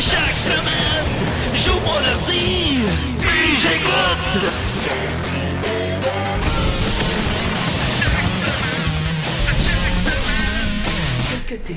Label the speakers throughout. Speaker 1: Chaque semaine, j'ouvre mon ordi, puis j'écoute. Qu'est-ce que
Speaker 2: Il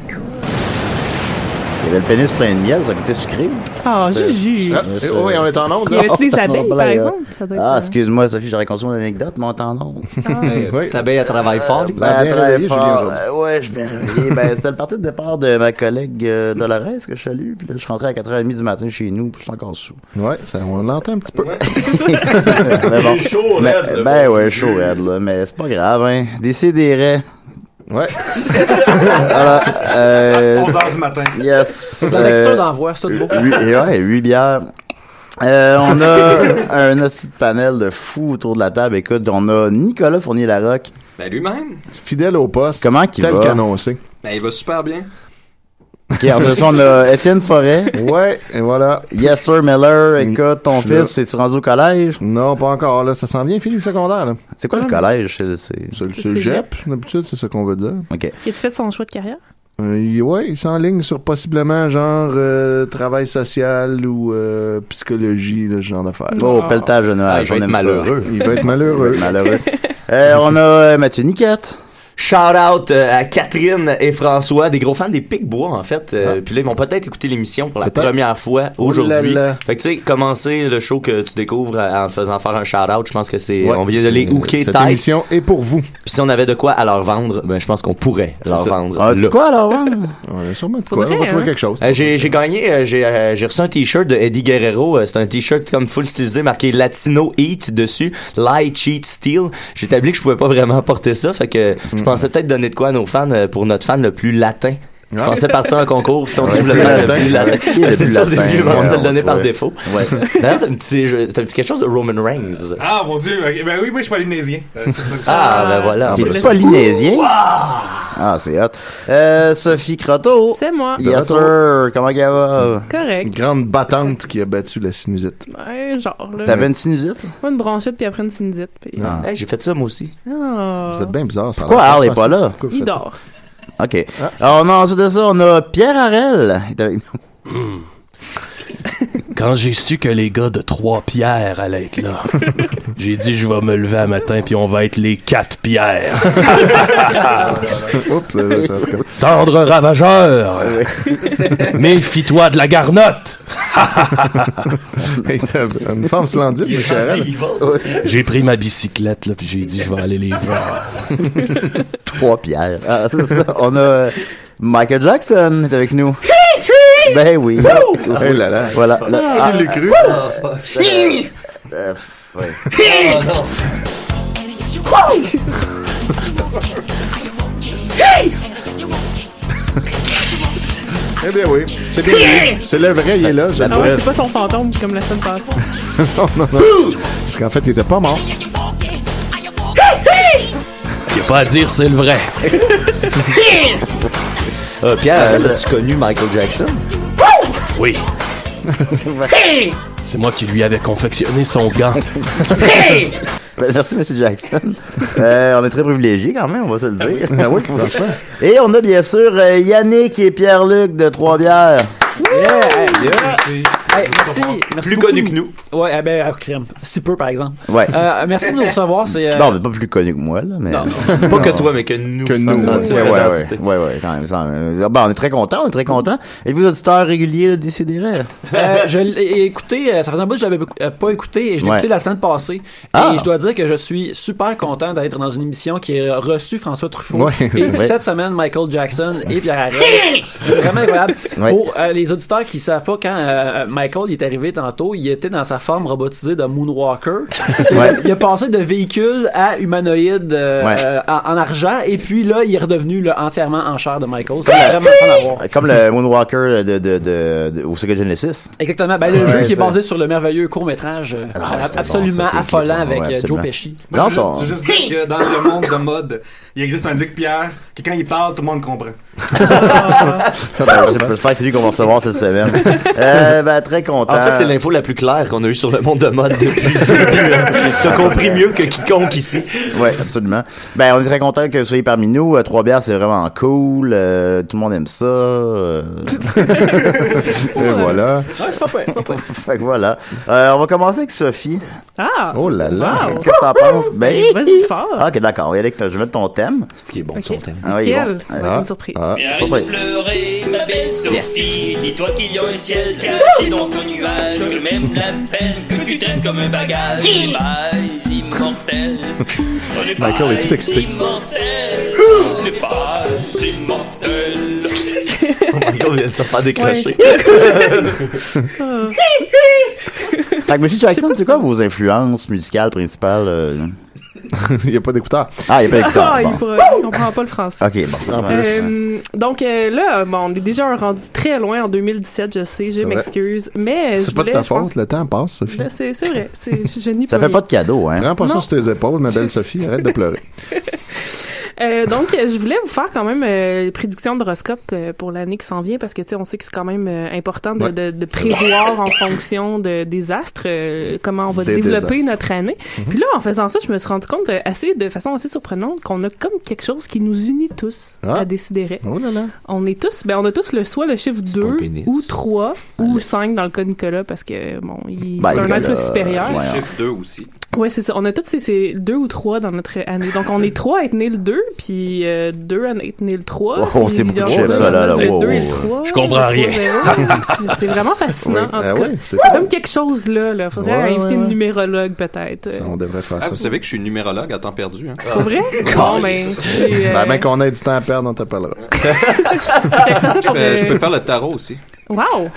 Speaker 2: y avait le pénis plein de miel, ça coûtait sucré.
Speaker 3: Ah,
Speaker 2: Euh,
Speaker 3: Juju.
Speaker 2: ah,
Speaker 3: Il
Speaker 2: eh, oh, oui, on est en onde.
Speaker 3: Y
Speaker 2: là.
Speaker 3: a-t-il des abeilles, par
Speaker 2: Blague,
Speaker 3: exemple? Ça doit être,
Speaker 2: Ah,
Speaker 3: euh, Ah.
Speaker 2: excuse-moi, Sophie, j'aurais consommé une anecdote, mais on est en onde.
Speaker 4: La petite abeille, elle travaille fort. lui.
Speaker 2: Eh, Ben,
Speaker 4: bien
Speaker 2: très
Speaker 4: réveillé,
Speaker 2: fort.
Speaker 4: Julien, aujourd'hui.
Speaker 2: Euh, ouais, je suis bien réveillé. Ben, c'était le parti de départ de ma collègue euh, Dolores que je salue. Puis là, je suis rentré à 4h30 du matin chez nous, puis je suis encore sous.
Speaker 4: Ouais, ça, on l'entend un petit peu.
Speaker 2: Mais bon.
Speaker 5: chaud,
Speaker 2: Mais-
Speaker 5: raide, là,
Speaker 2: ben
Speaker 5: bon,
Speaker 2: ouais,
Speaker 5: Dieu.
Speaker 2: chaud, raide, là. Mais c'est pas grave, hein. Décidérez.
Speaker 4: Ouais.
Speaker 2: Alors, euh,
Speaker 5: 11h du matin.
Speaker 2: yes.
Speaker 4: La
Speaker 2: euh,
Speaker 4: texture d'envoi, c'est tout beau.
Speaker 2: Huit- et ouais, huit bières. Euh, on a un assis de panel de fous autour de la table. Écoute, on a Nicolas Fournier-Larocque.
Speaker 6: Ben lui-même.
Speaker 4: Fidèle au poste.
Speaker 2: Comment qu'il
Speaker 4: tel
Speaker 2: va?
Speaker 4: qu'annoncé.
Speaker 6: Ben il va super bien.
Speaker 2: Ok, en dessous, on a Étienne Forêt.
Speaker 4: Ouais, et voilà.
Speaker 2: Yes, sir, Miller. Écoute, ton
Speaker 4: Mm. Je suis là.
Speaker 2: fils, es-tu rendu au collège?
Speaker 4: Non, pas encore, là. Ça s'en vient, fini le secondaire, là.
Speaker 2: C'est quoi le
Speaker 6: Ah.
Speaker 2: collège? C'est- c'est-
Speaker 4: C'est le
Speaker 3: C'est
Speaker 4: cégep, d'habitude, c'est ce qu'on veut dire.
Speaker 2: OK.
Speaker 3: a-tu fait son choix de carrière?
Speaker 4: Euh, il- ouais, il s'enligne sur possiblement, genre, euh, travail social ou euh, psychologie, là, ce genre d'affaires.
Speaker 2: Oh, pelletage de nuages.
Speaker 6: Ah, il va
Speaker 2: on
Speaker 6: être
Speaker 2: aime ça.
Speaker 6: malheureux.
Speaker 4: Il va être malheureux.
Speaker 2: Malheureux. Euh, on a euh, Mathieu Niquette.
Speaker 6: Shout out euh, à Catherine et François, des gros fans des Picbois en fait. Euh,
Speaker 4: Ah.
Speaker 6: Puis là ils vont peut-être écouter l'émission pour la
Speaker 4: Peut-être.
Speaker 6: première fois
Speaker 4: Oh
Speaker 6: aujourd'hui.
Speaker 4: là là.
Speaker 6: fait que tu sais, commencer le show que tu découvres euh, en faisant faire un shout out, je pense que c'est
Speaker 4: Ouais,
Speaker 6: on vient de les
Speaker 4: c'est-
Speaker 6: hooker
Speaker 4: Cette
Speaker 6: tête.
Speaker 4: émission est pour vous.
Speaker 6: Puis si on avait de quoi à leur vendre, ben je pense qu'on pourrait leur
Speaker 4: ça.
Speaker 6: vendre.
Speaker 2: Ah, tu
Speaker 6: là.
Speaker 2: quoi alors? hein?
Speaker 4: On a sûrement de quoi.
Speaker 3: Faudrait,
Speaker 4: On va trouver
Speaker 3: hein.
Speaker 4: quelque chose.
Speaker 6: Euh, j'ai j'ai gagné, euh, j'ai euh, j'ai reçu un t-shirt de Eddie Guerrero. Euh, c'est un t-shirt comme full stylisé marqué Latino Eat dessus, Lie Cheat Steal. J'ai établi que je pouvais pas vraiment porter ça, fait que je pensais peut-être donner de quoi à nos fans euh, pour notre fan le plus latin. Je
Speaker 4: Ah.
Speaker 6: pensais partir un concours si on
Speaker 4: Ouais,
Speaker 6: trouve le
Speaker 4: c'est
Speaker 6: fan
Speaker 4: latin,
Speaker 6: le plus latin.
Speaker 2: ouais. Qui est le
Speaker 6: c'est
Speaker 2: plus
Speaker 6: ça, au
Speaker 2: latin?
Speaker 6: début, je pensais
Speaker 2: Ouais,
Speaker 6: de le donner par
Speaker 2: ouais.
Speaker 6: défaut.
Speaker 2: Ouais.
Speaker 6: D'ailleurs, t'as un petit, jeu- t'as un petit quelque chose de Roman Reigns.
Speaker 5: Ah, mon Dieu. ok. Ben oui, moi, je suis polynésien. Euh, c'est ça que ça-
Speaker 6: Ah, ben voilà.
Speaker 2: T'es polynésien? Ah, c'est hot. Euh, Sophie Croteau.
Speaker 3: C'est moi.
Speaker 2: Yes, sir. Comment qu'elle va?
Speaker 4: Une
Speaker 3: Correct.
Speaker 4: grande battante qui a battu la sinusite.
Speaker 3: Ouais, genre, là.
Speaker 2: T'avais une sinusite?
Speaker 3: Moi, une bronchite, puis après une sinusite. Puis...
Speaker 2: Ah.
Speaker 6: Hey, j'ai fait ça moi aussi.
Speaker 3: Ah.
Speaker 4: Vous êtes bien bizarre, ça. a
Speaker 2: Pourquoi
Speaker 4: l'air
Speaker 2: Arl
Speaker 4: pas
Speaker 2: est pas
Speaker 4: facile.
Speaker 2: là?
Speaker 4: Pourquoi vous
Speaker 3: Il
Speaker 4: faites ça?
Speaker 3: dort.
Speaker 2: OK. Alors, on a ensuite de ça, on a Pierre Harel. Il est avec nous.
Speaker 7: Quand j'ai su que les gars de trois pierres allaient être là, j'ai dit je vais me lever un matin puis on va être les quatre pierres.
Speaker 4: Oups, euh, ça, en tout cas.
Speaker 7: Tendre ravageur, méfie-toi de la garnotte.
Speaker 4: Hey, t'as une forme splendide, monsieur Harel.
Speaker 7: J'ai pris ma bicyclette là puis j'ai dit je vais aller les voir.
Speaker 2: Trois Pierre. Ah, c'est ça. On a euh, Michael Jackson il est avec nous. Ben oui.
Speaker 4: Hey là là.
Speaker 2: Voilà. Le- ah,
Speaker 4: Il l'a cru.
Speaker 2: euh, ouais.
Speaker 4: Eh bien oui, c'est bien lui. C'est le vrai, il est là. je
Speaker 3: Ah
Speaker 4: le
Speaker 3: ouais,
Speaker 4: sais.
Speaker 3: c'est pas son fantôme comme la semaine passée.
Speaker 4: non, non, non. Parce qu'en fait, il était pas mort.
Speaker 7: Y a pas à dire, Ah, c'est le vrai.
Speaker 6: Euh, Pierre, euh, as-tu connu Michael Jackson?
Speaker 7: Oui. C'est moi qui lui avais confectionné son gant.
Speaker 2: Ben, Merci, M. Jackson. Euh, on est très privilégiés quand même, on va se le dire.
Speaker 4: Ah oui, franchement.
Speaker 2: Et on a bien sûr euh, Yannick et Pierre-Luc de Trois-Bières.
Speaker 8: Hey, merci, merci
Speaker 2: Plus
Speaker 8: beaucoup.
Speaker 2: connu que nous.
Speaker 8: Ouais, eh ben, euh, crème. si peu par exemple.
Speaker 2: Ouais.
Speaker 8: Euh, merci de nous recevoir. C'est, euh,
Speaker 2: Non, vous êtes pas plus connu que moi, là, mais.
Speaker 8: Non,
Speaker 6: non. Pas que toi, mais que nous,
Speaker 2: Que
Speaker 6: je
Speaker 2: nous,
Speaker 6: pense,
Speaker 2: ouais,
Speaker 6: dans notre
Speaker 2: ouais, ouais,
Speaker 6: identité.
Speaker 2: ouais, ouais, ouais, quand même. ça, euh, ben, on est très contents, on est très contents. Et vous, auditeurs réguliers de Décidérez?
Speaker 8: euh, je l'ai écouté, euh, ça faisait un bout que je l'avais écou- euh, pas écouté et je l'ai
Speaker 2: Ouais.
Speaker 8: écouté la semaine passée.
Speaker 2: Ah.
Speaker 8: Et je dois dire que je suis super content d'être dans une émission qui a reçu François Truffaut.
Speaker 2: Ouais, c'est
Speaker 8: et
Speaker 2: vrai.
Speaker 8: cette semaine, Michael Jackson et Pierre Harel. C'est vraiment incroyable.
Speaker 2: Ouais.
Speaker 8: Pour euh, les auditeurs qui savent pas, quand euh, Michael il est arrivé tantôt, il était dans sa forme robotisée de Moonwalker.
Speaker 2: Ouais.
Speaker 8: Il a passé de véhicule à humanoïde euh,
Speaker 2: Ouais.
Speaker 8: euh, en, en argent et puis là, il est redevenu là, entièrement en chair de Michael. C'est vraiment le fun à voir.
Speaker 2: Comme le Moonwalker de, de, de, de- au Sega Genesis.
Speaker 8: Exactement. Ben, le
Speaker 2: Ouais,
Speaker 8: jeu qui
Speaker 2: c'est-
Speaker 8: est basé sur le merveilleux court-métrage euh,
Speaker 2: Ah,
Speaker 8: ab-
Speaker 2: c'était bon,
Speaker 8: absolument
Speaker 2: ça, c'est
Speaker 8: affolant
Speaker 2: écrit,
Speaker 8: avec
Speaker 2: ouais,
Speaker 8: euh, Joe
Speaker 2: absolument.
Speaker 8: Pesci.
Speaker 5: Moi,
Speaker 2: Non,
Speaker 5: je veux
Speaker 2: ça-
Speaker 5: juste, je veux juste dire que dans le monde de mode, il existe un Luc Pierre que quand il parle, tout le monde comprend.
Speaker 2: J'espère que c'est lui qu'on va recevoir cette semaine. Euh, ben, très content.
Speaker 6: En fait, c'est l'info la plus claire qu'on a eue sur le monde de mode depuis le début. hein. T'as compris mieux que quiconque ici.
Speaker 2: Oui, absolument. Ben, on est très content que vous soyez parmi nous. Euh, Trois bières, c'est vraiment cool. Euh, tout le monde aime ça. Euh, Et voilà.
Speaker 8: Ouais, c'est pas vrai.
Speaker 2: Fait que voilà. Euh, on va commencer avec Sophie.
Speaker 3: Ah!
Speaker 2: Oh là là.
Speaker 3: Wow.
Speaker 2: Qu'est-ce que t'en penses? Ben,
Speaker 3: Vas-y fort.
Speaker 2: Ah, ok, d'accord. Yannick, je vais mettre ton thème. C'est qui est bon,
Speaker 3: Ok.
Speaker 2: son thème.
Speaker 3: Nickel. Ça va être une surprise.
Speaker 2: surprise.
Speaker 9: pleurer, ma belle Sophie. Dis-toi qu'il y a un ciel caché dans ton nuage. Que même la peine que tu traînes comme un bagage. Les bails immortels. Les
Speaker 4: Michael est
Speaker 9: bails
Speaker 4: tout excité.
Speaker 9: immortels. Les bails immortels.
Speaker 6: Michael vient de se faire décrocher.
Speaker 2: Fait que, M. Jackson, c'est quoi vos influences musicales principales? euh?
Speaker 4: il n'y a pas d'écouteur.
Speaker 2: Ah, il n'y a pas d'écouteur.
Speaker 3: Ah,
Speaker 2: bon.
Speaker 3: il pourra- il comprend pas le français.
Speaker 2: Ok, bon.
Speaker 4: En
Speaker 3: Euh, donc euh, là, bon, on est déjà rendu très loin en 2017, je sais, je
Speaker 4: C'est vrai.
Speaker 3: m'excuse, mais euh, je
Speaker 4: C'est pas de
Speaker 3: voulais,
Speaker 4: ta
Speaker 3: je pense-
Speaker 4: faute, le temps passe, Sophie.
Speaker 3: Là, C'est c'est vrai, c'est- je, je n'y
Speaker 4: Ça
Speaker 3: peux
Speaker 4: fait
Speaker 3: rien.
Speaker 4: pas de cadeau, hein. Prends pas
Speaker 3: Non.
Speaker 4: ça sur tes épaules, ma belle Sophie. Arrête de pleurer.
Speaker 3: Euh, donc, euh, je voulais vous faire quand même euh, les prédictions d'horoscope euh, pour l'année qui s'en vient parce que, tu sais, on sait que c'est quand même euh, important de,
Speaker 10: Ouais.
Speaker 3: de- de prévoir en fonction de, des astres euh, comment on va
Speaker 10: Des
Speaker 3: développer
Speaker 10: désastres.
Speaker 3: notre année. Puis là, en faisant ça, je me suis rendu compte euh, assez, de façon assez surprenante qu'on a comme quelque chose qui nous unit tous à décider. On est tous, ben, on a tous le soit le chiffre 2
Speaker 2: pénis.
Speaker 3: ou 3 ou 5 dans le cas de Nicolas parce que, bon, il,
Speaker 2: Ben,
Speaker 3: c'est un
Speaker 2: Nicolas,
Speaker 3: être supérieur.
Speaker 2: ouais.
Speaker 5: Chiffre 2 aussi.
Speaker 3: Ouais, c'est ça. On a tous ces, ces deux ou trois dans notre année. Donc, on est trois à être nés le 2, puis euh, deux à être nés le 3.
Speaker 2: Oh, oh, c'est beaucoup de chiffres, ça, là, là.
Speaker 3: Le
Speaker 2: Wow,
Speaker 3: deux et
Speaker 2: wow,
Speaker 3: le
Speaker 2: wow.
Speaker 3: trois,
Speaker 2: Je comprends
Speaker 3: le
Speaker 2: rien.
Speaker 3: trois, zéro. C'est- c'est vraiment fascinant,
Speaker 4: Oui,
Speaker 3: en
Speaker 4: ben
Speaker 3: tout cas.
Speaker 4: oui, c'est
Speaker 3: c'est
Speaker 4: ça.
Speaker 3: comme quelque chose, là. là. Faudrait
Speaker 4: Ouais,
Speaker 3: inviter
Speaker 4: ouais,
Speaker 3: une
Speaker 4: ouais.
Speaker 3: numérologue, peut-être.
Speaker 4: Ça, on devrait faire
Speaker 11: Ah, vous
Speaker 4: ça.
Speaker 11: savez que je suis numérologue à temps perdu. Hein?
Speaker 3: Pour vrai? Bon, ben, tu, euh,
Speaker 4: Ben, ben qu'on ait du temps à perdre, on t'appellera.
Speaker 11: je,
Speaker 3: pour
Speaker 11: peux,
Speaker 3: le-
Speaker 11: je peux faire le tarot aussi.
Speaker 3: Wow!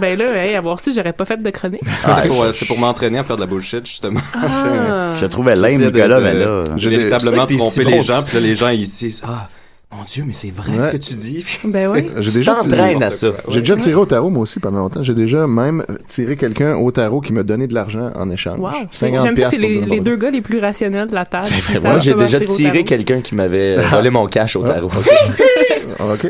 Speaker 3: Ben là, hey, avoir su, j'aurais pas fait de chronique.
Speaker 11: C'est pour, euh, c'est pour m'entraîner à faire de la bullshit, justement.
Speaker 3: Ah.
Speaker 2: Je trouvais lame,
Speaker 11: J'essaie de-
Speaker 2: Nicolas,
Speaker 11: de-
Speaker 2: mais
Speaker 12: euh,
Speaker 2: là-
Speaker 11: de
Speaker 2: J'ai des-
Speaker 11: véritablement
Speaker 2: des
Speaker 11: tromper les
Speaker 2: simons.
Speaker 11: gens, puis là, les gens ici. Ah, mon Dieu, mais c'est vrai ce que tu dis.
Speaker 3: Ben oui.
Speaker 4: J'ai déjà tiré, J'ai déjà tiré au tarot, moi aussi, pendant longtemps. J'ai déjà même tiré quelqu'un au tarot qui m'a donné de l'argent en échange.
Speaker 3: Wow! J'aime
Speaker 4: 50
Speaker 3: ça,
Speaker 4: piastres
Speaker 3: c'est
Speaker 4: pour
Speaker 3: les,
Speaker 4: dire
Speaker 3: les deux gars les plus rationnels de la table. qui
Speaker 6: Moi,
Speaker 3: savent
Speaker 6: j'ai
Speaker 3: comment
Speaker 6: déjà
Speaker 3: tirer au
Speaker 6: tiré
Speaker 3: tarot.
Speaker 6: quelqu'un qui m'avait euh, volé mon cash
Speaker 2: Ah.
Speaker 6: au tarot.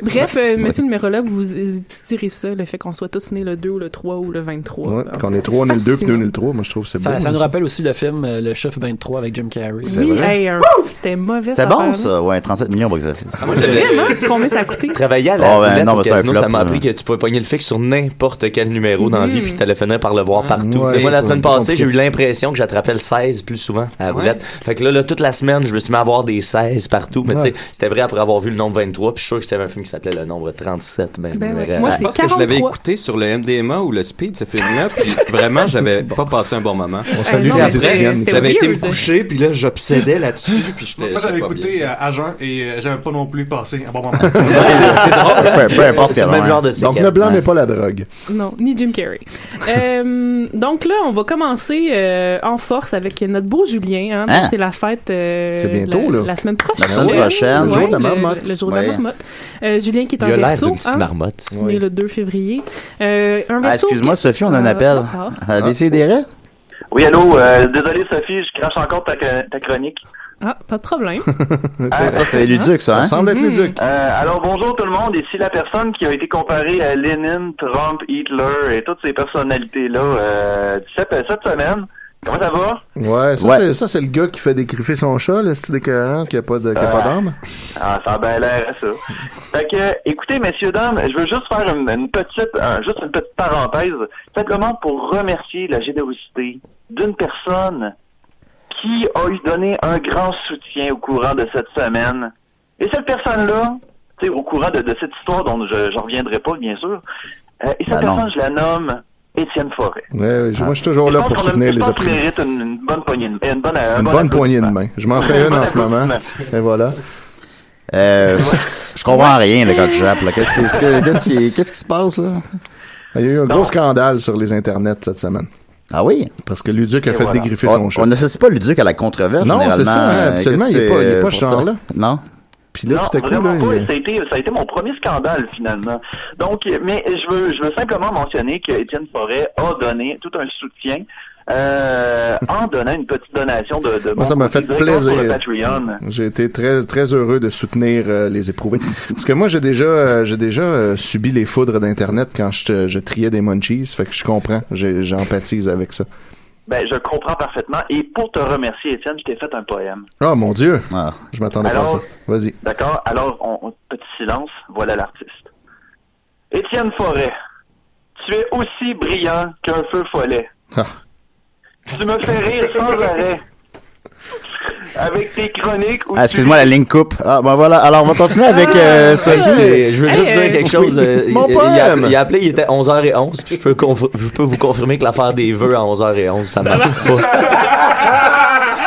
Speaker 3: Bref, euh, monsieur le numérologue, vous euh, tirez ça, le fait qu'on soit tous nés le 2 ou le 3 ou le 23.
Speaker 4: Ouais,
Speaker 3: Alors,
Speaker 4: qu'on
Speaker 3: c'est
Speaker 4: est 3, 2002 puis
Speaker 3: fascinant.
Speaker 4: 2003, moi je trouve que c'est
Speaker 8: Ça,
Speaker 4: beau.
Speaker 8: ça nous
Speaker 4: ça.
Speaker 8: rappelle aussi le film euh, Le Chef 23 avec Jim Carrey.
Speaker 3: Oui, hey, un- c'était mauvais.
Speaker 2: C'était
Speaker 3: cette
Speaker 2: bon,
Speaker 3: affaire-là.
Speaker 2: ça. Ouais, 37 millions au box-office.
Speaker 6: Ah,
Speaker 3: Vraiment? Combien ça a coûté?
Speaker 6: Travailler à la
Speaker 2: Oh, ben,
Speaker 6: roulette
Speaker 2: non,
Speaker 6: au
Speaker 2: mais c'est un
Speaker 6: casino,
Speaker 2: flop,
Speaker 6: ça m'a
Speaker 2: hein.
Speaker 6: appris que tu pouvais pogner le fixe sur n'importe quel numéro dans la vie,
Speaker 3: Mhm.
Speaker 6: puis t'allais finir par le voir partout.
Speaker 4: ouais,
Speaker 6: Tu sais, moi, la
Speaker 4: c'est
Speaker 6: semaine
Speaker 4: pas
Speaker 6: passée, j'ai eu
Speaker 4: compliqué.
Speaker 6: l'impression que j'attrapais le 16 plus souvent à la roulette. Fait que là, là, toute la semaine, je me suis mis à avoir des 16 partout. Mais
Speaker 4: Ouais.
Speaker 6: tu sais, c'était vrai après avoir vu le nombre 23, puis je suis sûr que c'était un film qui s'appelait le nombre 37. Ben,
Speaker 3: Ben ouais.
Speaker 6: numéro-
Speaker 3: Moi,
Speaker 11: Je pense que je l'avais écouté sur le MDMA ou le Speed, ce film-là, puis vraiment, j'avais pas passé un bon moment.
Speaker 4: On salue non, les mais c'était- étudiants. c'était
Speaker 11: J'avais été me
Speaker 4: weird.
Speaker 11: coucher, puis là, j'obsédais là-dessus, puis j'étais
Speaker 5: Moi,
Speaker 11: j'étais
Speaker 5: j'avais
Speaker 11: pas bien.
Speaker 5: écouté euh, à jeun et euh, j'avais pas non plus lui passer un bon moment.
Speaker 4: C'est drôle, hein? Peu- peu importe, C'est le même ouais. genre de séquelle. Donc, ne blâmez
Speaker 5: n'est
Speaker 4: pas la drogue.
Speaker 3: Non, ni Jim Carrey. Euh, donc là, on va commencer euh, en force avec notre beau Julien. hein. Donc,
Speaker 2: Hein?
Speaker 3: C'est la fête. euh,
Speaker 2: C'est bientôt,
Speaker 3: la,
Speaker 2: là.
Speaker 3: La semaine prochaine.
Speaker 2: La semaine prochaine.
Speaker 3: Ouais,
Speaker 2: Le jour de la
Speaker 3: le-
Speaker 2: marmotte.
Speaker 3: Le jour de la
Speaker 2: Ouais.
Speaker 3: marmotte. Euh, Julien qui est
Speaker 2: Il
Speaker 3: en
Speaker 2: a l'air
Speaker 3: verso.
Speaker 2: d'une petite
Speaker 3: hein,
Speaker 2: marmotte.
Speaker 3: né le 2 février. Euh, un
Speaker 2: Ah,
Speaker 3: verso
Speaker 2: excuse-moi,
Speaker 3: qui-
Speaker 2: Sophie, on a un
Speaker 3: Ah,
Speaker 2: appel.
Speaker 3: d'accord.
Speaker 2: Euh, Décidérez?
Speaker 6: Ah.
Speaker 10: Oui, allô, euh, désolé Sophie, je crache encore ta, ta chronique.
Speaker 3: Ah, pas de problème. Mhm.
Speaker 2: Ah, ça, c'est Luduc, ça, hein?
Speaker 10: Euh, alors, bonjour tout le monde. Ici la personne qui a été comparée à Lenin, Trump, Hitler et toutes ces personnalités-là euh, cette, cette semaine. Comment ça va?
Speaker 4: Ouais, ça,
Speaker 10: Ouais.
Speaker 4: c'est- ça, c'est le gars qui fait dégriffer son chat, le style écœurant, qui a pas de- qui a pas
Speaker 10: Ouais.
Speaker 4: d'arme.
Speaker 10: Ah, ça a bien l'air à ça. Fait que, euh, écoutez, messieurs, dames, je veux juste faire une, une petite, un- juste une petite parenthèse, simplement pour remercier la générosité d'une personne qui a eu donné un grand soutien au courant de cette semaine. Et cette personne-là, tu sais, au courant de, de cette histoire dont je, je reviendrai pas, bien sûr, euh, et cette
Speaker 4: Ben non.
Speaker 10: personne, je la nomme Étienne Forêt.
Speaker 4: Ouais, ouais, je- moi, je suis toujours là
Speaker 10: Je pense
Speaker 4: pour
Speaker 10: qu'on a-
Speaker 4: soutenir
Speaker 10: je
Speaker 4: les
Speaker 10: pense qu'il
Speaker 4: opprimer.
Speaker 10: mérite une, une bonne poignée de main. Une bonne, un
Speaker 4: Une
Speaker 10: bon
Speaker 4: bonne
Speaker 10: applaudissement.
Speaker 4: poignée de main. Je m'en fais une en ce moment. Et voilà.
Speaker 2: Euh, je comprends rien, là, quand je jappe, là. Qu'est-ce qui, qu'est-ce qui- qu'est-ce qui- qu'est-ce qui se passe, là?
Speaker 4: Il y a eu un gros scandale sur les internets cette semaine.
Speaker 2: Ah oui?
Speaker 4: Parce que Luduc a
Speaker 2: Et
Speaker 4: fait
Speaker 2: voilà.
Speaker 4: dégriffer
Speaker 2: On-
Speaker 4: son chat.
Speaker 2: On n'associe pas Luduc à la controverse,
Speaker 4: Non, c'est
Speaker 2: généralement.
Speaker 4: ça, hein,
Speaker 2: Euh,
Speaker 4: absolument,
Speaker 2: qu'est-ce
Speaker 4: il est pas-
Speaker 2: que
Speaker 4: il est
Speaker 2: c'est,
Speaker 4: pas
Speaker 2: euh,
Speaker 4: ce
Speaker 2: pour
Speaker 4: genre-là.
Speaker 2: ça? Non?
Speaker 4: Puis là,
Speaker 10: non,
Speaker 4: tout à coup,
Speaker 10: vraiment
Speaker 4: là,
Speaker 10: pas.
Speaker 4: il-
Speaker 10: Ça, a été, ça a été mon premier scandale, finalement. Donc, mais je veux, je veux simplement mentionner que Étienne Forêt a donné tout un soutien euh, en donnant une petite donation de, de
Speaker 4: Moi, ça m'a
Speaker 10: mon côté
Speaker 4: fait
Speaker 10: directement sur le
Speaker 4: plaisir.
Speaker 10: Patreon.
Speaker 4: J'ai été très, très heureux de soutenir euh, les éprouvés. Parce que moi, j'ai déjà, euh, j'ai déjà euh, subi les foudres d'Internet quand je, te- je triais des munchies. Fait que je comprends. J'ai- J'empathise avec ça.
Speaker 10: Ben, je comprends parfaitement. Et pour te remercier, Étienne, je t'ai fait un poème.
Speaker 4: Oh mon Dieu! Je m'attendais pas à ça.
Speaker 10: Alors-
Speaker 4: Vas-y.
Speaker 10: D'accord? Alors, on, on- petit silence, voilà l'artiste. Étienne Forêt, tu es aussi brillant qu'un feu follet.
Speaker 4: Ah.
Speaker 10: Tu me fais rire sans arrêt. Avec tes chroniques où
Speaker 2: Ah, excuse-moi, la ligne coupe. Ah, ben voilà. Alors, on va continuer avec
Speaker 4: Ah!
Speaker 2: euh, Sophie.
Speaker 6: C'est- Je veux juste dire quelque chose. euh,
Speaker 2: Mon
Speaker 6: il, il a,
Speaker 2: poème!
Speaker 6: il a appelé, il était 11h11. Puis je, peux confir- je peux vous confirmer que l'affaire des vœux à 11h11, ça marche pas.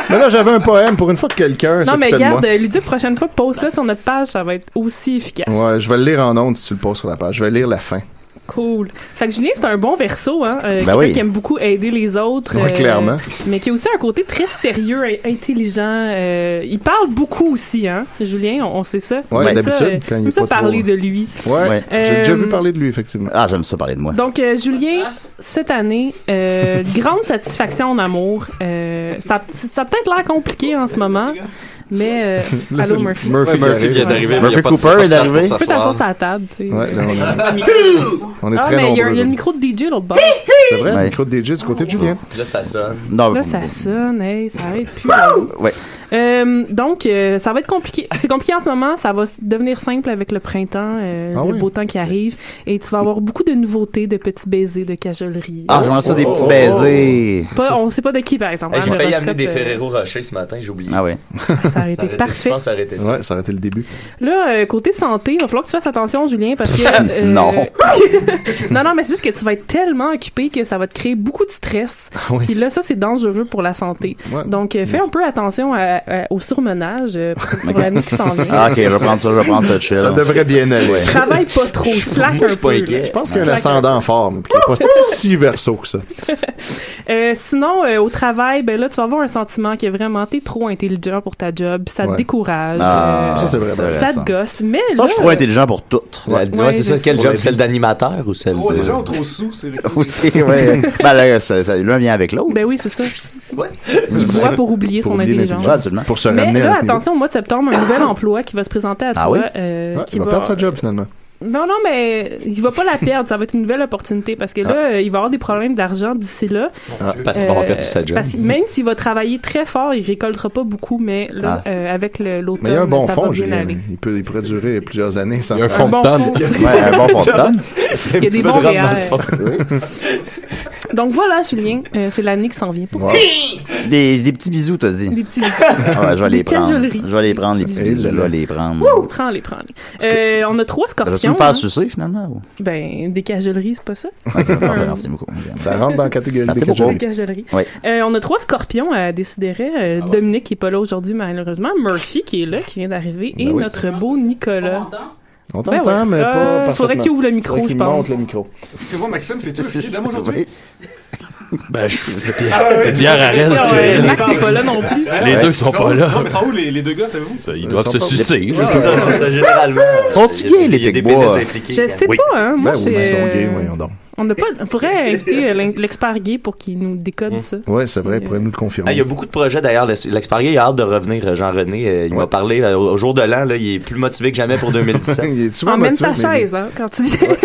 Speaker 4: Mais là, j'avais un poème pour une fois que quelqu'un
Speaker 3: Non, mais
Speaker 4: s'occupait de moi.
Speaker 3: garde, Luduc, prochaine fois, pose-le sur notre page, ça va être aussi efficace.
Speaker 4: Ouais, je vais le lire en ondes si tu le poses sur la page. Je vais lire la fin.
Speaker 3: Cool. Fait que Julien, c'est un bon verso, hein? Euh,
Speaker 4: Ben
Speaker 3: quelqu'un
Speaker 4: oui.
Speaker 3: qui aime beaucoup aider les autres. euh,
Speaker 4: Ouais, clairement.
Speaker 3: Mais qui a aussi un côté très sérieux, in- intelligent. euh, il parle beaucoup aussi, hein? Julien, on, on sait ça.
Speaker 4: Ouais,
Speaker 3: J'aime
Speaker 4: d'habitude,
Speaker 3: ça, euh,
Speaker 4: quand il
Speaker 3: j'aime
Speaker 4: est
Speaker 3: ça
Speaker 4: pas trop-
Speaker 3: parler de lui.
Speaker 4: Ouais, j'ai
Speaker 3: Euh,
Speaker 4: déjà vu parler de lui, effectivement.
Speaker 2: Ah, j'aime ça parler de moi.
Speaker 3: Donc, euh, Julien, cette année, euh, grande satisfaction en amour. Euh, ça, ça a peut-être l'air compliqué en ce moment, mais... Euh,
Speaker 4: Là,
Speaker 3: allô,
Speaker 4: c'est
Speaker 3: Murphy.
Speaker 4: Murphy Ouais, qui Murphy arrive. vient d'arriver, mais il y a pas de- pas de place pour
Speaker 3: Tu peux
Speaker 4: s'asseoir.
Speaker 3: t'asseoir sur la table, tu sais.
Speaker 4: Ouais, là, on a- on est
Speaker 3: ah,
Speaker 4: très
Speaker 3: mais il y a-
Speaker 4: nombreux,
Speaker 3: il y a
Speaker 4: là.
Speaker 3: le micro de DJ l'autre bord.
Speaker 4: C'est vrai, le
Speaker 2: Ouais.
Speaker 4: micro de DJ du côté de Julien.
Speaker 6: Là, ça sonne.
Speaker 2: Non,
Speaker 3: Là, ça sonne, hey, ça va être plus.
Speaker 2: ouais.
Speaker 3: Euh, donc, euh, ça va être compliqué. C'est compliqué en ce moment. Ça va s- devenir simple avec le printemps, euh,
Speaker 2: Ah
Speaker 3: le
Speaker 2: oui.
Speaker 3: beau temps qui arrive. Et tu vas avoir beaucoup de nouveautés, de petits baisers, de cajoleries.
Speaker 2: Ah, j'aimerais ça des
Speaker 6: Oh,
Speaker 2: petits baisers.
Speaker 3: Pas, on sait pas de qui, par exemple.
Speaker 6: Hey,
Speaker 3: hein,
Speaker 6: J'ai
Speaker 3: le
Speaker 6: failli
Speaker 3: horoscope,
Speaker 6: amener des
Speaker 3: euh,
Speaker 6: Ferrero Rocher ce matin, j'ai oublié.
Speaker 2: Ah ouais.
Speaker 3: Ça aurait été parfait.
Speaker 6: Je pense que ça aurait été ça.
Speaker 4: Ouais, ça aurait été le début.
Speaker 3: Là, euh, côté santé, il va falloir que tu fasses attention, Julien, parce que... euh,
Speaker 4: Non.
Speaker 3: non, non, mais c'est juste que tu vas être tellement occupé que ça va te créer beaucoup de stress.
Speaker 2: Ah
Speaker 1: oui.
Speaker 3: Puis là, ça, c'est dangereux pour la santé.
Speaker 1: Ouais.
Speaker 3: Donc, euh, fais un peu attention à- à- au surmenage euh, pour, pour l'année qui s'en vient.
Speaker 2: Ah, ok, je vais prendre ça, je vais prendre ça chill.
Speaker 4: Ça devrait bien aller.
Speaker 3: Travaille pas trop, slack un peu. là.
Speaker 4: Je pense qu'il y a un
Speaker 3: Slack un
Speaker 4: ascendant fort, mais qui n'est pas si verso que ça.
Speaker 3: Euh, sinon, euh, au travail, ben là, tu vas avoir un sentiment que vraiment t'es trop intelligent pour ta job, ça te
Speaker 2: Ouais.
Speaker 3: décourage,
Speaker 2: Ah,
Speaker 3: euh,
Speaker 2: ça, c'est vrai,
Speaker 3: ça
Speaker 2: intéressant.
Speaker 3: te gosse. Mais
Speaker 2: Ah, Je pense que
Speaker 3: là,
Speaker 2: je suis trop intelligent pour tout.
Speaker 6: Ouais, ouais, c'est ça, quel job? Celle d'animateur ou celle
Speaker 5: Trop
Speaker 6: de...
Speaker 5: de gens ont trop sous, c'est vrai.
Speaker 2: Aussi, ouais. ben là, ça- ça- l'un vient avec l'autre.
Speaker 3: ben oui, c'est ça. Il boit pour oublier son intelligence.
Speaker 2: Ouais, absolument.
Speaker 4: Pour se
Speaker 3: Mais là, attention, au mois de septembre, un nouvel emploi qui va se présenter à toi.
Speaker 4: Ah oui?
Speaker 3: euh,
Speaker 4: Ouais,
Speaker 3: qui
Speaker 4: il va perdre sa job, finalement.
Speaker 3: Non, non, mais il va pas la perdre. Ça va être une nouvelle opportunité parce que là,
Speaker 4: Ah.
Speaker 3: euh, il va avoir des problèmes d'argent d'ici là. Euh,
Speaker 6: Ah, parce qu'il va avoir perdu sa job.
Speaker 3: Parce que même s'il va travailler très fort, il récoltera pas beaucoup, mais là,
Speaker 4: Ah.
Speaker 3: euh, avec le- l'automne,
Speaker 4: Mais il y a un bon
Speaker 3: ça
Speaker 4: fond,
Speaker 3: va bien
Speaker 4: Julien.
Speaker 3: aller.
Speaker 4: Il, peut, il pourrait durer plusieurs années sans.
Speaker 3: un fond de Un bon tonne. fond.
Speaker 4: Ouais, un bon fond de tonne.
Speaker 3: Ben, Il y a des bons réels. Donc voilà, Julien, euh, c'est l'année qui s'en vient pour
Speaker 2: Wow.
Speaker 3: toi.
Speaker 2: Des, des petits bisous, t'as dit. Ah,
Speaker 3: Des petits bisous.
Speaker 2: Ouais, je vais les
Speaker 3: Des
Speaker 2: prendre.
Speaker 3: cajoleries.
Speaker 2: Je vais les prendre, les petits
Speaker 3: Des
Speaker 2: bisous. Je vais les prendre.
Speaker 3: Wouh! Prends-les, prends-les. Euh, on a trois
Speaker 2: Ça va-tu
Speaker 3: scorpions.
Speaker 2: me faire
Speaker 3: hein.
Speaker 2: sucer, finalement? ou-
Speaker 3: Ben, des cajoleries, c'est pas ça?
Speaker 2: Parfait, Ah, ben, Merci beaucoup.
Speaker 4: Ça rentre dans la catégorie
Speaker 2: Merci
Speaker 4: des
Speaker 2: beaucoup.
Speaker 4: cajoleries.
Speaker 3: Des cajoleries.
Speaker 2: Oui.
Speaker 3: Euh, on a trois scorpions à décider. Euh,
Speaker 4: Ah
Speaker 3: Dominique qui est pas là aujourd'hui, malheureusement. Murphy qui est là, qui vient d'arriver. Et
Speaker 4: Ben oui.
Speaker 3: notre beau Nicolas.
Speaker 4: On
Speaker 3: Ben
Speaker 4: t'entend,
Speaker 3: ouais.
Speaker 4: mais pas
Speaker 3: Euh,
Speaker 4: parfaitement.
Speaker 3: faudrait qu'il ouvre le micro,
Speaker 4: Faudrait
Speaker 3: je
Speaker 4: qu'il monte
Speaker 3: pense.
Speaker 4: le micro.
Speaker 5: Parce que moi, Maxime, c'est tout ce qui est d'âme aujourd'hui.
Speaker 7: Ben, je suis cette
Speaker 5: Ah, ouais,
Speaker 7: cette bière à
Speaker 5: ouais,
Speaker 7: reste.
Speaker 5: ouais,
Speaker 7: que-
Speaker 5: Max est pas là non plus.
Speaker 7: Les deux sont pas là.
Speaker 5: Non, mais sont où les, les deux gars, savez-vous?
Speaker 7: Ils doivent se
Speaker 5: sont pas-
Speaker 7: sucer.
Speaker 5: Ouais, c'est ça, c'est ça,
Speaker 6: généralement.
Speaker 2: Sont-ils gays, les Picbois?
Speaker 3: Je sais pas, hein. Moi,
Speaker 4: Ben oui,
Speaker 3: c'est,
Speaker 4: ils sont gays,
Speaker 3: euh,
Speaker 4: voyons donc.
Speaker 3: On n'a pas. Faudrait inviter euh, l'in- l'expert gay pour qu'il nous
Speaker 2: Mmh.
Speaker 3: décode ça.
Speaker 4: Ouais, c'est vrai, il pourrait nous le
Speaker 6: Ah, il
Speaker 4: confirmer.
Speaker 6: y a beaucoup de projets d'ailleurs. L'ex- L'exparié, il a hâte de revenir, euh, Jean-René. Euh, Il m'a parlé euh, au au jour de l'an, là, il est plus motivé que jamais pour 2017.
Speaker 4: il est
Speaker 3: Emmène ta chaise, hein, quand tu viens.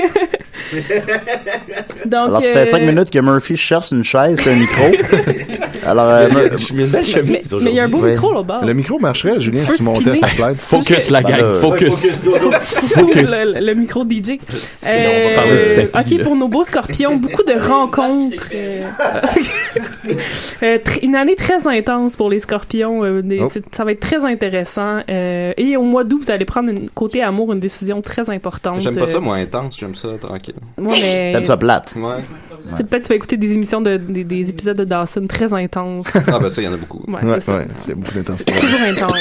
Speaker 3: Donc,
Speaker 2: Alors, ça fait
Speaker 3: euh,
Speaker 2: 5 minutes que Murphy cherche une chaise et un micro. Alors, euh, Mur-
Speaker 3: mais- mais il y a un beau
Speaker 4: Ouais.
Speaker 3: micro là bas.
Speaker 4: Le micro marcherait, Julien,
Speaker 3: Tu
Speaker 4: si tu
Speaker 3: peux
Speaker 4: montais
Speaker 3: spinner.
Speaker 4: sa slide.
Speaker 3: Focus, la gang,
Speaker 4: Euh,
Speaker 7: focus.
Speaker 3: Focus. Le, le- le micro DJ.
Speaker 7: Sinon, on va parler du tapis,
Speaker 3: Euh, ok,
Speaker 7: là.
Speaker 3: pour nos beaux scorpions, beaucoup de rencontres. euh, euh, tr- une année très intense pour les scorpions. euh, des-
Speaker 1: Oh.
Speaker 3: c'est- Ça va être très intéressant. euh, et au mois d'août, vous allez prendre une, côté amour une décision très importante.
Speaker 11: J'aime pas ça,
Speaker 3: euh,
Speaker 11: moi, intense. J'aime ça, tranquille.
Speaker 3: Moi, mais- T'aimes ça plate.
Speaker 11: Ouais.
Speaker 3: tu sais, Peut-être tu vas écouter des émissions, de, des, des épisodes de Dawson très intenses.
Speaker 11: Ah, ben ça, il y en a beaucoup.
Speaker 3: Ouais, c'est ça.
Speaker 4: c'est beaucoup d'intensité.
Speaker 3: C'est toujours intense.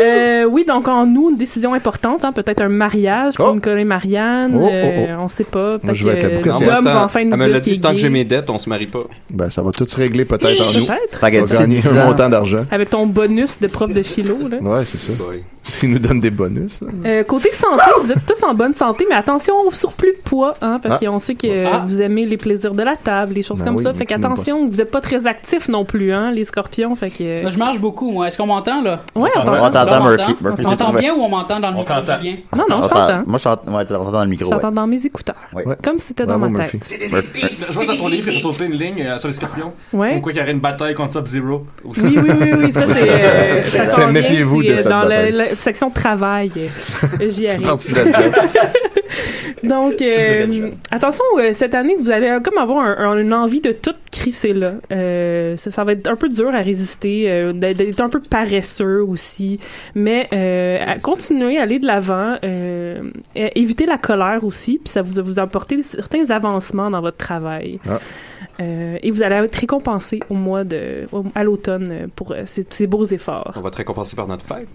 Speaker 3: Euh, oui, donc en nous, une décision importante, hein, peut-être un mariage pour Nicolas et Marianne.
Speaker 4: Oh, oh, oh.
Speaker 3: euh, on sait pas. Peut-être
Speaker 4: je vais être la
Speaker 3: que
Speaker 4: boucatière.
Speaker 3: Dom va
Speaker 4: Attends,
Speaker 3: enfin
Speaker 11: Elle
Speaker 3: nous
Speaker 11: me l'a
Speaker 3: dire qu'il
Speaker 11: dit,
Speaker 3: est
Speaker 11: tant que j'ai
Speaker 3: gay.
Speaker 11: mes dettes, on se marie pas.
Speaker 4: Ben, ça va tout se régler peut-être en nous.
Speaker 3: Peut-être.
Speaker 4: Tu vas gagner un montant d'argent.
Speaker 3: Avec ton bonus de prof de philo. Là.
Speaker 4: Ouais, c'est ça. S'il nous donne des bonus. là.
Speaker 3: Euh, côté santé, vous êtes tous en bonne santé, mais attention au surplus de poids, hein, parce
Speaker 4: Ah.
Speaker 3: qu'on sait que euh, vous aimez les plaisirs de la table, les choses
Speaker 4: Ben
Speaker 3: comme
Speaker 4: oui,
Speaker 3: ça.
Speaker 4: mais
Speaker 3: Fait
Speaker 4: qui n'aime pas
Speaker 3: qu'attention, vous êtes pas très actifs non plus, hein, les scorpions. Fait que.
Speaker 13: Là, je mange beaucoup, moi. Est-ce qu'on m'entend, là?
Speaker 3: Ouais, on
Speaker 2: t'entend. On t'entend,
Speaker 13: Là,
Speaker 2: Murphy. Murphy,
Speaker 13: On m'entend
Speaker 2: t'entends.
Speaker 13: bien ou on m'entend dans le micro? Julien?
Speaker 3: Non, non, je
Speaker 2: Ah, Attends,
Speaker 3: t'entends.
Speaker 2: Moi, je t'entends ouais, je t'entends dans le
Speaker 3: Je
Speaker 2: micro.
Speaker 3: t'entends dans mes écouteurs. Comme si c'était dans ma tête.
Speaker 2: Euh,
Speaker 5: Je vois dans ton livre que t'as sauté une ligne euh, sur les scorpions.
Speaker 3: Ouais.
Speaker 5: Comme quoi qu'il y aurait une bataille contre Sub-Zero. Oui,
Speaker 3: Oui, oui, oui, oui, ça c'est. euh, ça s'en vient,
Speaker 5: Méfiez-vous
Speaker 3: c'est,
Speaker 5: de
Speaker 3: euh,
Speaker 5: cette
Speaker 3: Dans la,
Speaker 5: bataille.
Speaker 3: la section travail, Euh, j'y arrive.
Speaker 4: parti de la job.
Speaker 3: Donc, euh, attention, euh, cette année, vous allez euh, comme avoir un- un- une envie de tout crisser là. Euh, ça, ça va être un peu dur à résister, euh, d'être d'être un peu paresseux aussi. Mais euh, à continuer à aller de l'avant, euh, euh, éviter la colère aussi, puis ça vous vous apporter certains avancements dans votre travail.
Speaker 4: Ah.
Speaker 3: Euh, et vous allez être récompensé au mois de, au- à l'automne euh, pour euh, ces, ces beaux efforts,
Speaker 11: On va te récompenser par notre fête.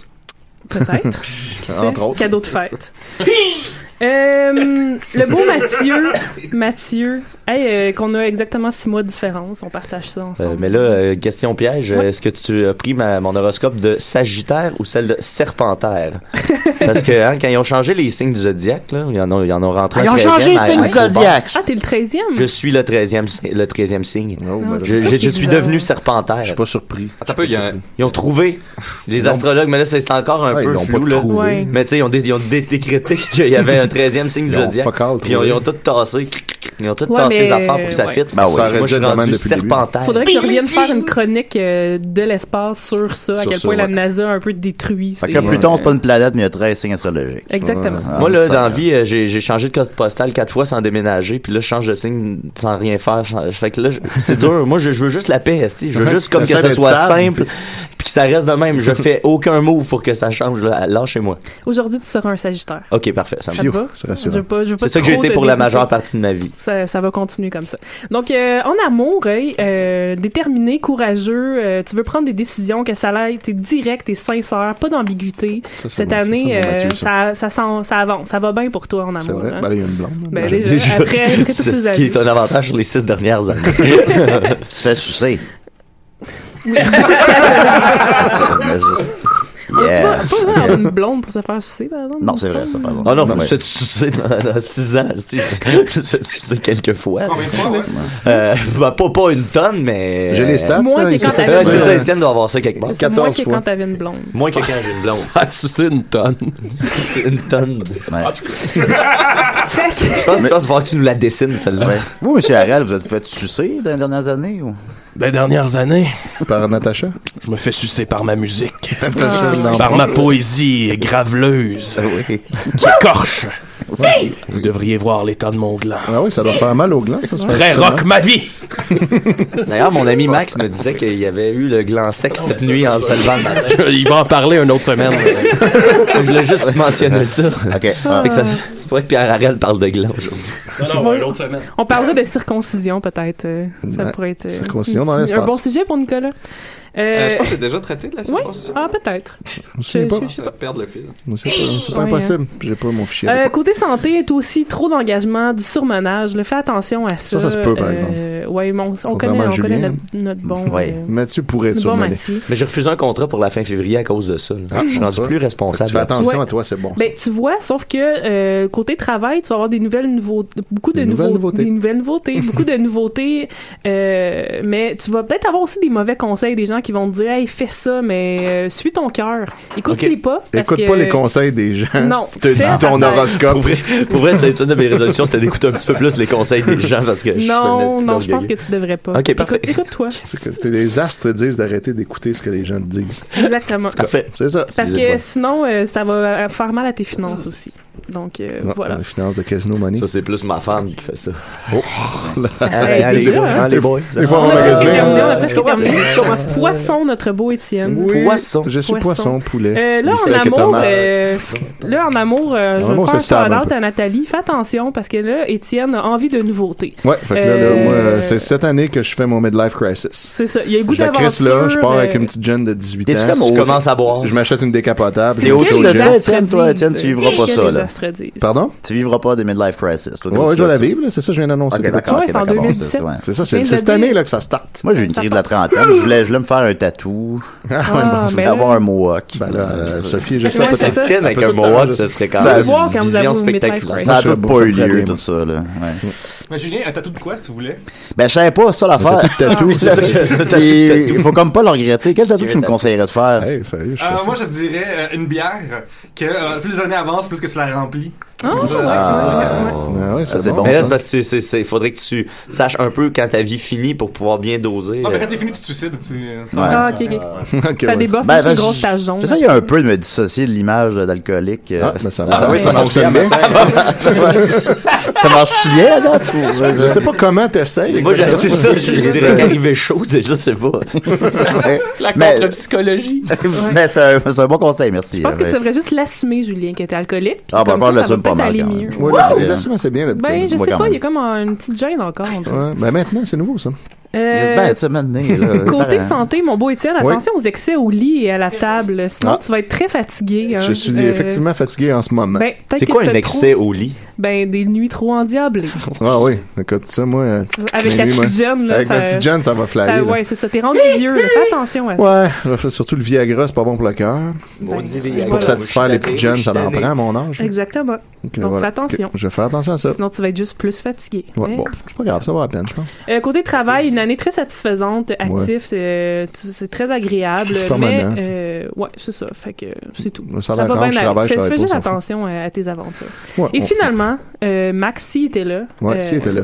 Speaker 3: peut-être. Qui sait?
Speaker 11: Entre autres.
Speaker 3: Cadeau de fête. Euh, le beau Mathieu, Mathieu, hey, euh, qu'on a exactement six mois de différence, on partage ça ensemble.
Speaker 6: Euh, mais là, euh, question piège,
Speaker 3: Ouais.
Speaker 6: est-ce que tu as pris ma- mon horoscope de Sagittaire ou celle de Serpentaire? Parce que hein, quand ils ont changé les signes du zodiaque, là, ils en ont, ils en ont rentré
Speaker 3: Ah, Ils
Speaker 6: un
Speaker 3: ont
Speaker 6: 13e
Speaker 3: changé les
Speaker 6: à-
Speaker 3: signes
Speaker 6: à
Speaker 3: du
Speaker 6: Colbert.
Speaker 3: zodiaque. Ah, t'es le 13e?
Speaker 6: Je suis le 13e, si- le 13e
Speaker 4: Oh,
Speaker 6: signe.
Speaker 3: ben,
Speaker 6: je
Speaker 3: c'est ça
Speaker 6: je-
Speaker 3: qui
Speaker 6: je
Speaker 3: est
Speaker 6: suis
Speaker 3: bizarre.
Speaker 6: devenu Serpentaire. Je suis
Speaker 4: pas surpris.
Speaker 6: Ils ont trouvé les astrologues, mais là, c'est c'est encore un
Speaker 4: Ouais, ils
Speaker 6: peu
Speaker 4: l'ont
Speaker 6: flou.
Speaker 4: pas
Speaker 6: là.
Speaker 4: trouvé. Ouais.
Speaker 6: Mais tu sais, ils ont, dé- ils ont dé- décrété qu'il y avait un 13e signe du
Speaker 4: Ils ont
Speaker 6: zodiaque.
Speaker 4: fuck all
Speaker 6: Puis ils ont,
Speaker 4: trouvé.
Speaker 6: ils ont tout tassé. Ils ont tout
Speaker 3: Ouais,
Speaker 6: tassé les
Speaker 3: mais-
Speaker 6: affaires pour que ça
Speaker 3: ouais.
Speaker 6: fitte.
Speaker 4: Ben ouais. Ça aurait dû
Speaker 6: Moi, je suis
Speaker 4: être de même
Speaker 6: rendu
Speaker 4: depuis le début.
Speaker 6: Serpentaire.
Speaker 3: Faudrait que je revienne faire une chronique euh, de l'espace sur ça, à
Speaker 2: Sur
Speaker 3: quel
Speaker 2: ça,
Speaker 3: point la
Speaker 2: ouais.
Speaker 3: NASA a un peu détruit. euh,
Speaker 2: Fait
Speaker 3: ses-
Speaker 2: que Pluton, c'est pas une planète, mais il y a 13 signes astrologiques.
Speaker 3: Exactement.
Speaker 2: Ah,
Speaker 6: Moi, là,
Speaker 2: ça-
Speaker 6: dans la vie, euh, j'ai j'ai changé de code postal quatre fois sans déménager, puis là, je change de signe sans rien faire. Sans- Fait que là, je- c'est dur. Moi, je, je veux juste la paix, esti. Je veux
Speaker 8: Ouais,
Speaker 6: juste comme que
Speaker 8: t'essaies
Speaker 6: ce
Speaker 8: d'être
Speaker 6: soit
Speaker 8: stable,
Speaker 6: simple, puis que ça reste de même. Je fais aucun move pour que ça change. Là, là, chez moi.
Speaker 3: Aujourd'hui, tu seras un Sagittaire.
Speaker 6: OK, parfait. Ça
Speaker 3: Ça te
Speaker 6: me
Speaker 3: va? Je veux pas- je veux pas
Speaker 6: C'est ça que j'ai
Speaker 3: trop
Speaker 6: été
Speaker 3: te
Speaker 6: pour la
Speaker 3: dégoûter.
Speaker 6: majeure partie de ma vie.
Speaker 3: Ça, ça va continuer comme ça. Donc, euh, en amour, hey, euh, déterminé, courageux, euh, tu veux prendre des décisions, que ça l'aille, t'es direct, t'es sincère, pas d'ambiguïté.
Speaker 4: Ça, c'est
Speaker 3: Cette
Speaker 4: bon, ça,
Speaker 3: année,
Speaker 4: c'est bon,
Speaker 3: euh,
Speaker 4: Mathieu,
Speaker 3: ça, ça, sent- ça avance, ça va bien pour toi en amour.
Speaker 6: C'est vrai?
Speaker 3: hein.
Speaker 6: Ben,
Speaker 4: Il y a une blonde. là.
Speaker 3: Ben, déjà, après, après toutes
Speaker 6: c'est
Speaker 3: ces
Speaker 6: ce qui
Speaker 3: années.
Speaker 6: est un avantage sur les six dernières années.
Speaker 2: Tu te fais sucer. Mais je-
Speaker 3: Oh, Tu vois,
Speaker 2: Yeah.
Speaker 3: pas besoin d'avoir une blonde pour se faire sucer, par exemple.
Speaker 6: Non,
Speaker 2: c'est vrai, ça, par exemple.
Speaker 6: Oh non, je me
Speaker 2: Ouais.
Speaker 6: suis fait sucer dans, dans six ans. esti. Je me suis fait sucer quelques fois. Euh, bah, pas, pas une tonne, mais.
Speaker 4: J'ai les stats,
Speaker 3: Moins
Speaker 4: là,
Speaker 3: que
Speaker 4: il s'est
Speaker 3: quand
Speaker 4: fait
Speaker 3: t'avais-
Speaker 6: Ouais, c'est ça, Étienne doit avoir ça quelque part.
Speaker 3: C'est moins que quand t'avais une blonde.
Speaker 6: Moins que quand j'ai une blonde. sucer une tonne. une tonne. Ah, Je pense qu'il va falloir que tu nous la dessines, celle-là.
Speaker 2: Vous, monsieur Harel, vous êtes fait sucer dans les dernières années ou?
Speaker 7: Les dernières années.
Speaker 4: Par Natacha?
Speaker 7: Je me fais sucer par ma musique.
Speaker 4: Natacha, non. Ah
Speaker 7: Par ma poésie graveleuse. Qui écorche. Vous devriez voir l'état de mon gland.
Speaker 4: Ah oui, ça doit faire mal au gland, ça hein? se fait
Speaker 7: Très
Speaker 4: sûrement.
Speaker 7: rock ma vie!
Speaker 6: D'ailleurs, mon ami Max me disait qu'il avait eu le gland sec cette nuit en se levant le matin.
Speaker 7: Il va en parler une autre semaine.
Speaker 6: Je voulais juste mentionner ça.
Speaker 2: OK.
Speaker 6: Fait que ça- C'est pour ça que Pierre Harel parle de gland aujourd'hui.
Speaker 7: Non, non, une autre semaine.
Speaker 3: On parlera de circoncision, peut-être. euh, Ça
Speaker 6: Ouais,
Speaker 3: pourrait être euh,
Speaker 6: circoncision dans
Speaker 3: un-
Speaker 6: l'espace.
Speaker 3: un bon sujet pour Nicolas. Euh,
Speaker 11: Euh, je pense que j'ai déjà traité de la
Speaker 3: Oui.
Speaker 11: circoncision.
Speaker 3: Ah, peut-être.
Speaker 4: me souviens pas.
Speaker 11: Je vais perdre le fil.
Speaker 4: Mais C'est pas, c'est pas
Speaker 3: Ouais,
Speaker 4: impossible. J'ai pas mon fichier.
Speaker 3: Euh, côté santé, est aussi trop d'engagement, du surmenage. là, fais attention à
Speaker 4: Ça,
Speaker 3: ça.
Speaker 4: ça se peut, par exemple.
Speaker 3: Oui, mais on, on
Speaker 6: Contrairement
Speaker 3: connaît,
Speaker 6: à
Speaker 3: on connaît
Speaker 6: Julien.
Speaker 3: notre, notre bon. euh,
Speaker 4: Mathieu pourrait
Speaker 3: être Bon, surmené. Mathieu.
Speaker 6: Mais j'ai refusé un contrat pour la fin février à cause de ça. là.
Speaker 4: Ah,
Speaker 6: je suis
Speaker 4: bon,
Speaker 6: rendu
Speaker 4: ça.
Speaker 6: plus responsable.
Speaker 4: Fait que tu fais
Speaker 6: là-dessus.
Speaker 4: attention à toi, c'est bon.
Speaker 3: Ben, tu vois, sauf que euh, côté travail, tu vas avoir des nouvelles nouveautés, beaucoup de
Speaker 4: Des nouvelles
Speaker 3: nouveaux-
Speaker 4: nouveautés.
Speaker 3: des nouvelles nouveautés, beaucoup de nouveautés, euh, mais tu vas peut-être avoir aussi des mauvais conseils, des gens qui vont te dire, hey, fais ça, mais euh, suis ton cœur, écoute-les pas. parce
Speaker 4: Écoute
Speaker 3: que-
Speaker 4: pas les conseils des gens.
Speaker 3: Non.
Speaker 4: Tu te
Speaker 3: Fais
Speaker 4: dis ton
Speaker 3: attention.
Speaker 4: horoscope.
Speaker 6: Pour vrai, c'est une de mes résolutions, c'était d'écouter un petit peu plus les conseils des gens parce que je suis un
Speaker 3: Non, non,
Speaker 6: esti
Speaker 3: je pense que
Speaker 6: d'orgueilleux.
Speaker 3: tu devrais pas.
Speaker 6: Ok, parfait.
Speaker 3: Écoute- Écoute-toi.
Speaker 4: C'est que les astres disent d'arrêter d'écouter ce que les gens te disent.
Speaker 3: Exactement.
Speaker 4: Parfait. C'est ça.
Speaker 3: Parce que sinon, euh, ça va faire mal à tes finances aussi. Donc, euh,
Speaker 4: Non,
Speaker 3: voilà.
Speaker 4: Les finances de Casino Money. Ça,
Speaker 6: c'est plus ma femme qui fait ça.
Speaker 4: Oh. ben,
Speaker 6: Allez, allez, les
Speaker 4: hein.
Speaker 6: boys, allez, boys.
Speaker 4: Des fois,
Speaker 3: On
Speaker 4: on
Speaker 3: a presque
Speaker 4: magasine.
Speaker 3: terminé, on a presque
Speaker 4: Comment
Speaker 3: terminé.
Speaker 4: Euh, c'est- comment c'est-
Speaker 3: Poisson, notre beau Étienne.
Speaker 4: Oui, Poisson. je suis poisson, poulet.
Speaker 3: Euh, là,
Speaker 4: Bifteck
Speaker 3: en
Speaker 4: et
Speaker 3: amour,
Speaker 4: tomate.
Speaker 3: euh, là, en amour, euh, je
Speaker 4: En
Speaker 3: vais
Speaker 4: amour, c'est
Speaker 3: faire un
Speaker 4: stable un
Speaker 3: shout-out
Speaker 4: peu.
Speaker 3: à Nathalie. Fais attention parce que là, Étienne a envie de nouveautés.
Speaker 4: Ouais, fait que là, là,
Speaker 3: Euh,
Speaker 4: moi, c'est cette année que je fais mon midlife crisis.
Speaker 3: C'est ça. Il y a le goût
Speaker 4: Je la crisse
Speaker 3: d'aventure.
Speaker 4: là, je pars avec
Speaker 3: euh,
Speaker 4: une petite jeune de 18 ans.
Speaker 2: T'es-tu comme au- Tu commences
Speaker 6: à boire.
Speaker 4: Je m'achète une décapotable.
Speaker 2: C'est
Speaker 4: je
Speaker 2: au-dessus
Speaker 4: vais au
Speaker 2: de
Speaker 4: gym.
Speaker 2: ça, Étienne, toi, Étienne, tu vivras pas
Speaker 3: que
Speaker 2: ça,
Speaker 3: les
Speaker 2: là.
Speaker 3: astres disent.
Speaker 4: Pardon?
Speaker 2: Tu vivras pas des midlife crisis.
Speaker 4: Ouais, ouais, je vais la vivre, là, c'est ça que je viens d'annoncer.
Speaker 2: Ok,
Speaker 4: t'as
Speaker 2: d'accord,
Speaker 4: pas-
Speaker 2: ok, d'accord, bon, c'est- ouais.
Speaker 4: C'est ça, c'est c'est cette année là que ça starte.
Speaker 2: Moi, j'ai une crise de la trentaine. Je voulais, je voulais me faire un tatou.
Speaker 4: Ah,
Speaker 2: je
Speaker 4: ben
Speaker 2: voulais
Speaker 4: là.
Speaker 2: avoir un mohawk.
Speaker 4: Ben là, euh, Sophie est juste
Speaker 2: Ouais,
Speaker 4: là
Speaker 2: c'est ça. Tienne avec
Speaker 4: peut
Speaker 2: un
Speaker 4: tout
Speaker 2: mohawk,
Speaker 4: arranger.
Speaker 2: ce serait quand Vous allez même voir quand une vous vision avez vos midlife spectaculaire. crisis. Ça a
Speaker 4: Je
Speaker 2: tout
Speaker 4: sais
Speaker 2: pas eu
Speaker 4: très
Speaker 2: lieu,
Speaker 4: bien.
Speaker 2: tout ça, là. Ouais.
Speaker 5: Mais Julien, un tatou de quoi tu voulais
Speaker 2: Ben, je savais pas ça l'affaire.
Speaker 5: Un tatou de tatou. C'est ça, c'est un tatou de
Speaker 2: Et
Speaker 5: tatou.
Speaker 2: Il faut comme pas le regretter. Quel tatou
Speaker 5: Tirer
Speaker 2: tu me
Speaker 5: ta-
Speaker 2: conseillerais de faire?
Speaker 5: Euh, moi, je te dirais euh, une bière que euh, plus les années avancent, plus que tu la remplis. Comme ça,
Speaker 3: hein.
Speaker 6: Ah,
Speaker 5: ouais.
Speaker 2: c'est bon,
Speaker 6: Mais là, c'est
Speaker 2: ça.
Speaker 6: parce que c'est- c'est- c'est- faudrait que tu saches un peu quand ta vie finit pour pouvoir bien doser.
Speaker 5: Ah, mais
Speaker 6: euh.
Speaker 5: quand t'es fini, tu te suicides. Tu, euh,
Speaker 3: Ah, ok, ok. Ça déboffe,
Speaker 2: Ben,
Speaker 3: c'est
Speaker 2: ben,
Speaker 3: une grosse tache jaune.
Speaker 2: J'essaye un peu de me dissocier de l'image d'alcoolique. euh.
Speaker 4: Ah, ben, ça
Speaker 2: Ah,
Speaker 4: marche.
Speaker 2: oui,
Speaker 4: Ça fonctionne bien.
Speaker 2: Ça va- ça marche bien, à date, ou-
Speaker 4: Je sais pas comment
Speaker 2: Ah,
Speaker 4: t'essayes.
Speaker 6: Moi, j'ai- c'est
Speaker 4: exactement.
Speaker 6: ça, je je dirais qu'arriver chaud, c'est- je sais pas.
Speaker 13: La
Speaker 2: Mais-
Speaker 13: contre-psychologie.
Speaker 2: Mais c'est un, c'est un bon conseil, merci.
Speaker 3: Je pense que tu
Speaker 2: Ouais.
Speaker 3: devrais juste l'assumer, Julien, que t'es alcoolique. puis
Speaker 2: Ah, ben,
Speaker 3: comme
Speaker 2: on
Speaker 3: ça, ça
Speaker 2: l'assume
Speaker 3: va
Speaker 2: pas
Speaker 3: peut-être
Speaker 2: mal,
Speaker 3: aller
Speaker 2: quand même.
Speaker 3: mieux.
Speaker 4: Ouais, là, c'est- là-dessus, c'est bien l'habitude.
Speaker 3: Ben, je
Speaker 2: Moi,
Speaker 3: sais
Speaker 2: quand
Speaker 3: pas, il y a
Speaker 2: même.
Speaker 3: comme un- une petite gêne encore. on dirait.
Speaker 4: Ouais, ben maintenant, c'est nouveau ça.
Speaker 3: Euh,
Speaker 2: Ben, tu sais, maintenant, là,
Speaker 3: Côté
Speaker 2: pareil.
Speaker 3: santé, mon beau Étienne,
Speaker 4: Oui.
Speaker 3: attention aux excès au lit et à la table. Sinon,
Speaker 4: Ah.
Speaker 3: tu vas être très fatigué. hein.
Speaker 4: Je suis
Speaker 3: Euh,
Speaker 4: effectivement fatigué en ce moment.
Speaker 3: ben, peut-être que t'as trop-
Speaker 6: au lit?
Speaker 3: Ben, des nuits trop endiablées.
Speaker 4: Ah oui, écoute ça, moi. euh,
Speaker 3: Avec
Speaker 4: mes
Speaker 3: ta
Speaker 4: nuits, moi.
Speaker 3: petite jeune, là.
Speaker 4: Avec
Speaker 3: ça-
Speaker 4: ma petite jeune, ça va flyer.
Speaker 3: ça-
Speaker 4: là.
Speaker 3: Ouais, c'est ça. T'es rendu vieux, là. Fais attention à ça.
Speaker 4: Ouais, je fais surtout le Viagra, c'est pas bon pour le cœur. Pour
Speaker 3: Ben, voilà.
Speaker 4: satisfaire les petites jeunes, ça en
Speaker 3: tanné.
Speaker 4: prend à mon âge.
Speaker 3: Exactement.
Speaker 4: Ok,
Speaker 3: Donc,
Speaker 4: voilà.
Speaker 3: fais attention.
Speaker 4: Ok, Je vais faire attention à ça.
Speaker 3: Sinon, tu vas être juste plus fatigué.
Speaker 4: Ouais,
Speaker 3: Mais-
Speaker 4: bon, c'est pas grave, ça va à peine, je pense.
Speaker 3: Euh, côté travail, une année très satisfaisante, actif,
Speaker 4: Ouais.
Speaker 3: c'est, euh, tu- c'est très agréable.
Speaker 4: C'est
Speaker 3: mais
Speaker 4: permanent, tu sais.
Speaker 3: euh, ouais, c'est ça. Fait que c'est tout.
Speaker 4: Ça va, rentre, je travaille,
Speaker 3: aller.
Speaker 4: je
Speaker 3: Fais,
Speaker 4: travaille
Speaker 3: fais
Speaker 4: pas,
Speaker 3: juste
Speaker 4: on s'en fout.
Speaker 3: attention euh, à tes aventures.
Speaker 4: Ouais,
Speaker 3: Et
Speaker 4: on-
Speaker 3: finalement, euh, Max, s'il était là.
Speaker 4: Ouais,
Speaker 3: euh,
Speaker 4: si, elle était là.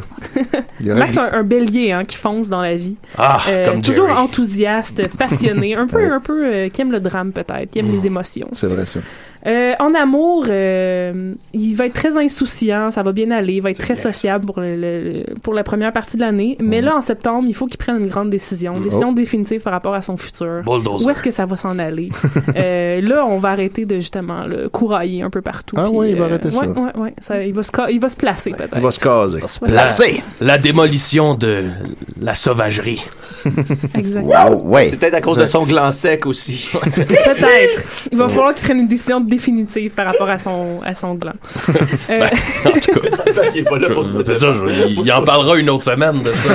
Speaker 4: Il y aurait-
Speaker 3: Max, Ben, un, un bélier hein, qui fonce dans la vie. Euh,
Speaker 4: Ah, comme
Speaker 3: toujours
Speaker 4: Jerry.
Speaker 3: enthousiaste, passionné, un peu, un peu euh, qui aime le drame peut-être, qui aime les émotions.
Speaker 4: C'est vrai, ça.
Speaker 3: Euh, en amour, euh, il va être très insouciant, ça va bien aller, il va être très sociable pour, le- le- pour la première partie de l'année. Mais là, en septembre, il faut qu'il prenne une grande décision, une décision
Speaker 4: Oh.
Speaker 3: définitive par rapport à son futur.
Speaker 4: Bulldozer.
Speaker 3: Où est-ce que ça va s'en aller? Euh, là, on va arrêter de justement le courailler un peu partout.
Speaker 4: Ah
Speaker 3: puis, euh,
Speaker 4: ouais, il va arrêter ça.
Speaker 3: ouais, ouais, ouais, ça- il, va se, ca- il va se placer peut-être.
Speaker 4: Il va se caser.
Speaker 3: se placer.
Speaker 7: La démolition de la sauvagerie.
Speaker 2: Wow, ouais.
Speaker 6: C'est peut-être à cause de son gland sec aussi.
Speaker 3: Peut-être. Il va falloir qu'il prenne une décision définitive par rapport à son, à son gland. Euh,
Speaker 6: Parce qu'il est pas là pour ça.
Speaker 7: C'est ça, je- il en parlera une autre semaine de ça.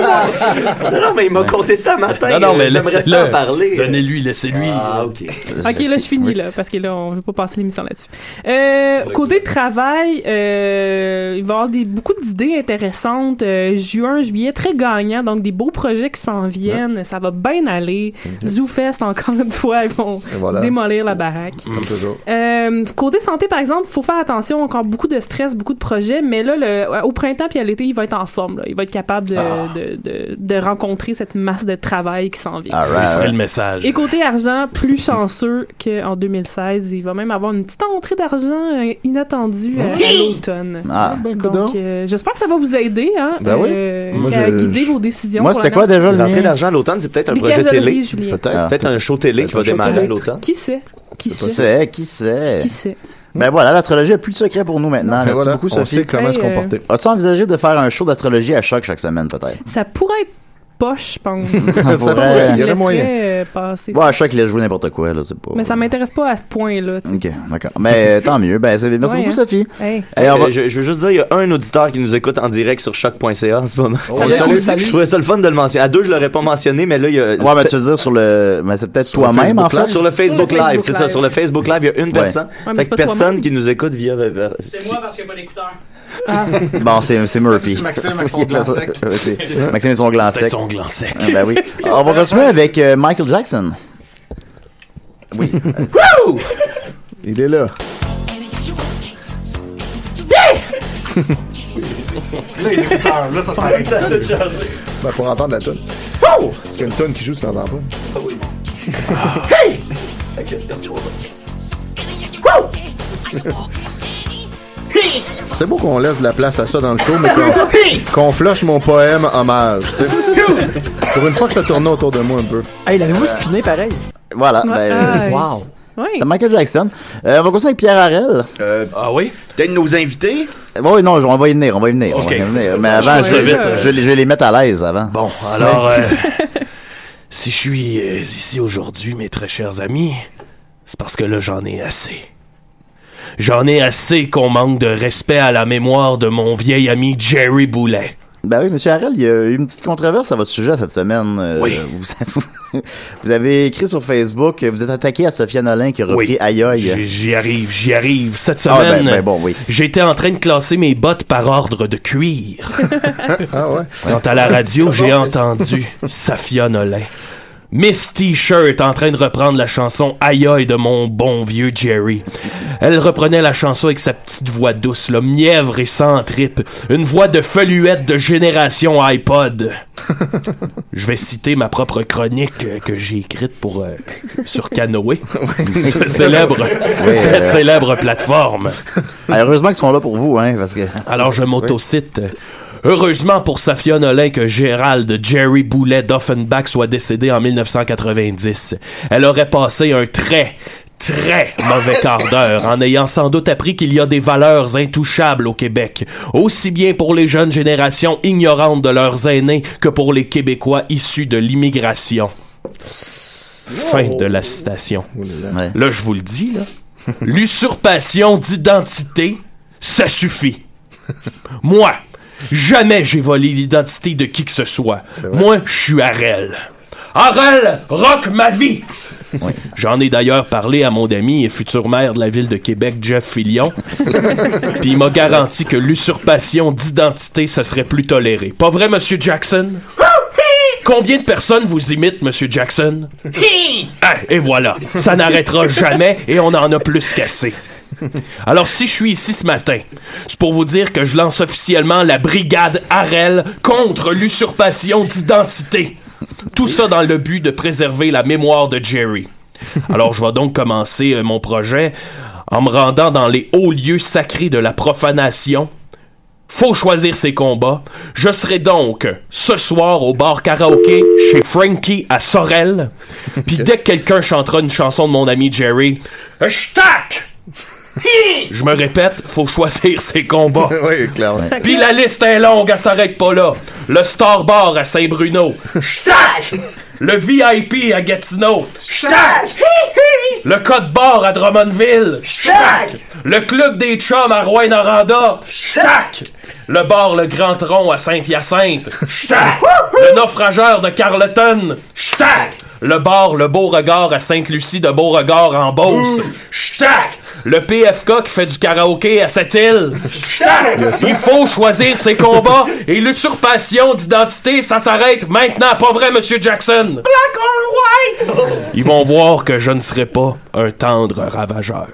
Speaker 6: Non, non, mais il m'a conté ça matin. euh,
Speaker 7: Non, non, mais
Speaker 6: j'aimerais ça en parler.
Speaker 7: laissez-le. Donnez-lui, laissez-lui. Ah,
Speaker 6: ok.
Speaker 3: Ok, là, je finis, là, parce que là, on veut pas passer l'émission là-dessus. Euh, côté travail, euh, il va y avoir des, beaucoup d'idées intéressantes. Euh, juin, juillet, très gagnant. Donc, des beaux projets qui s'en viennent. Ça va bien aller. ZooFest, encore une fois, ils vont
Speaker 4: Et voilà.
Speaker 3: démolir la baraque.
Speaker 9: Mm.
Speaker 4: Comme toujours.
Speaker 3: Euh, du côté santé, par exemple, faut faire attention. Encore beaucoup de stress, beaucoup de projets. Mais là, le- au printemps puis à l'été, il va être en forme. là. Il va être capable de,
Speaker 2: Ah.
Speaker 3: de- de- de rencontrer cette masse de travail qui s'en vient.
Speaker 7: Je lui ferai le message.
Speaker 3: Et côté argent, plus chanceux qu'en 2016. Il va même avoir une petite entrée d'argent euh, inattendue euh, à l'automne.
Speaker 2: Ah.
Speaker 3: Donc, euh, j'espère que ça va vous aider hein,
Speaker 2: Ben oui.
Speaker 3: euh,
Speaker 2: Moi,
Speaker 3: à
Speaker 2: je-
Speaker 3: guider vos décisions.
Speaker 2: Moi,
Speaker 3: pour
Speaker 2: c'était
Speaker 3: l'année.
Speaker 2: quoi déjà le
Speaker 6: L'entrée
Speaker 2: lien?
Speaker 6: d'argent à l'automne, c'est peut-être un
Speaker 3: Des
Speaker 6: projet
Speaker 3: cajoleries,
Speaker 6: télé.
Speaker 3: Julien.
Speaker 6: Peut-être. Peut-être un show télé qui va démarrer à l'automne.
Speaker 3: Qui sait? Qui
Speaker 2: Qui
Speaker 3: sait?
Speaker 2: sait? Qui sait?
Speaker 3: Qui sait?
Speaker 2: Ben voilà, l'astrologie a plus de secret pour nous maintenant. Merci
Speaker 4: voilà,
Speaker 2: beaucoup,
Speaker 4: on
Speaker 2: Sophie.
Speaker 4: sait comment
Speaker 3: Hey, se euh, comporter.
Speaker 2: As-tu envisagé de faire un show d'astrologie à choc chaque semaine, peut-être?
Speaker 3: Ça pourrait être poche, je pense.
Speaker 2: Ça pourrait, il y aurait
Speaker 3: laisserait,
Speaker 2: moyen.
Speaker 3: euh, passer
Speaker 2: Ouais,
Speaker 3: ça.
Speaker 2: à choc, il a joué n'importe quoi, là, c'est pas...
Speaker 3: Mais ça m'intéresse pas à ce point-là. tu sais.
Speaker 2: Ok, d'accord. Mais euh, tant mieux. Ben, c'est- merci
Speaker 3: Ouais,
Speaker 2: beaucoup,
Speaker 3: hein.
Speaker 2: Sophie.
Speaker 3: Hey.
Speaker 6: Hey, euh, je, je veux juste dire, il y a un auditeur qui nous écoute en direct sur choc.ca en ce moment.
Speaker 2: Oh, Salut, salut, salut.
Speaker 6: Je trouvais ça le fun de le mentionner. À deux, je l'aurais pas mentionné, mais là, il y a.
Speaker 2: Ouais, mais tu veux dire sur le. Mais c'est peut-être
Speaker 6: le
Speaker 2: toi-même, en
Speaker 6: Facebook
Speaker 2: fait.
Speaker 6: Live. Sur le Facebook Live, c'est ça. Sur le Facebook Live, il y a une
Speaker 2: Ouais.
Speaker 6: personne.
Speaker 2: Ouais, mais
Speaker 6: fait
Speaker 2: c'est
Speaker 6: que
Speaker 2: pas
Speaker 6: personne
Speaker 2: toi-même.
Speaker 6: qui nous écoute via. vers-
Speaker 9: C'est moi parce qu'il n'y a pas d'écouteur.
Speaker 3: Ah.
Speaker 2: Bon, c'est c'est Murphy.
Speaker 9: C'est Maxime avec son gland sec.
Speaker 2: Ouais, c'est- Maxime et son gland sec.
Speaker 9: Peut-être son gland sec.
Speaker 2: Ah, Ben oui. On va continuer avec euh, Michael Jackson. Oui.
Speaker 4: Il est là.
Speaker 5: Là, il est écouteur. Là, ça s'arrête.
Speaker 4: Ça a tout Ben, pour entendre la tune. Oh! C'est une tune qui joue, tu l'entends pas.
Speaker 1: Hey!
Speaker 6: La question de
Speaker 4: C'est beau qu'on laisse de la place à ça dans le show, mais qu'on- qu'on flush mon poème hommage. tu sais. Pour une fois que ça tournait autour de moi un peu.
Speaker 3: Ah,
Speaker 8: Hey, l'avez-vous spiné pareil?
Speaker 2: Voilà.
Speaker 8: Ouais,
Speaker 2: Ben,
Speaker 8: nice.
Speaker 2: wow.
Speaker 3: Oui.
Speaker 2: C'était Michael Jackson. Euh, on va continuer avec Pierre Harel.
Speaker 7: ah oui?
Speaker 14: Peut-être nos invités?
Speaker 2: Oui, non, on va y venir, on va y venir. on
Speaker 7: Ok.
Speaker 2: va y venir. Mais
Speaker 7: Je
Speaker 2: avant,
Speaker 7: vais
Speaker 2: je,
Speaker 7: vite,
Speaker 2: je-
Speaker 7: euh.
Speaker 2: je les- je vais les mettre à l'aise avant.
Speaker 7: Bon, Alors, euh, si je suis euh, ici aujourd'hui, mes très chers amis, c'est parce que là, j'en ai assez. J'en ai assez qu'on manque de respect à la mémoire de mon vieil ami Jerry Boulet.
Speaker 2: Ben oui, Monsieur Harel, il y a eu une petite controverse à votre sujet cette semaine. Euh,
Speaker 7: Oui.
Speaker 2: Vous, vous- vous avez écrit sur Facebook que vous êtes attaqué à Sophia Nolin qui a repris Aïe
Speaker 7: J'y-
Speaker 2: Aïe.
Speaker 7: J'y arrive, j'y arrive. Cette
Speaker 2: Ah,
Speaker 7: semaine,
Speaker 2: ben- ben bon, oui.
Speaker 7: j'étais en train de classer mes bottes par ordre de cuir.
Speaker 4: Ah ouais?
Speaker 7: Quand à la radio, j'ai entendu Safia Nolin. Miss T-shirt en train de reprendre la chanson Aïe aïe de mon bon vieux Jerry. Elle reprenait la chanson avec sa petite voix douce, le mièvre et sans tripes, une voix de feluette de génération iPod. Je vais citer ma propre chronique euh, que j'ai écrite pour euh, sur Canoë, cette célèbre,
Speaker 2: Oui,
Speaker 7: cette
Speaker 2: euh.
Speaker 7: célèbre plateforme.
Speaker 2: Ah, heureusement qu'ils sont là pour vous, hein, parce que.
Speaker 7: Alors je m'autocite. Heureusement pour Safia Nolin que Gérald Jerry Boulet d'Offenbach soit décédé en 1990. Elle aurait passé un très très mauvais quart d'heure en ayant sans doute appris qu'il y a des valeurs intouchables au Québec, aussi bien pour les jeunes générations ignorantes de leurs aînés que pour les Québécois issus de l'immigration. Fin de la citation. Oh. Là, je vous le dis, là. L'usurpation d'identité, ça suffit. Moi, jamais j'ai volé l'identité de qui que ce soit. Moi, je suis Harel. Harel, rock ma vie! J'en ai d'ailleurs parlé à mon ami et futur maire de la ville de Québec, Jeff Fillion. Puis il m'a garanti que l'usurpation d'identité, ça serait plus toléré. Pas vrai, Monsieur Jackson? Combien de personnes vous imitent, Monsieur Jackson? Ah, et voilà, ça n'arrêtera jamais et on en a plus qu'assez. Alors si je suis ici ce matin, c'est pour vous dire que je lance officiellement la brigade Harel contre l'usurpation d'identité. Tout ça dans le but de préserver la mémoire de Jerry. Alors je vais donc commencer euh, mon projet en me rendant dans les hauts lieux sacrés de la profanation faut choisir ses combats. Je serai donc ce soir au bar karaoké chez Frankie à Sorel. Puis dès que quelqu'un chantera une chanson de mon ami Jerry, Stack! Je me répète, faut choisir ses combats.
Speaker 4: oui, clairement.
Speaker 7: Puis la liste est longue, elle s'arrête pas là. Le Star Bar à Saint-Bruno. Stack! Le VIP à Gatineau. Stack! Le Code Bar à Drummondville. Stack! Le Club des Chums à Rouen-Noranda. Stack! Le bar Le Grand Tronc à Saint-Hyacinthe. Stack! Le Naufrageur de Carleton. Stack! Le bar Le Beauregard à Sainte-Lucie de Beauregard en Beauce. Ch'tac! Le PFK qui fait du karaoké à cette île. Ch'tac!
Speaker 13: Yes, sir.
Speaker 7: Il faut choisir ses combats et l'usurpation d'identité, ça s'arrête maintenant. Pas vrai, Monsieur Jackson?
Speaker 13: Black or white?
Speaker 7: Ils vont voir que je ne serai pas un tendre ravageur.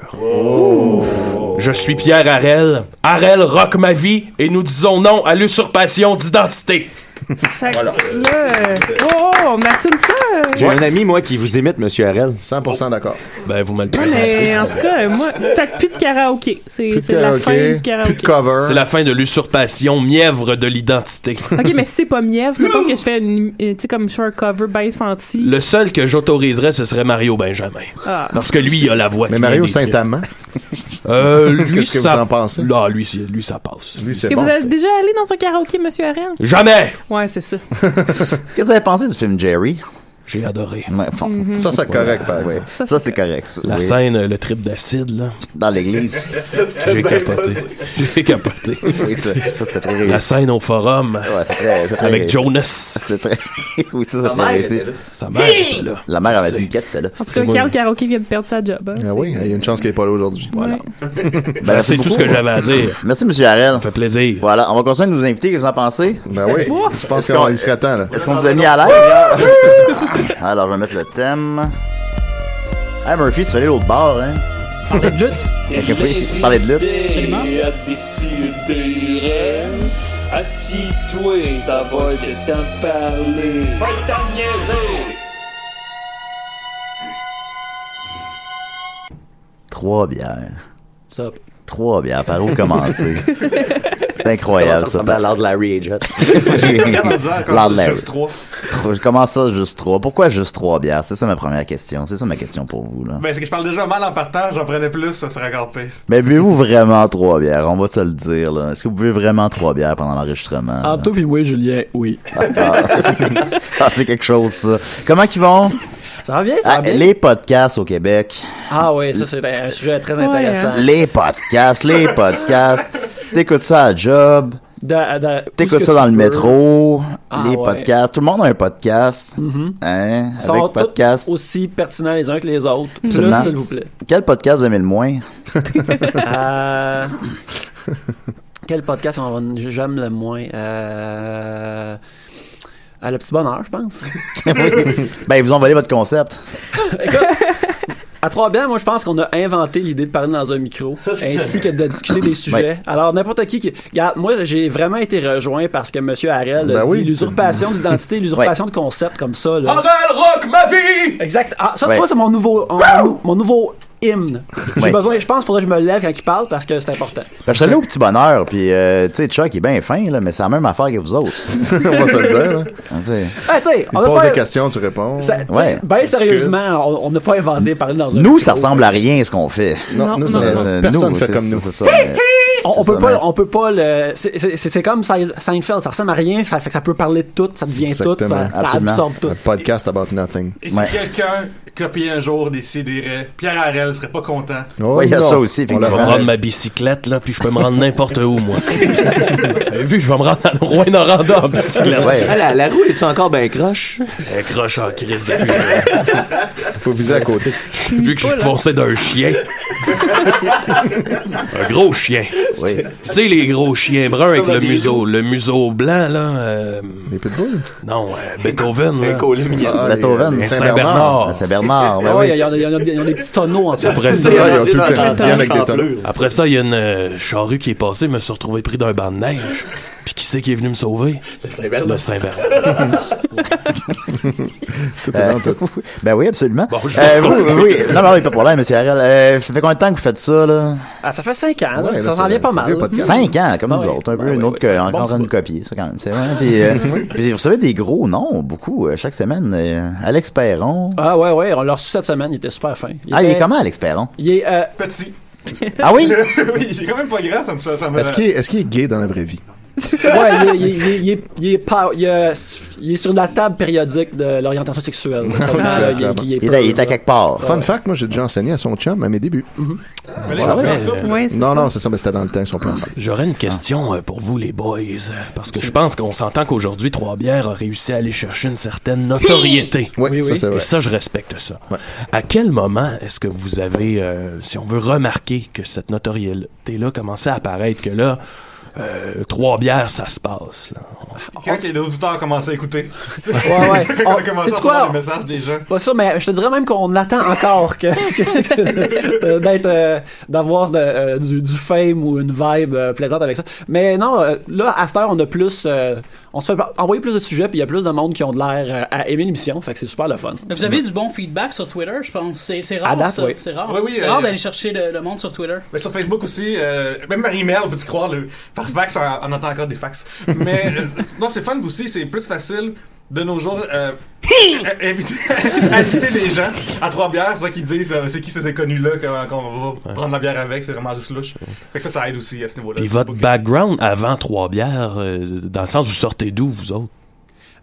Speaker 7: Je suis Pierre Harel. Harel rock ma vie et nous disons non à l'usurpation d'identité.
Speaker 3: Fait que là, euh, oh, oh, on assume ça. euh.
Speaker 6: J'ai
Speaker 3: Ouais.
Speaker 6: un ami, moi, qui vous imite, Monsieur Harel.
Speaker 4: 100% d'accord.
Speaker 7: Ben, vous me le
Speaker 3: Ouais, mais en tout cas, euh, moi, t'as plus de karaoké. C'est c'est la fin du karaoké.
Speaker 7: C'est la fin de l'usurpation mièvre de l'identité.
Speaker 3: Ok, mais si c'est pas mièvre, mettons que je fais une. euh, Tu sais, comme je fais un cover bien senti.
Speaker 7: Le seul que j'autoriserais, ce serait Mario Benjamin.
Speaker 3: Ah.
Speaker 7: Parce que lui, il a la voix.
Speaker 4: Mais Mario Saint-Amand?
Speaker 7: Euh, lui,
Speaker 4: Qu'est-ce que vous
Speaker 7: ça...
Speaker 4: en pensez?
Speaker 7: Là, lui, c'est- lui, ça passe.
Speaker 4: Lui,
Speaker 3: Est-ce que vous êtes déjà allé dans un karaoké, monsieur Ariel?
Speaker 7: Jamais!
Speaker 3: Ouais, c'est ça.
Speaker 2: Qu'est-ce que vous avez pensé du film Jerry?
Speaker 7: J'ai adoré.
Speaker 3: Mhm.
Speaker 4: Ça, c'est correct, par exemple.
Speaker 2: Ça, c'est correct. ça,
Speaker 7: La
Speaker 2: oui.
Speaker 7: scène, euh, le trip d'acide, là.
Speaker 2: Dans l'église.
Speaker 7: J'ai capoté. J'ai capoté.
Speaker 2: Oui, ça, ça, c'était très
Speaker 7: La
Speaker 2: réussi.
Speaker 7: scène au forum.
Speaker 2: très- c'est très
Speaker 7: avec
Speaker 2: réussi.
Speaker 7: Jonas.
Speaker 2: C'est très... oui, ça,
Speaker 7: Sa
Speaker 2: c'est très
Speaker 7: mère
Speaker 2: réussi.
Speaker 7: était là. Sa mère était là.
Speaker 2: La mère avait
Speaker 7: C'est-
Speaker 2: une quête, elle, là.
Speaker 3: En tout cas, Carl Karaoké vient de perdre sa job. hein.
Speaker 4: Ah oui, il y a une chance qu'il n'est pas là aujourd'hui.
Speaker 3: Voilà.
Speaker 2: Ben, merci
Speaker 7: c'est tout
Speaker 2: beaucoup.
Speaker 7: ce que j'avais à dire.
Speaker 2: Merci, M. Harel. Ça
Speaker 7: fait plaisir.
Speaker 2: Voilà, on va continuer de nous inviter. Qu'est-ce que vous en pensez?
Speaker 4: Ben oui,
Speaker 2: Ouf.
Speaker 4: je pense
Speaker 2: Est-ce
Speaker 4: qu'on
Speaker 2: qu'on-
Speaker 4: y serait temps, là.
Speaker 2: Est-ce qu'on vous a mis à l'aise? Alors, je vais mettre le thème. Hey, Murphy, tu fais aller l'autre bord, hein?
Speaker 1: Parler de lutte?
Speaker 2: Quelqu'un peut parler de lutte?
Speaker 1: Absolument.
Speaker 9: à décider. Assis-toi, ça va être temps de parler. Va t'en niaiser!
Speaker 2: Trois bières.
Speaker 8: Sup.
Speaker 2: Trois bières, par où commencer? C'est incroyable,
Speaker 6: Ça
Speaker 2: ça.
Speaker 6: ressemble à l'art de Larry Agent.
Speaker 2: Lord Larry. Trois- Je commence ça juste trois. Pourquoi juste trois bières? C'est ça ma première question. C'est ça ma question pour vous, là.
Speaker 5: Ben, c'est que je parle déjà mal en partant, j'en prenais plus, ça serait encore pire.
Speaker 2: Mais buvez-vous vraiment trois bières? On va se le dire, là. Est-ce que vous buvez vraiment trois bières pendant l'enregistrement?
Speaker 8: Ah.
Speaker 2: là?
Speaker 14: En tout, puis oui, Julien, oui.
Speaker 2: Ah, c'est quelque chose, ça. Comment qu'ils vont?
Speaker 8: Ça va bien, ça va
Speaker 2: Ah,
Speaker 8: bien.
Speaker 2: Les podcasts au Québec.
Speaker 8: Ah oui, ça c'est un sujet très intéressant.
Speaker 3: hein.
Speaker 2: Les podcasts, les podcasts. T'écoutes ça à job.
Speaker 8: Da- da- où est-ce
Speaker 2: T'écoutes
Speaker 8: que
Speaker 2: ça dans
Speaker 8: tu
Speaker 2: le
Speaker 8: veux?
Speaker 2: métro.
Speaker 8: Ah,
Speaker 2: les
Speaker 8: ouais.
Speaker 2: podcasts. Tout le monde a un podcast.
Speaker 8: Mhm.
Speaker 2: Hein?
Speaker 8: Ils
Speaker 2: Avec
Speaker 8: sont tous
Speaker 2: podcast.
Speaker 8: aussi pertinents les uns que les autres. Plus,
Speaker 2: Absolument.
Speaker 8: s'il vous plaît.
Speaker 2: Quel podcast vous aimez le moins?
Speaker 8: Euh, Quel podcast on va- j'aime le moins Euh, euh, Le petit bonheur, je pense.
Speaker 2: ben, ils vous ont volé votre concept.
Speaker 8: À trois bières, moi, je pense qu'on a inventé l'idée de parler dans un micro, ainsi que de discuter des sujets.
Speaker 2: Ouais.
Speaker 8: Alors, n'importe qui qui. Regarde, moi, j'ai vraiment été rejoint parce que M. Harel
Speaker 2: Ben
Speaker 8: a dit
Speaker 2: oui.
Speaker 8: l'usurpation d'identité, l'usurpation de concept, comme ça. Là.
Speaker 7: Harel rock ma vie!
Speaker 8: Exact. Ah, ça,
Speaker 7: Ouais.
Speaker 8: tu vois, c'est mon nouveau, mon- mon, mon nouveau hymne. J'ai
Speaker 2: Ouais.
Speaker 8: besoin, je pense, faudrait que je me lève quand il parle parce que c'est important.
Speaker 2: Ben, je suis allé au petit bonheur, puis euh, tu sais, Chuck il est bien fin, là, mais c'est la même affaire que vous autres.
Speaker 4: On va se le dire, là.
Speaker 2: Ah, tu sais.
Speaker 8: Ah, tu sais,
Speaker 4: Il
Speaker 8: on a
Speaker 4: pose
Speaker 8: pas.
Speaker 4: des questions, tu réponds.
Speaker 8: Ça- tu sais,
Speaker 2: Ouais.
Speaker 8: ben, sérieusement, on- on n'a pas inventé parler dans
Speaker 2: Nous,
Speaker 8: un micro.
Speaker 2: ça ressemble à rien ce qu'on fait.
Speaker 8: Non, Non, nous, ça- non.
Speaker 2: Euh,
Speaker 8: personne fait
Speaker 2: c'est-
Speaker 8: comme nous.
Speaker 2: C'est ça.
Speaker 8: Hi,
Speaker 2: euh,
Speaker 8: On, on
Speaker 2: c'est
Speaker 8: peut
Speaker 2: ça,
Speaker 8: pas,
Speaker 2: mais-
Speaker 8: on peut pas le. c'est- C'est c'est comme Sein- Seinfeld, ça ressemble à rien, ça fait que ça peut parler de tout, ça devient tout, ça, ça absorbe tout.
Speaker 4: Un podcast about nothing.
Speaker 5: Et si quelqu'un copiait un jour des sidérés, Pierre Harel serait pas content.
Speaker 4: Oh
Speaker 7: Ouais, non. Je vais
Speaker 5: effectivement.
Speaker 7: prendre ma bicyclette, là, puis je peux me rendre n'importe où, moi. Vous vu, je vais me rendre à Rouen-Noranda en bicyclette.
Speaker 6: Ah, la, la roue est-tu encore ben croche?
Speaker 7: Elle croche en crise depuis.
Speaker 4: Faut viser à côté.
Speaker 7: Vu que je suis foncé d'un chien. Un gros chien.
Speaker 2: Oui.
Speaker 7: Tu sais, les gros chiens bruns avec
Speaker 2: C'est
Speaker 7: le
Speaker 2: comme un
Speaker 7: museau, le museau blanc, là. euh,
Speaker 4: Les pitbulls?
Speaker 7: Non, euh, Beethoven. là.
Speaker 2: Ah, Beethoven,
Speaker 7: Un Saint-Bernard.
Speaker 2: Saint-Bernard,
Speaker 8: Ah
Speaker 2: ben oui.
Speaker 8: ouais, il y, en a- il y en a- il y en a des petits tonneaux en dessous.
Speaker 7: Après ça,
Speaker 8: tonneaux.
Speaker 7: Après ça, il y a une euh, charrue qui est passée, je me suis retrouvé pris d'un banc de neige. Puis qui c'est qui est venu me sauver? Le
Speaker 8: Saint-Bernard.
Speaker 7: Le Saint-Bernard.
Speaker 2: Euh, ben oui, absolument.
Speaker 7: Bon, je
Speaker 2: Euh,
Speaker 7: pense qu'on
Speaker 2: oui,
Speaker 7: fait.
Speaker 2: oui, Non, non, il n'y a pas de problème, monsieur Ariel. Euh, ça fait combien de temps que vous faites ça, là?
Speaker 8: Ah, ça fait 5 ans, là,
Speaker 2: Ouais,
Speaker 8: ça
Speaker 2: là,
Speaker 8: s'en vient pas
Speaker 2: c'est
Speaker 8: mal. Ah
Speaker 2: vieux podcast. Cinq ans, comme nous autres. Un peu une autre que, encore en train de copier, ça, quand même. C'est vrai. Puis, euh, puis vous recevez des gros noms, beaucoup, euh, chaque semaine. Euh, Alex Perron.
Speaker 8: Ah ouais, ouais, on l'a reçu cette semaine, il était super fin.
Speaker 2: ah, il est
Speaker 8: était-
Speaker 2: comment, Alex Perron?
Speaker 8: Il est. euh,
Speaker 5: Petit.
Speaker 2: Ah oui?
Speaker 5: Oui, il est quand même pas grand, ça me ça me-
Speaker 4: Est-ce qu'il est, est, qu'il est gay dans la vraie vie?
Speaker 8: ouais, il est, il, est- il est- il est pas- il est- il est sur la table périodique de l'orientation sexuelle. Comme, euh, il est- il est pas-
Speaker 2: quelque part.
Speaker 4: Oh,
Speaker 8: Ah.
Speaker 4: Fun fact, moi, j'ai déjà enseigné à son chum à mes débuts.
Speaker 8: Mm-hmm.
Speaker 7: là,
Speaker 4: Ah
Speaker 7: c'est
Speaker 4: ouais?
Speaker 7: pas un couple. Ouais, euh, c'est
Speaker 4: non,
Speaker 7: ça.
Speaker 4: non, c'est ça, mais c'était dans le temps, ils sont plus ensemble.
Speaker 7: J'aurais une question euh, pour vous, les boys, parce que je pense qu'on s'entend qu'aujourd'hui, Trois-Bières a réussi à aller chercher une certaine notoriété.
Speaker 4: Oui, Oui, ça, oui. c'est vrai.
Speaker 7: Et ça, je respecte ça. À quel moment est-ce que vous avez, euh, si on veut remarquer que cette notoriété-là commençait à apparaître, que là, euh, Trois-Bières, ça se passe? là?
Speaker 5: Quand les auditeurs commencent à écouter.
Speaker 8: Ouais, ouais.
Speaker 5: Quand
Speaker 6: Oh,
Speaker 5: on
Speaker 8: On-
Speaker 5: commence à
Speaker 8: sais-tu
Speaker 5: recevoir
Speaker 8: quoi?
Speaker 5: des messages des gens.
Speaker 8: Pas sûr, mais je te dirais même qu'on attend encore que, que- euh, d'être, euh, d'avoir de- euh, du, du fame ou une vibe euh, plaisante avec ça. Mais non, euh, là, à cette heure, on a plus, euh, on se fait envoyer plus de sujets, puis il y a plus de monde qui ont de l'air euh, à aimer l'émission, fait que c'est super le fun.
Speaker 14: Mais Vous avez du bon feedback sur Twitter, je pense. C'est c'est
Speaker 8: À
Speaker 14: rare,
Speaker 8: date,
Speaker 14: ça.
Speaker 8: oui.
Speaker 14: C'est rare,
Speaker 5: Oui, oui,
Speaker 14: C'est
Speaker 5: euh,
Speaker 14: rare d'aller chercher le, le monde sur Twitter.
Speaker 5: Mais sur Facebook aussi, euh, même par email, peux-tu croire, le, par fax, on, on entend encore des fax. Mais euh, non, c'est fun aussi, c'est plus facile de nos jours euh, à- inviter- inviter des gens à trois bières, c'est qu'ils disent euh, c'est qui ces inconnus-là qu'on- qu'on va prendre la bière avec, c'est vraiment juste louche. Fait que ça, ça aide aussi à ce niveau-là.
Speaker 7: Puis votre background avant Trois-Bières, euh, dans le sens où vous sortez d'où, vous autres?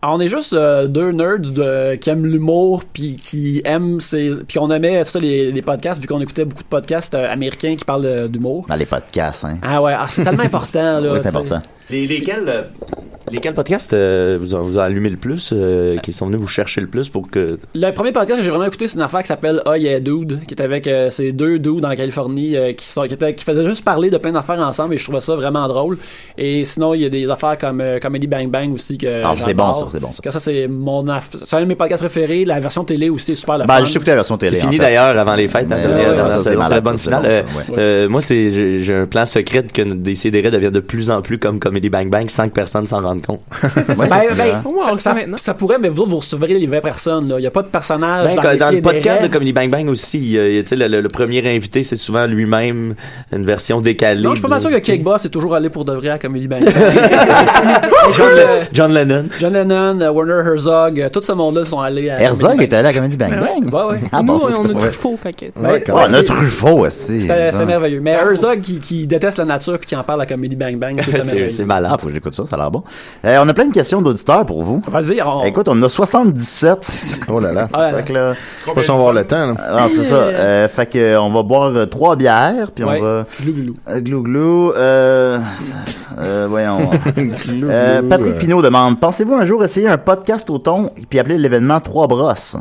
Speaker 8: Alors, on est juste euh, deux nerds de- qui aiment l'humour puis qui aiment ces puis on aimait ça les, les podcasts vu qu'on écoutait beaucoup de podcasts euh, américains qui parlent euh, d'humour.
Speaker 2: Dans les podcasts, hein.
Speaker 8: Ah ouais, ah, c'est tellement important là.
Speaker 2: Oui, c'est
Speaker 8: tu sais.
Speaker 2: important.
Speaker 6: Les- lesquels, euh, lesquels podcasts euh, vous, ont, vous ont allumé le plus, euh, qui sont venus vous chercher le plus pour que.
Speaker 8: Le premier podcast que j'ai vraiment écouté, c'est une affaire qui s'appelle Oh Yeah Dude, qui est avec euh, ces deux dudes en Californie euh, qui, sont, qui, étaient- qui faisaient juste parler de plein d'affaires ensemble et je trouvais ça vraiment drôle. Et sinon, il y a des affaires comme euh, Comedy Bang Bang aussi que.
Speaker 2: Ah, c'est
Speaker 8: j'adore.
Speaker 2: bon, ça, c'est bon, ça.
Speaker 8: Que ça, c'est mon. aff- C'est un de mes podcasts préférés. La version télé aussi est super le
Speaker 2: Ben,
Speaker 8: fun.
Speaker 2: j'ai écouté la version télé.
Speaker 6: C'est fini
Speaker 2: en fait.
Speaker 6: d'ailleurs avant les fêtes. hein,
Speaker 2: Mais,
Speaker 6: dernière-
Speaker 2: ouais,
Speaker 6: dernière
Speaker 2: ça, c'est
Speaker 6: saison,
Speaker 2: malade,
Speaker 6: très bonne
Speaker 2: ça, c'est bon,
Speaker 6: finale.
Speaker 2: ça,
Speaker 6: Euh,
Speaker 2: ouais.
Speaker 6: euh, moi, c'est, j'ai, j'ai un plan secret de que des CDR devient de plus en plus comme Comedy Bang Bang sans que personne s'en rende compte.
Speaker 8: Ben, ben,
Speaker 6: Ouais.
Speaker 8: ça,
Speaker 6: euh,
Speaker 8: ça- ça pourrait, mais vous autres, vous recevrez les vraies personnes. là. Il n'y a pas de personnage
Speaker 6: Ben,
Speaker 8: dans,
Speaker 6: quand-
Speaker 8: les
Speaker 6: dans le
Speaker 8: CDR.
Speaker 6: podcast de Comedy Bang Bang aussi, euh, tu sais, le, le- le premier invité, c'est souvent lui-même, une version décalée.
Speaker 8: Non, je suis pas mal
Speaker 6: de-
Speaker 8: sûr que Cake Boss est toujours allé pour de vrai à Comedy Bang.
Speaker 6: John, Le- John Lennon.
Speaker 8: John Lennon, euh, Werner Herzog, euh, tout ce monde-là sont allés à.
Speaker 2: Herzog est allé à Comedy Bang Bang.
Speaker 8: Ouais, ouais.
Speaker 2: Ah bon, Nous, on a ouais.
Speaker 8: Truffaut, fait que. Ouais,
Speaker 2: Ouais, on a
Speaker 8: c'est-
Speaker 2: Truffaut aussi.
Speaker 8: C'était c'était
Speaker 2: Hein.
Speaker 8: merveilleux. Mais
Speaker 6: Ah,
Speaker 8: Herzog qui, qui déteste la nature puis qui en parle à Comedy Bang Bang, c'est merveilleux.
Speaker 2: malade. Ah, faut que j'écoute ça, ça a l'air bon. Euh, on a plein de questions d'auditeurs pour vous. Eh,
Speaker 8: Vas-y, on...
Speaker 2: Écoute, on en a 77.
Speaker 4: oh là là.
Speaker 2: Fait que là...
Speaker 4: Je sais pas si on va avoir le temps, là.
Speaker 2: Ah, c'est ça. Euh, fait que, euh, on va boire euh, trois bières, puis
Speaker 4: Ouais.
Speaker 2: on va...
Speaker 8: Glou-glou.
Speaker 2: Glou-glou. Euh... euh, voyons. Euh,
Speaker 4: Glou-glou.
Speaker 2: Patrick Pinault demande, pensez-vous un jour essayer un podcast au ton, puis appeler l'événement Trois Brosses?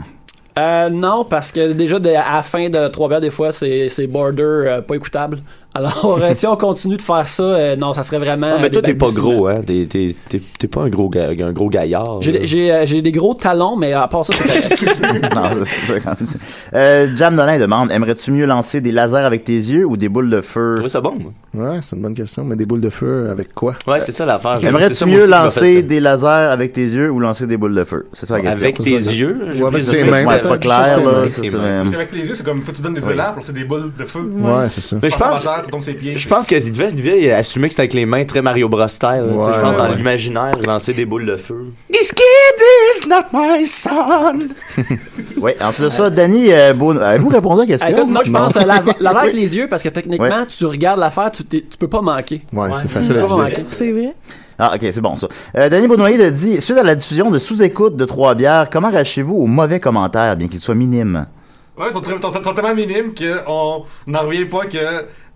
Speaker 8: Euh, non, parce que déjà, de- à la fin de Trois Bières, des fois, c'est c'est border euh, pas écoutable. Alors, euh, si on continue de faire ça, euh, non, ça serait vraiment.
Speaker 6: Ah, mais toi,
Speaker 8: des
Speaker 6: t'es pas
Speaker 8: balbutiements.
Speaker 6: gros, hein. T'es, t'es- t'es- t'es pas un gros, ga- un gros gaillard.
Speaker 8: J'ai des- J'ai euh, j'ai des gros talons, mais à part ça, c'est correct.
Speaker 2: non, c'est ça, quand même. Euh, Jam Dolin demande Aimerais-tu mieux lancer des lasers avec tes yeux ou des boules de feu
Speaker 6: Oui, ça bon.
Speaker 4: Ouais, c'est une bonne question, mais des boules de feu avec quoi
Speaker 6: Ouais, c'est ça l'affaire. J'ai- c'est
Speaker 2: Aimerais-tu
Speaker 6: ça, moi
Speaker 2: mieux
Speaker 6: aussi, qui m'a
Speaker 2: lancer
Speaker 6: fait-
Speaker 2: des lasers avec tes yeux ou lancer des boules de feu C'est ça la question.
Speaker 6: Avec tes yeux, j'ai Ou avec
Speaker 2: Ça,
Speaker 6: tes
Speaker 2: c'est-
Speaker 6: mains,
Speaker 2: ouais, C'est pas
Speaker 6: peut-être,
Speaker 2: clair,
Speaker 6: juste
Speaker 2: là.
Speaker 6: avec
Speaker 2: ça,
Speaker 6: tes
Speaker 2: c'est-
Speaker 6: mains.
Speaker 5: Parce qu'avec les yeux, c'est comme faut que tu donnes des
Speaker 6: Ouais.
Speaker 5: élans pour c'est des boules de feu.
Speaker 6: Ouais, c'est ça. Mais je
Speaker 5: Tu pars
Speaker 6: pense-
Speaker 5: par terre, tu tombes sur les pieds.
Speaker 6: Je pense que devait, devait assumer que c'était avec les mains très Mario Bros style. là, tu sais,
Speaker 5: Ouais,
Speaker 6: je pense
Speaker 5: ouais,
Speaker 6: dans
Speaker 5: ouais.
Speaker 6: l'imaginaire, lancer des boules de feu.
Speaker 13: This kid is not my son.
Speaker 2: Oui, ensuite de ça, Danny, euh, Beaune- avez-vous répondu à la question
Speaker 8: Écoute, moi, je
Speaker 2: Non.
Speaker 8: pense euh, à laser laser avec
Speaker 2: Oui.
Speaker 8: les yeux parce que techniquement,
Speaker 2: Ouais.
Speaker 8: tu regardes l'affaire, tu, t'es- tu peux pas manquer.
Speaker 2: Ouais, c'est facile
Speaker 8: Tu peux
Speaker 2: à
Speaker 8: pas
Speaker 2: viser.
Speaker 8: manquer. C'est vrai.
Speaker 2: Ah, ok, c'est bon ça. Euh, Danny Baudoyer a dit Suite à la diffusion de sous-écoute de Trois Bières, comment rachez-vous aux mauvais commentaires, bien qu'ils soient minimes
Speaker 5: Ouais, ils sont, très, ils sont- ils sont tellement minimes qu'on n'en revient pas que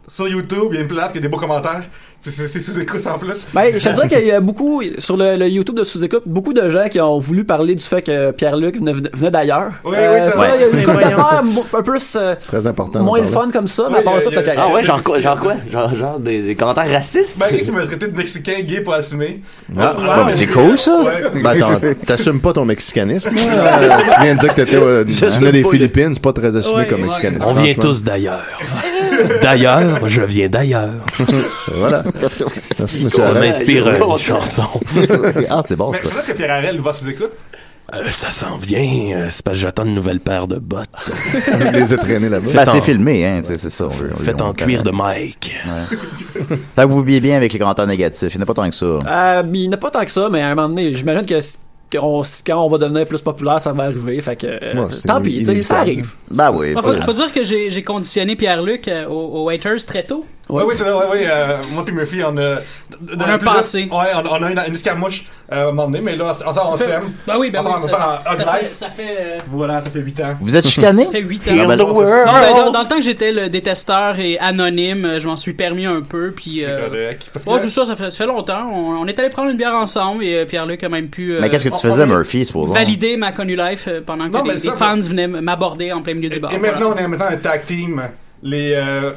Speaker 5: sur YouTube, il y a une place qui a des beaux commentaires. Puis c'est c'est sous-écoute en plus.
Speaker 8: Ben, je te dirais qu'il y a beaucoup, sur le, le YouTube de Sous-Écoute, beaucoup de gens qui ont voulu parler du fait que Pierre-Luc venait, venait d'ailleurs.
Speaker 5: Oui, oui,
Speaker 8: Euh,
Speaker 5: c'est
Speaker 8: ça,
Speaker 5: vrai.
Speaker 8: il y a une
Speaker 5: Mais
Speaker 8: couple
Speaker 5: voyons.
Speaker 8: d'affaires mo- un peu euh,
Speaker 4: Très important.
Speaker 8: moins
Speaker 4: d'en
Speaker 8: le
Speaker 4: parler.
Speaker 8: fun comme ça, mais
Speaker 5: Oui,
Speaker 8: à part
Speaker 5: il y
Speaker 8: ça,
Speaker 5: a-
Speaker 8: t'as
Speaker 5: il y a-
Speaker 6: Ah ouais, genre quoi, genre quoi? Genre, genre des, des commentaires racistes?
Speaker 5: Ben, quelqu'un qui m'a traité de Mexicain gay pour assumer.
Speaker 4: Ah,
Speaker 5: Ouais.
Speaker 4: bah, mais c'est cool
Speaker 2: ça!
Speaker 4: Ben, attends, t'assumes pas ton mexicanisme.
Speaker 5: C'est
Speaker 4: là?
Speaker 5: ça.
Speaker 4: Euh, tu viens de dire que t'étais euh, tu
Speaker 7: J'assume
Speaker 4: venais des
Speaker 7: pas,
Speaker 4: Philippines, c'est pas très assumé
Speaker 7: Ouais.
Speaker 4: comme mexicanisme.
Speaker 7: On vient
Speaker 4: franchement.
Speaker 7: tous d'ailleurs. D'ailleurs, je viens d'ailleurs.
Speaker 4: voilà.
Speaker 7: Merci,
Speaker 4: Merci,
Speaker 7: monsieur
Speaker 4: monsieur
Speaker 7: Ça
Speaker 4: Arel.
Speaker 7: m'inspire euh, une
Speaker 4: Content.
Speaker 7: chanson.
Speaker 2: ah, c'est bon,
Speaker 5: Mais je pense que Pierre Harel va sous-écoute.
Speaker 7: ça s'en vient. euh, c'est parce que j'attends une nouvelle paire de bottes.
Speaker 2: les a traînés
Speaker 7: là-bas.
Speaker 2: Ben,
Speaker 7: Faites
Speaker 2: c'est
Speaker 7: en-
Speaker 2: filmé, hein, c'est c'est ça.
Speaker 7: Faites en cuir de Mike.
Speaker 2: Tant que vous oubliez bien avec les commentaires négatifs, il n'y en a pas tant que ça.
Speaker 8: Euh, il n'y en a pas tant que ça, mais à un moment donné, j'imagine que si- qu'on- quand on va devenir plus populaire, ça va arriver. Fait que, euh,
Speaker 4: Ouais, c'est
Speaker 8: tant pis, tu sais, ça
Speaker 4: inévitable.
Speaker 8: arrive.
Speaker 2: Bah oui.
Speaker 14: Ah, faut, faut dire que j'ai j'ai conditionné Pierre-Luc euh, aux, aux waiters très tôt.
Speaker 5: Ouais, oui, c'est vrai, ouais, ouais, euh, moi puis Murphy, on a... On
Speaker 14: a passé.
Speaker 5: Ouais, on, on a une, une escarmouche euh, à un moment donné, mais là, encore on s'aime.
Speaker 14: Bah oui, bah
Speaker 5: On
Speaker 14: oui.
Speaker 5: va
Speaker 14: Ça,
Speaker 5: faire un-
Speaker 14: ça-
Speaker 5: un
Speaker 14: ça
Speaker 5: live.
Speaker 14: fait, ça fait, euh,
Speaker 5: Voilà, ça fait 8 ans.
Speaker 2: Vous êtes chicané?
Speaker 14: Ça fait
Speaker 5: Ah
Speaker 14: 8 ans.
Speaker 2: Heal the
Speaker 14: Non,
Speaker 2: world.
Speaker 14: Ah, ben, dans, dans le temps que j'étais le détesteur et anonyme, euh, je m'en suis permis un peu. Puis, euh,
Speaker 5: correct. Parce que-
Speaker 14: ouais, c'est ça, ça fait, ça fait longtemps. On, on est allé prendre une bière ensemble et euh, Pierre-Luc a même pu. euh,
Speaker 2: Mais qu'est-ce que tu
Speaker 14: on-
Speaker 2: faisais,
Speaker 14: on-
Speaker 2: Murphy, supposons?
Speaker 14: Valider ma connu life euh, pendant que
Speaker 5: Non, mais
Speaker 14: les,
Speaker 5: ça,
Speaker 14: les fans
Speaker 5: mais-
Speaker 14: venaient m- m'aborder en plein milieu du bar.
Speaker 5: Et
Speaker 14: voilà.
Speaker 5: maintenant, on est maintenant un tag team. Les... euh,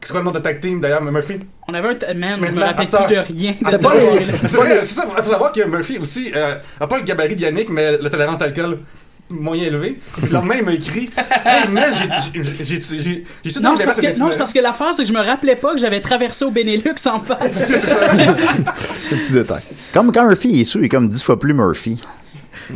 Speaker 5: C'est quoi le nom de tag team, d'ailleurs, Murphy?
Speaker 14: On avait un. t- Man, je me
Speaker 5: Maintenant,
Speaker 14: rappelle
Speaker 5: à
Speaker 14: plus de
Speaker 5: cette heure-
Speaker 14: rien. de
Speaker 5: Ah, c'est
Speaker 14: cette
Speaker 5: pas les-
Speaker 14: soirée-là.
Speaker 5: c'est vrai, c'est ça, il faut savoir que Murphy aussi, euh, a pas le gabarit de Yannick, mais la tolérance d'alcool moyen élevé. Le lendemain, il m'a écrit Hey man, j'ai- j'ai- j'ai- j'ai j'ai- j'ai tout
Speaker 14: Non,
Speaker 5: donné
Speaker 14: c'est
Speaker 5: à
Speaker 14: parce,
Speaker 5: Sébastien.
Speaker 14: que, non, c'est parce que l'affaire, c'est que je me rappelais pas que j'avais traversé au Benelux en face.
Speaker 2: petit détail. Comme quand Murphy est sous, il est comme dix fois plus Murphy.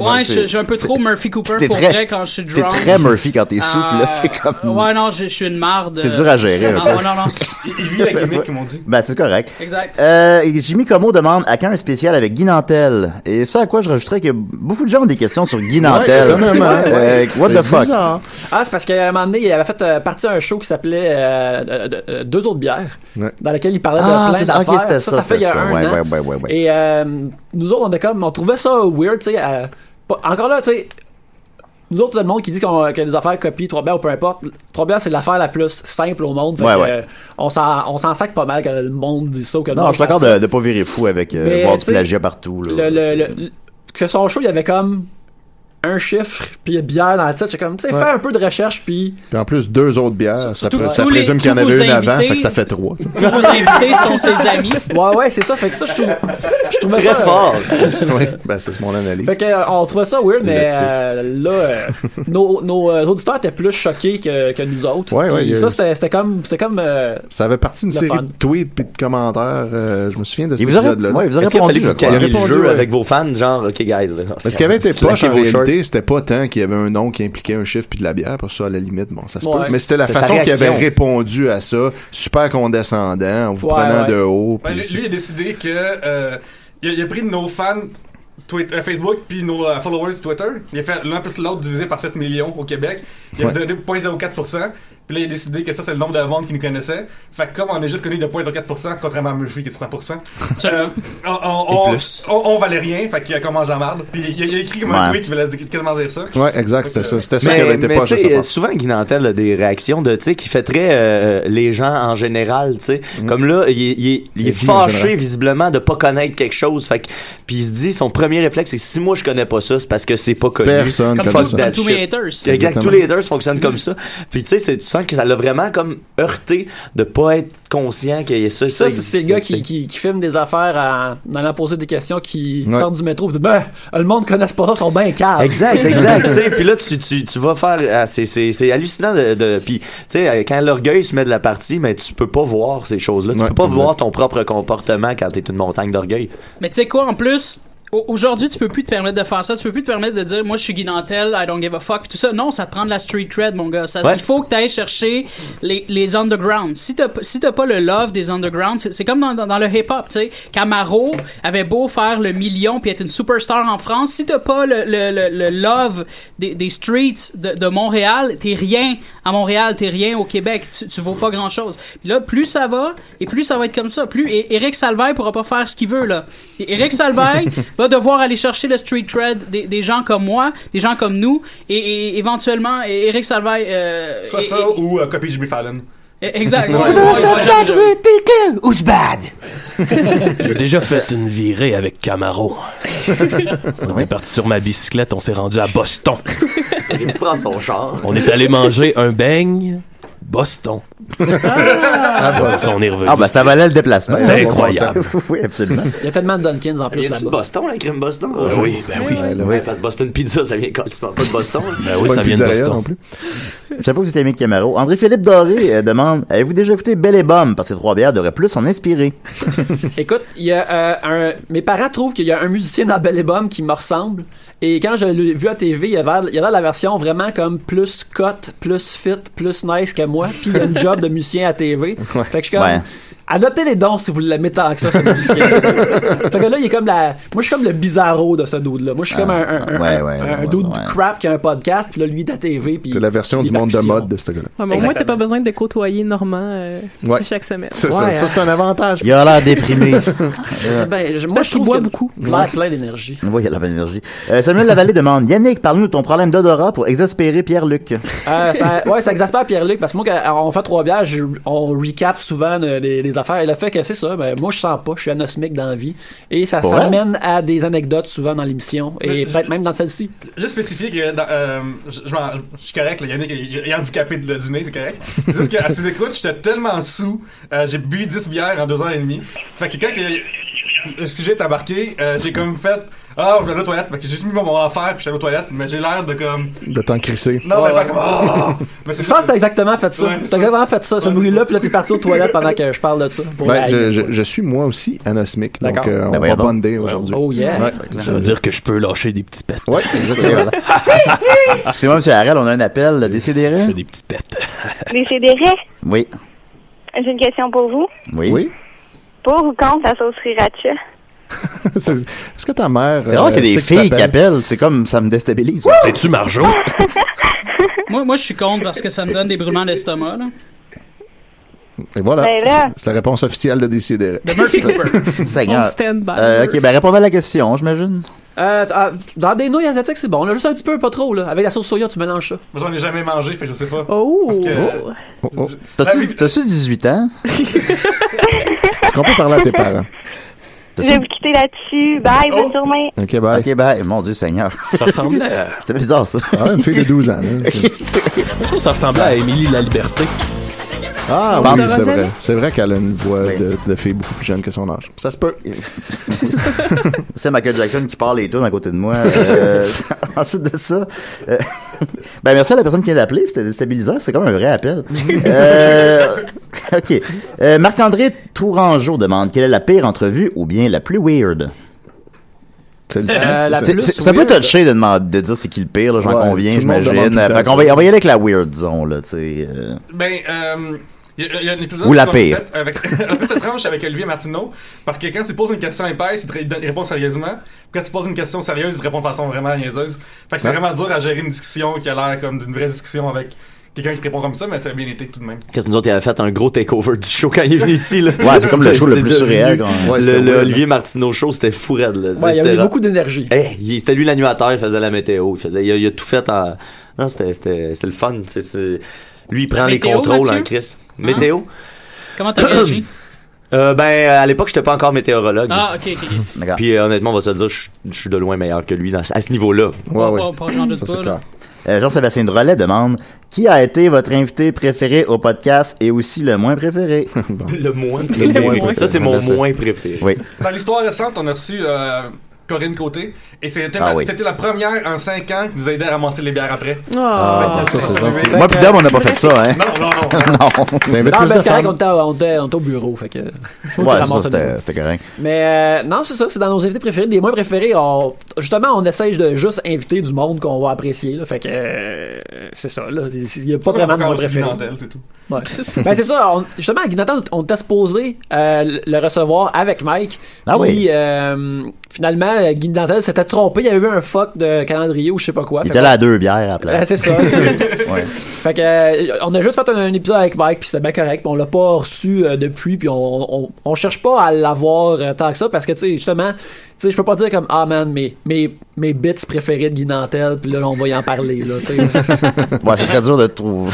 Speaker 14: Ouais,
Speaker 2: c'est-
Speaker 14: je je suis un peu trop Murphy Cooper
Speaker 2: t'es
Speaker 14: pour
Speaker 2: très-
Speaker 14: vrai quand je suis
Speaker 2: t'es
Speaker 14: drunk. Ah, Euh,
Speaker 2: très Murphy quand t'es sous, puis là, c'est comme-
Speaker 14: Ouais, non, je, je suis une marde. euh,
Speaker 2: C'est dur à gérer, un
Speaker 14: Non,
Speaker 2: peu.
Speaker 14: non, non.
Speaker 5: Il vit la gimmick, comme on dit.
Speaker 2: Ben, c'est correct.
Speaker 14: Exact.
Speaker 2: Euh, Jimmy Como demande à quand un spécial avec Guy Nantel? Et ça à quoi je rajouterais que beaucoup de gens ont des questions sur Guy Nantel.
Speaker 8: étonnamment,
Speaker 2: Euh,
Speaker 8: ouais.
Speaker 2: what the
Speaker 8: C'est
Speaker 2: fuck?
Speaker 8: bizarre. Ah, c'est parce qu'à un moment donné, il avait fait euh, partie d'un show qui s'appelait euh, euh, de- euh, Deux autres bières, dans lequel il parlait
Speaker 2: Ah,
Speaker 8: de plein
Speaker 2: c'est- ok,
Speaker 8: d'affaires.
Speaker 2: c'était
Speaker 8: ça,
Speaker 2: ça,
Speaker 8: ça, fait il y a
Speaker 2: c'était ça.
Speaker 8: un
Speaker 2: Ouais,
Speaker 8: an.
Speaker 2: ouais, ouais, ouais, ouais.
Speaker 8: Et euh, nous autres, on était comme, on trouvait ça weird, tu sais. euh, pas- encore là, tu sais. Nous autres, tout le monde qui dit qu'on que les affaires copient trois bières ou peu importe, trois bières c'est l'affaire la plus simple au monde. Fait
Speaker 2: Ouais,
Speaker 8: que,
Speaker 2: ouais.
Speaker 8: euh, On s'en on s'en sac pas mal que le monde dit ça ou que le
Speaker 2: Non,
Speaker 8: monde
Speaker 2: je suis d'accord
Speaker 8: fasse ça.
Speaker 2: de, de pas virer fou avec euh,
Speaker 8: Mais,
Speaker 2: voir du
Speaker 8: tu sais,
Speaker 2: plagiat partout. Là.
Speaker 8: Le- le- le- le- que son show, il y avait comme un chiffre, puis bière dans la tête. J'ai comme, tu sais,
Speaker 4: Ouais.
Speaker 8: fais un peu de recherche, puis.
Speaker 4: Puis en plus, deux autres bières, ça,
Speaker 8: Surtout
Speaker 4: pré-
Speaker 8: tous
Speaker 4: ça
Speaker 8: les-
Speaker 4: présume qu'il y en
Speaker 8: tous
Speaker 4: avait
Speaker 8: vos
Speaker 4: une avant,
Speaker 8: invités-
Speaker 4: fait que ça fait trois. tu sais.
Speaker 14: vos
Speaker 8: Tous
Speaker 14: invités sont ses amis.
Speaker 8: Ouais, ouais, c'est ça. Fait que ça, je, trouve, je trouvais
Speaker 4: Très
Speaker 8: ça. euh,
Speaker 4: fort. Ouais, ben, c'est mon analyse.
Speaker 8: Fait que, euh, on trouvait ça weird, mais
Speaker 4: L'autiste.
Speaker 8: euh, là, euh, nos, nos, euh, auditeurs étaient plus choqués que, que nous autres.
Speaker 4: Ouais, ouais,
Speaker 8: Puis
Speaker 4: il y a
Speaker 8: ça,
Speaker 4: eu-
Speaker 8: c'était c'était comme. C'était comme euh,
Speaker 4: Ça avait parti d'une
Speaker 8: Le
Speaker 4: série
Speaker 8: fun.
Speaker 4: de tweets et de commentaires. euh, je me souviens de cet
Speaker 8: Il vous a-
Speaker 4: épisode-là.
Speaker 8: ouais, il vous a
Speaker 4: Est-ce qu'il a fallu que vous
Speaker 6: calmiez
Speaker 4: calmiez
Speaker 6: le jeu avec
Speaker 4: vos-
Speaker 6: vos fans, genre, OK, guys. Là,
Speaker 4: Mais ce qui avait été
Speaker 6: slackez
Speaker 4: poche, en
Speaker 6: vos shirts.
Speaker 4: réalité, c'était pas tant qu'il y avait un nom qui impliquait un chiffre puis de la bière. Pour ça, à la limite, bon, ça se
Speaker 6: Ouais.
Speaker 4: peut. Mais c'était la
Speaker 6: C'est sa
Speaker 4: façon qu'il avait
Speaker 6: réaction.
Speaker 4: répondu à ça. Super condescendant, en vous
Speaker 5: Ouais,
Speaker 4: prenant
Speaker 5: ouais.
Speaker 4: de haut.
Speaker 5: Ouais,
Speaker 4: puis
Speaker 5: Ben, lui,
Speaker 4: c'est-
Speaker 5: lui, il a décidé que. euh, il, a, il a pris nos fans Twitter, euh, Facebook puis nos euh, followers Twitter. Il a fait l'un plus l'autre divisé par 7 millions au Québec. Il
Speaker 4: Ouais.
Speaker 5: a donné 0.04%. Puis là, il a décidé que ça, c'est le nombre de monde qui nous connaissait. Fait que comme on est juste connu de 0.04%, contrairement à Murphy qui est de 100%, euh, on, on,
Speaker 4: Et
Speaker 5: on,
Speaker 4: plus.
Speaker 5: on- on valait rien. Fait qu'il a commencé la merde. Puis il a, il a écrit comme un
Speaker 6: Ouais.
Speaker 5: tweet qui voulait quasiment dire ça.
Speaker 4: Ouais, exact, c'était ça. C'était ça
Speaker 6: Mais-
Speaker 4: qui avait été
Speaker 6: mais
Speaker 4: poche.
Speaker 6: tu
Speaker 4: de
Speaker 6: sais,
Speaker 4: sa part.
Speaker 6: euh, souvent, Guy Nantel a des réactions de, tu sais, qui fait très euh, les gens en général, tu sais. Comme là, il, est- il est- il est
Speaker 4: Les vies Mm-hmm. en
Speaker 6: fâché,
Speaker 4: général.
Speaker 6: visiblement, de pas connaître quelque chose. Fait que- puis il se dit, son premier réflexe, c'est si moi je connais pas ça, c'est parce que c'est pas connu.
Speaker 4: Personne
Speaker 6: Fuck
Speaker 4: connaît ça.
Speaker 6: that
Speaker 4: Comme tous mes
Speaker 6: shit.
Speaker 4: haters.
Speaker 6: Exact, tous
Speaker 4: Exactement.
Speaker 6: les haters fonctionnent comme ça. Puis tu sais, c'est- tu sens que ça l'a vraiment comme heurté de pas être conscient qu'il y a ça.
Speaker 8: ça, c'est c'est le gars qui,
Speaker 6: existait,
Speaker 8: qui, qui filme des affaires en, en allant poser des questions qui
Speaker 6: Ouais.
Speaker 8: sortent du métro. Puis, ben, le monde connaît pas ça, ils sont bien caves.
Speaker 6: Exact, exact. tu sais, puis là, tu, tu, tu vas faire. ah, c'est- c'est c'est hallucinant. De, de- puis, tu sais, euh, quand l'orgueil se met de la partie, mais tu peux pas voir ces choses-là. Tu peux pas voir ton propre comportement quand t'es une montagne d'orgueil.
Speaker 14: Mais tu sais quoi, en plus, au- aujourd'hui, tu peux plus te permettre de faire ça. Tu peux plus te permettre de dire, moi, je suis Guy Nantel, I don't give a fuck, pis tout ça. Non, ça te prend de la street cred, mon gars. Ça-
Speaker 6: Ouais.
Speaker 14: Il faut que tu ailles chercher les, les underground. Si t'as si t'as pas le love des underground, c'est c'est comme dans, dans- dans le hip-hop, tu sais. Camaro avait beau faire le million puis être une superstar en France, si t'as pas le, le, le, le love des, des streets de, de Montréal, t'es rien à Montréal, t'es rien au Québec, tu, tu vaux pas grand-chose. Puis là, plus ça va, et plus ça va être comme ça. Plus et- Eric Salvaille pourra pas faire ce qu'il veut, là. Et Eric Salvaille va devoir aller chercher le street cred des, des gens comme moi, des gens comme nous, et, et éventuellement, et Eric Salvaille... euh,
Speaker 5: Soit
Speaker 14: et-
Speaker 5: ça ou euh, copie Jimmy Fallon.
Speaker 14: et- Exact.
Speaker 5: Ouais.
Speaker 14: Ouais, ouais, ouais, j'avoue, j'avoue.
Speaker 13: Who's bad?
Speaker 7: J'ai déjà fait une virée avec Camaro. On est parti sur ma bicyclette, on s'est rendu à Boston.
Speaker 6: Il peut prendre son char.
Speaker 7: On est allé manger un beigne Boston. on est revenu.
Speaker 2: Ah, ben, ça valait le déplacement.
Speaker 7: C'était incroyable.
Speaker 2: oui, absolument.
Speaker 8: Il y a tellement de Dunkins en plus
Speaker 6: Viens-tu de
Speaker 8: là-bas.
Speaker 6: Boston, hein, la crème Boston?
Speaker 8: Ah oui, ben oui.
Speaker 6: Ouais, ouais, parce que Boston Pizza, ça vient quand tu parles pas de Boston.
Speaker 7: Bah
Speaker 2: Ben oui, C'est pas ça une vient de pizzeria Boston. non
Speaker 4: plus.
Speaker 2: Je sais pas si t'as aimé Camaro. André-Philippe Doré euh, demande Avez-vous déjà écouté Belle et Bombe Parce que Trois Bières devrait plus s'en inspirer.
Speaker 8: Écoute, il y a euh, un. Mes parents trouvent qu'il y a un musicien dans Belle et Bombe qui me ressemble. Et quand je l'ai vu à TV, il y avait, il y avait la version vraiment comme plus cut, plus fit, plus nice que moi. Puis il y a une job de musicien à TV. Fait que je suis comme.
Speaker 2: Ouais.
Speaker 8: Adoptez les dons si vous l'aimez tant que ça, ce musicien. ce gars-là, il est comme la. Moi, je suis comme le bizarro de ce dude-là. Moi, je suis comme un, un,
Speaker 2: Ah.
Speaker 8: un-
Speaker 2: ouais,
Speaker 8: un-
Speaker 2: ouais,
Speaker 8: un
Speaker 2: ouais,
Speaker 8: dude
Speaker 2: ouais.
Speaker 8: crap qui a un podcast, puis là, lui, il est à TV. Puis
Speaker 4: C'est la version
Speaker 8: les
Speaker 4: du monde de
Speaker 8: percussions.
Speaker 4: mode de ce gars-là.
Speaker 3: Ouais, mais au moins, t'as pas
Speaker 8: Exactement.
Speaker 3: besoin de côtoyer Normand euh,
Speaker 4: Ouais.
Speaker 3: chaque semaine.
Speaker 4: C'est ça, ça,
Speaker 14: hein.
Speaker 4: c'est un avantage.
Speaker 2: Il a l'air déprimé.
Speaker 8: C'est ben, je- moi, je trouve bois beaucoup. Il a plein d'énergie.
Speaker 2: Oui, il a la bonne énergie. Euh, Samuel Lavallée demande Yannick, parle-nous de ton problème d'odorat pour exaspérer Pierre-Luc.
Speaker 8: Euh, ça, ouais, ça exaspère Pierre-Luc parce que moi, quand on fait trois bières, je- on recap souvent de- des, des affaires. Et le fait que c'est ça, ben, moi, je sens pas, je suis anosmique dans la vie. Et ça
Speaker 2: Pour vrai?
Speaker 8: s'amène à des anecdotes souvent dans l'émission et peut-être même dans celle-ci.
Speaker 5: Juste spécifier que dans- euh, je, je m'en- je suis correct, là, Yannick il il est handicapé de, du nez, c'est correct. C'est juste qu'à ses écoutes, j'étais tellement sous, euh, j'ai bu 10 bières en 2 heures et demie. Fait que quand que le sujet est embarqué, euh, j'ai comme fait Ah, je vais aller aux toilettes. Fait que j'ai juste mis mon affaire puis je suis allé aux toilettes, mais j'ai l'air de comme.
Speaker 4: De t'en crisser.
Speaker 5: Non, mais fait comme. Ah! Mais
Speaker 8: Je pense que t'as exactement fait ça.
Speaker 5: Ouais,
Speaker 8: t'as exactement fait ça, ce bruit-là, puis là, t'es parti aux toilettes pendant que je parle de ça. Pour
Speaker 4: Ben,
Speaker 8: la-
Speaker 4: je, je- je suis moi aussi anosmique, donc
Speaker 8: D'accord.
Speaker 4: euh, on
Speaker 8: Ben
Speaker 4: va
Speaker 8: voyons donc.
Speaker 4: bonder aujourd'hui.
Speaker 8: Oh, yeah.
Speaker 7: Ça veut dire que je peux lâcher des petits pets.
Speaker 4: Ouais, exactement.
Speaker 2: C'est moi, M. Harel, on a un appel. le Décidérez. Je fais
Speaker 7: des petites pètes.
Speaker 15: Décidérez,
Speaker 2: Oui,
Speaker 15: j'ai une question pour vous.
Speaker 2: oui.
Speaker 15: Pour ou contre la sauce sriracha?
Speaker 4: C'est- Est-ce que ta mère.
Speaker 2: C'est rare
Speaker 4: euh,
Speaker 2: qu'il y a des
Speaker 4: sait que
Speaker 2: filles qui
Speaker 4: t'appelles?
Speaker 2: appellent. C'est comme ça me déstabilise.
Speaker 7: C'est-tu Marjo?
Speaker 14: Moi, moi je suis contre parce que ça me donne des brûlements d'estomac. là.
Speaker 4: Et voilà.
Speaker 14: Ben là.
Speaker 4: C'est la réponse officielle de Décidérez.
Speaker 14: De Murphy Cooper.
Speaker 2: Seigneur.
Speaker 8: On stand by.
Speaker 2: Euh, ok, ben répondez à la question, j'imagine.
Speaker 8: Euh, t- ah, dans des nouilles asiatiques, c'est bon. Là, juste un petit peu, pas trop. Là. Avec la sauce soya, tu mélanges ça.
Speaker 5: Moi, j'en ai jamais mangé, fait que je sais pas.
Speaker 3: Oh!
Speaker 5: Parce que,
Speaker 2: oh. T'as-tu t'as-tu 18 ans? Est-ce hein? qu'on peut parler à tes parents?
Speaker 15: Je vais vous quitter là-dessus. Bye, bonne journée.
Speaker 2: Ok, bye. Ok, bye. Mon Dieu Seigneur.
Speaker 7: Ça ressemble à-
Speaker 2: C'était bizarre, ça.
Speaker 4: Ah, une fille de 12 ans.
Speaker 7: Je trouve que ça ressemblait à Émilie La Liberté.
Speaker 4: Ah
Speaker 7: Bon,
Speaker 4: oui,
Speaker 7: ça
Speaker 4: c'est
Speaker 7: va,
Speaker 4: vrai.
Speaker 7: Jeanne?
Speaker 4: C'est vrai qu'elle a une voix de, de fille beaucoup plus jeune que son âge. Ça se peut.
Speaker 2: C'est Michael Jackson qui parle les deux à côté de moi. Euh, ensuite de ça, euh, ben merci à la personne qui vient d'appeler. C'était déstabilisant. C'est comme un vrai appel. Euh, ok. Euh, Marc-André Tourangeau demande quelle est la pire entrevue ou bien la plus weird.
Speaker 8: Euh, la
Speaker 2: C'est-
Speaker 8: plus
Speaker 2: c'est c'est un peu
Speaker 8: weird.
Speaker 2: touché de, demander- de dire c'est qui le pire, là, j'en
Speaker 4: Ouais,
Speaker 2: conviens,
Speaker 4: tout le monde demande tout
Speaker 2: j'imagine.
Speaker 4: le temps
Speaker 2: Fait qu'on
Speaker 4: ça.
Speaker 2: va, y- on va y aller avec la weird, disons, là, tu sais. euh.
Speaker 5: Ben, euh, il y, a- il y a un épisode
Speaker 2: Ou la
Speaker 5: qui m'a
Speaker 2: pire.
Speaker 5: fait Avec, un peu étrange avec Olivier Martineau, parce que quand tu poses une question épaisse, il, te- il donne- il répond sérieusement. Puis Quand tu poses une question sérieuse, il répond de façon vraiment niaiseuse. Fait que c'est
Speaker 2: Ouais.
Speaker 5: vraiment dur à gérer une discussion qui a l'air comme d'une vraie discussion avec quelqu'un qui répond comme ça, mais ça a bien été tout de même.
Speaker 6: Qu'est-ce que nous autres, il avait fait un gros takeover du show quand il est venu ici. Là.
Speaker 2: Ouais, c'est comme le show le
Speaker 6: C'était
Speaker 2: plus surréel,
Speaker 6: devenu-
Speaker 2: quand même. Ouais,
Speaker 6: le-
Speaker 2: c'était
Speaker 6: le
Speaker 2: weird,
Speaker 6: Olivier Martineau show, c'était fou raide. Là.
Speaker 8: Ouais, il y
Speaker 6: C'était
Speaker 8: avait
Speaker 6: là-
Speaker 8: beaucoup d'énergie.
Speaker 6: Eh, il- c'était lui l'annuateur, il faisait la météo. Il, faisait, il, a, il a tout fait en. Non, c'était, c'était, c'est le fun. c'est- c'est- Lui, il prend les
Speaker 14: Météo,
Speaker 6: contrôles
Speaker 14: Mathieu? Ah.
Speaker 6: en Chris. Météo?
Speaker 14: Comment t'as réagi?
Speaker 6: Euh, ben, à l'époque, j'étais pas encore météorologue.
Speaker 14: Ah, ok, ok. ok.
Speaker 6: Puis euh, honnêtement, on va se le dire, je je suis de loin meilleur que lui dans, à ce niveau-là.
Speaker 2: Ouais,
Speaker 14: ouais. Pas- pas- j'en doute Ça, c'est pas, là. clair.
Speaker 2: Euh, Jean-Sébastien Drolet demande Qui a été votre invité préféré au podcast et aussi le moins préféré
Speaker 6: Le moins
Speaker 2: préféré.
Speaker 6: préféré. Ça, c'est mon
Speaker 2: Merci.
Speaker 6: moins préféré.
Speaker 2: Oui.
Speaker 5: Dans l'histoire récente, on a reçu euh, Corinne Côté, et c'était
Speaker 2: Ah
Speaker 5: la-
Speaker 2: oui.
Speaker 5: c'était la première en 5 ans qui nous a aidé à ramasser les bières après.
Speaker 2: Ah,
Speaker 5: Fait que
Speaker 2: ça, c'est
Speaker 5: ça,
Speaker 2: gentil.
Speaker 5: oui.
Speaker 2: Moi, puis Dom, on n'a pas fait ça, hein.
Speaker 5: Non, non, non.
Speaker 2: non.
Speaker 8: Non, mais c'est correct, on était- on était on était au bureau. Fait que, c'est
Speaker 2: Ouais,
Speaker 8: moi qui
Speaker 2: ça,
Speaker 8: ramasse le
Speaker 2: c'était- c'était correct.
Speaker 8: Mais euh, non, c'est ça, c'est dans nos invités préférés. Des moins préférés, on- justement, on essaye de juste inviter du monde qu'on va apprécier. Là, fait que euh, c'est ça. là. Il n'y a pas vraiment de moins préférés.
Speaker 5: c'est tout.
Speaker 8: Ouais. ben c'est ça, on- justement, Guy Nathan, on était supposé euh, le recevoir avec Mike.
Speaker 2: Ah
Speaker 8: Puis,
Speaker 2: oui.
Speaker 8: euh, finalement, Guy Nathan s'était trompé. Il y avait eu un fuck de calendrier ou je sais pas quoi.
Speaker 2: Il
Speaker 8: Fait
Speaker 2: était
Speaker 8: que-
Speaker 2: là à deux bières à la
Speaker 8: Ah,
Speaker 2: place.
Speaker 8: c'est ça, tu sais.
Speaker 2: Ouais.
Speaker 8: Fait que euh, on a juste fait un, un épisode avec Mike puis c'était bien correct, puis on l'a pas reçu euh, depuis puis on, on, on cherche pas à l'avoir euh, tant que ça parce que tu sais justement, tu sais je peux pas dire comme ah man mes mes mes bits préférés de Guy Nantel puis là on va y en parler là, tu sais.
Speaker 2: Ouais, ce serait dur de trouver.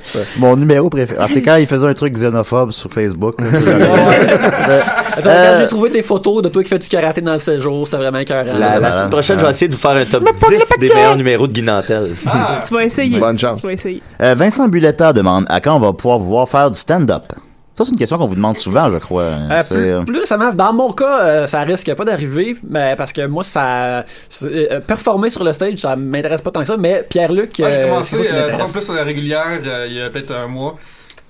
Speaker 2: Mon numéro préféré. Ah, c'est quand il faisait un truc xénophobe sur Facebook. là.
Speaker 8: Attends, quand
Speaker 2: Euh,
Speaker 8: j'ai trouvé tes photos de toi qui fais du karaté dans le séjour, c'était vraiment écœurant.
Speaker 6: La, la semaine prochaine, je vais essayer de vous faire un top 10 des meilleurs numéros de Guy Nantel.
Speaker 14: Ah.
Speaker 3: Tu vas essayer.
Speaker 2: Bonne chance.
Speaker 3: Tu vas essayer.
Speaker 2: Euh, Vincent Buletta demande à quand on va pouvoir vous voir faire du stand-up. Ça, c'est une question qu'on vous demande souvent, je crois.
Speaker 8: Euh,
Speaker 2: C'est, euh,
Speaker 8: plus, plus récemment, dans mon cas, euh, ça risque pas d'arriver, mais parce que moi, ça c'est- euh, performer sur le stage, ça m'intéresse pas tant que ça. Mais Pierre-Luc,
Speaker 5: Ah, j'ai
Speaker 8: euh,
Speaker 5: commencé
Speaker 8: c'est quoi ce qui
Speaker 5: euh,
Speaker 8: l'intéresse?
Speaker 5: par exemple, plus sur la régulière euh, il y a peut-être un mois.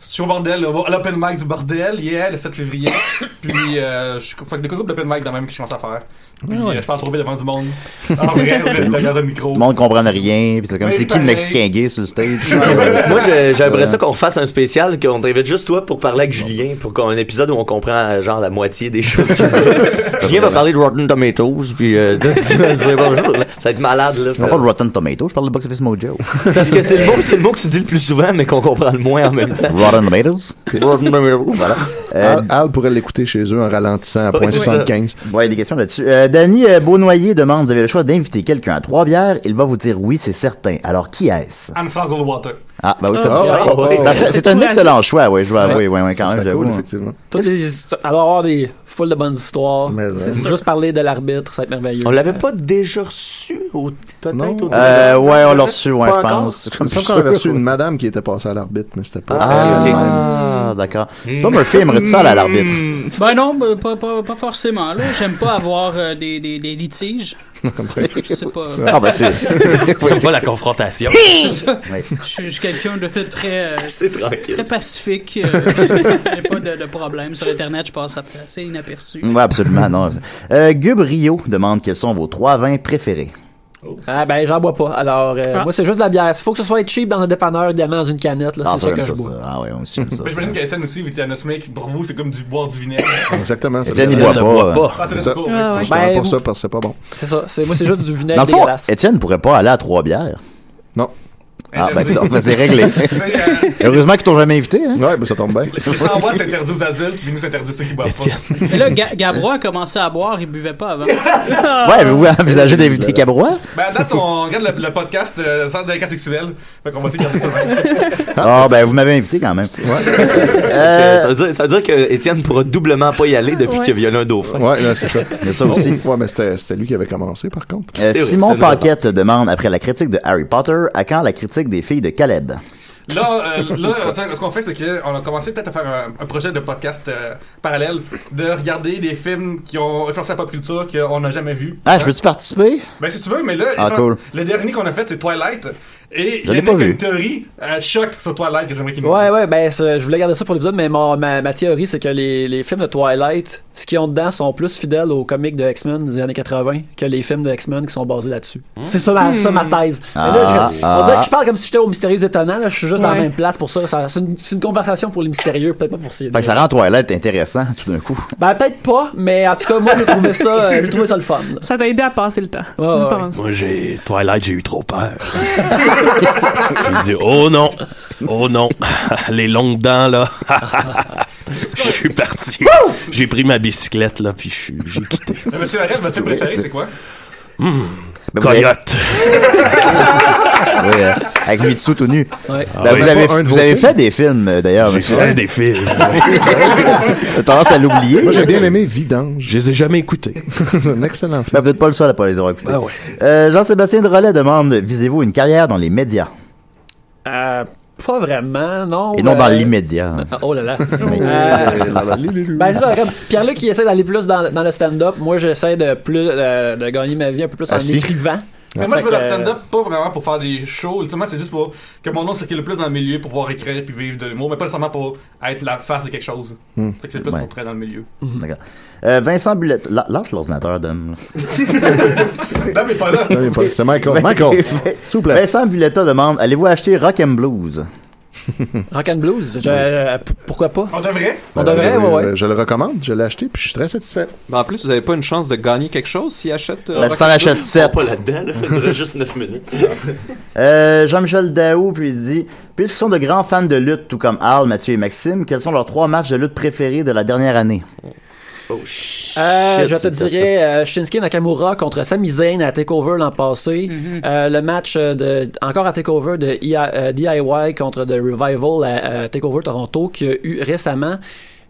Speaker 5: Je suis au bordel, là, à l'open mic du bordel, yeah, le 7 février. Puis, euh, je suis fait que des groupes d'open mic dans même que je commence à faire.
Speaker 4: Ben
Speaker 5: Puis,
Speaker 2: Ah ouais.
Speaker 5: euh, je parle trop vite devant du monde. En Ah, vrai, derrière un micro.
Speaker 2: Tout le monde comprend rien, puis c'est comme
Speaker 5: Oui,
Speaker 2: c'est qui le
Speaker 5: pareil.
Speaker 2: Mexicain gay sur le stage.
Speaker 6: Moi, je- j'aimerais
Speaker 2: Voilà.
Speaker 6: ça qu'on fasse un spécial, qu'on t'invite juste toi pour parler avec Julien, pour qu'on ait un épisode où on comprend euh, genre la moitié des choses qui se disent. Julien va parler de Rotten Tomatoes, puis euh, tu vas dire bonjour. là. Ça va être malade, là.
Speaker 2: Je parle pas de Rotten Tomato, je parle de Box Office Mojo.
Speaker 6: Parce que c'est le, mot, c'est le mot que tu dis le plus souvent, mais qu'on comprend le moins en même temps.
Speaker 2: Rotten Tomatoes.
Speaker 6: Rotten Tomatoes.
Speaker 2: Voilà.
Speaker 4: Al, Al pourrait l'écouter chez eux en ralentissant à
Speaker 2: Ouais, c'est ça.
Speaker 4: 0.75.
Speaker 2: Ouais, des questions là-dessus. Euh, Danny euh, Beaunoyer demande, vous avez le choix d'inviter quelqu'un à trois bières, il va vous dire oui, c'est certain. Alors, qui est-ce?
Speaker 5: Anne Frank Goldwater.
Speaker 2: Ah, bah oui,
Speaker 6: Oh,
Speaker 5: Ah,
Speaker 2: ça
Speaker 5: c'est
Speaker 2: c'est-
Speaker 5: vrai.
Speaker 2: ça serait- C'est un
Speaker 5: Ouais.
Speaker 2: excellent choix, oui, je dois avouer, ouais, ouais, quand
Speaker 4: Ça
Speaker 2: même,
Speaker 4: serait
Speaker 2: j'avoue.
Speaker 4: cool,
Speaker 2: hein.
Speaker 4: effectivement.
Speaker 8: Toutes les histoires- elle va avoir des full de bonnes histoires.
Speaker 2: ouais.
Speaker 8: C'est Juste parler de l'arbitre, ça va être merveilleux.
Speaker 6: On l'avait pas déjà reçu, au- peut-être? au-
Speaker 2: Euh, ouais, on l'a reçu, ouais,
Speaker 6: Pas
Speaker 2: je
Speaker 6: encore?
Speaker 2: pense.
Speaker 4: Comme ça, qu'on avait reçu une madame qui était passée à l'arbitre, mais c'était pas
Speaker 2: Ah,
Speaker 4: elle.
Speaker 2: ah, d'accord.
Speaker 8: Hmm.
Speaker 2: Toi, Murphy, aimerais-tu ça aller à l'arbitre?
Speaker 14: Ben non, ben, pas, pas, pas forcément. Là, j'aime pas avoir euh, des, des, des litiges. Je sais pas.
Speaker 2: Ah, ben, c'est- c'est-
Speaker 7: Comme pas la confrontation.
Speaker 14: C'est ça.
Speaker 2: Ouais.
Speaker 14: Je suis- je suis quelqu'un de très, euh, très pacifique. euh, J'ai pas de, de problème. Sur Internet, je passe après. C'est inaperçu.
Speaker 2: Ouais, absolument, non. Euh, Gub Rio demande quels sont vos trois vins préférés.
Speaker 8: Ah ben j'en bois pas. Alors euh,
Speaker 5: Ah.
Speaker 8: moi c'est juste de la bière. Il faut que ce soit cheap dans un dépanneur, évidemment dans une canette. Là,
Speaker 2: Ah,
Speaker 8: c'est ça
Speaker 2: ça,
Speaker 8: que
Speaker 2: j'aime
Speaker 8: je
Speaker 2: ça,
Speaker 8: bois.
Speaker 2: ça. Ah, ouais, on aussi aime ça.
Speaker 5: Mais j'imagine qu'Étienne aussi, Vitanos Mec, pour vous, c'est comme du boire du vinaigre.
Speaker 4: Exactement.
Speaker 2: Étienne, il boit pas.
Speaker 5: Ah,
Speaker 4: C'est
Speaker 5: c'est
Speaker 4: ça.
Speaker 5: ça.
Speaker 4: Je
Speaker 5: Ah, ouais.
Speaker 4: prends
Speaker 8: Ben,
Speaker 4: pas ça parce que c'est pas bon.
Speaker 8: C'est ça. C'est moi c'est juste du
Speaker 2: Dans
Speaker 8: vinaigre
Speaker 2: le fond,
Speaker 8: dégueulasse.
Speaker 2: Étienne pourrait pas aller à trois bières.
Speaker 4: Non.
Speaker 2: Ah, ben, non, ben, c'est réglé. Heureusement qu'ils t'ont jamais invité. Hein?
Speaker 4: Ouais, ben ça tombe bien.
Speaker 5: Les sans bois, c'est interdit aux adultes, puis nous, c'est interdit à ceux qui boivent pas.
Speaker 14: Mais là, Ga- Gabro a commencé à boire, il buvait pas avant.
Speaker 8: Ah.
Speaker 2: Ouais, avez-vous envisagé d'inviter Cabrois?
Speaker 5: Ben, à date, on regarde le, le podcast euh, sans délicat sexuel. Fait qu'on va essayer de garder ça.
Speaker 2: Ah, ben, vous m'avez invité quand même.
Speaker 6: Euh, Ça veut dire, ça veut dire que Étienne pourra doublement pas y aller depuis
Speaker 2: Ouais.
Speaker 6: qu'il a violé un dauphin.
Speaker 4: Ouais, là, c'est ça.
Speaker 2: Mais ça aussi.
Speaker 4: Ouais, mais c'était c'était lui qui avait commencé, par contre.
Speaker 2: Euh, Simon Paquette demande, après la critique de Harry Potter, à quand la critique des filles de Caleb?
Speaker 5: Là, euh, là tu sais, ce qu'on fait, c'est qu'on a commencé peut-être à faire un, un projet de podcast euh, parallèle, de regarder des films qui ont influencé la pop culture qu'on n'a jamais vu.
Speaker 2: Ah, je peux-tu participer?
Speaker 5: Ben, si tu veux, mais là,
Speaker 2: Ah,
Speaker 5: ça-
Speaker 2: cool.
Speaker 5: le dernier qu'on a fait, c'est Twilight. Et
Speaker 2: Je
Speaker 5: il y
Speaker 2: l'ai
Speaker 5: en
Speaker 2: pas
Speaker 5: a qui a
Speaker 2: vu.
Speaker 5: une théorie euh, choc sur Twilight que j'aimerais qu'il me
Speaker 8: Ouais, ouais, ben c'est- je voulais garder ça pour l'épisode, mais ma, ma, ma théorie c'est que les, les films de Twilight, ce qu'ils ont dedans, sont plus fidèles aux comics de X-Men des années 80 que les films de X-Men qui sont basés là-dessus. C'est ça ma,
Speaker 14: Hmm.
Speaker 8: ça ma thèse. Mais
Speaker 2: Ah,
Speaker 8: là, je,
Speaker 2: ah.
Speaker 8: on dirait que je parle comme si j'étais au mystérieux étonnant, là, je suis juste dans la
Speaker 14: Ouais.
Speaker 8: même place pour ça. ça c'est, une, c'est une conversation pour les mystérieux, peut-être pas pour ces
Speaker 2: Fait que ça rend Twilight intéressant, tout d'un coup.
Speaker 8: Ben peut-être pas, mais en tout cas moi j'ai trouvé ça, euh, j'ai trouvé ça le fun. là.
Speaker 3: Ça t'a aidé à passer le temps,
Speaker 8: Oh, Ouais,
Speaker 3: je
Speaker 8: ouais.
Speaker 3: pense.
Speaker 7: Moi, j'ai. Twilight, j'ai eu trop peur. Il dit Oh non Oh non Les longues dents, là. Je suis parti. J'ai pris ma bicyclette, là, puis je suis- j'ai quitté.
Speaker 5: Le monsieur Arrête, votre film préféré, c'est quoi
Speaker 7: Hmm.
Speaker 2: Ben, vous avez-
Speaker 7: Coyote
Speaker 2: Oui, euh, avec Mitsu tout nu.
Speaker 8: Ouais.
Speaker 2: Ben,
Speaker 7: Ah oui.
Speaker 2: vous avez,
Speaker 7: Pas un de
Speaker 2: vous
Speaker 7: vos
Speaker 2: avez
Speaker 7: films?
Speaker 2: fait des films, euh, d'ailleurs.
Speaker 7: J'ai
Speaker 2: monsieur.
Speaker 7: fait des films.
Speaker 2: J'ai tendance à l'oublier.
Speaker 4: Moi, j'ai bien aimé Vidange.
Speaker 7: Je les ai jamais écoutés.
Speaker 4: c'est un excellent film.
Speaker 2: Ben, vous n'êtes pas le seul à pas les avoir écoutés.
Speaker 4: Ah ouais.
Speaker 2: Euh, Jean-Sébastien Drolet demande Visez-vous une carrière dans les médias
Speaker 8: Euh, pas vraiment, non.
Speaker 2: et non dans
Speaker 8: euh,
Speaker 2: l'immédiat
Speaker 8: Ah, Oh là là.
Speaker 2: Oui.
Speaker 8: Euh, ben c'est ça, comme Pierre-Luc qui essaie d'aller plus dans, dans le stand-up, moi j'essaie de plus euh, de gagner ma vie un peu plus en
Speaker 2: Assis.
Speaker 8: écrivant.
Speaker 5: Mais moi, je
Speaker 8: Fait
Speaker 5: veux le
Speaker 8: que,
Speaker 5: stand-up pas vraiment pour faire des shows. Ultimement, c'est juste pour que mon nom circule le plus dans le milieu, pour pouvoir écrire puis vivre de l'humour, mais pas nécessairement pour être la face de quelque chose.
Speaker 2: Hmm.
Speaker 5: Fait que c'est plus
Speaker 2: Ouais.
Speaker 5: pour être dans le milieu.
Speaker 2: D'accord. Euh, Vincent Bullette, la- lâche l'ordinateur, Dom.
Speaker 5: Dom est pas là.
Speaker 4: Non, il est pas- C'est Michael. Michael, s'il vous plaît.
Speaker 2: Vincent Bulletta demande Allez-vous acheter Rock and Blues
Speaker 8: Rock and Blues, je- euh, p- pourquoi pas?
Speaker 5: On devrait?
Speaker 8: On
Speaker 2: Ben,
Speaker 8: devrait, ouais, ouais.
Speaker 4: Euh, Je le recommande, je l'ai acheté, puis je suis très satisfait.
Speaker 11: Mais Ben, en plus, vous avez pas une chance de gagner quelque chose euh, s'il achète.
Speaker 2: Ben, si t'en achètes sept.
Speaker 11: Pas là-dedans, là. Il faudrait juste 9 minutes.
Speaker 2: Euh, Jean-Michel Daou, puis il dit Puisqu'ils sont de grands fans de lutte, tout comme Al, Mathieu et Maxime, quels sont leurs trois matchs de lutte préférés de la dernière année
Speaker 8: Euh,
Speaker 2: Shit,
Speaker 8: je te
Speaker 2: c'est tough,
Speaker 8: dirais euh, Shinsuke Nakamura contre Sami Zayn à TakeOver l'an passé. Euh, le match euh, de, encore à TakeOver de I- euh, DIY contre The Revival à euh, TakeOver Toronto qui a eu récemment.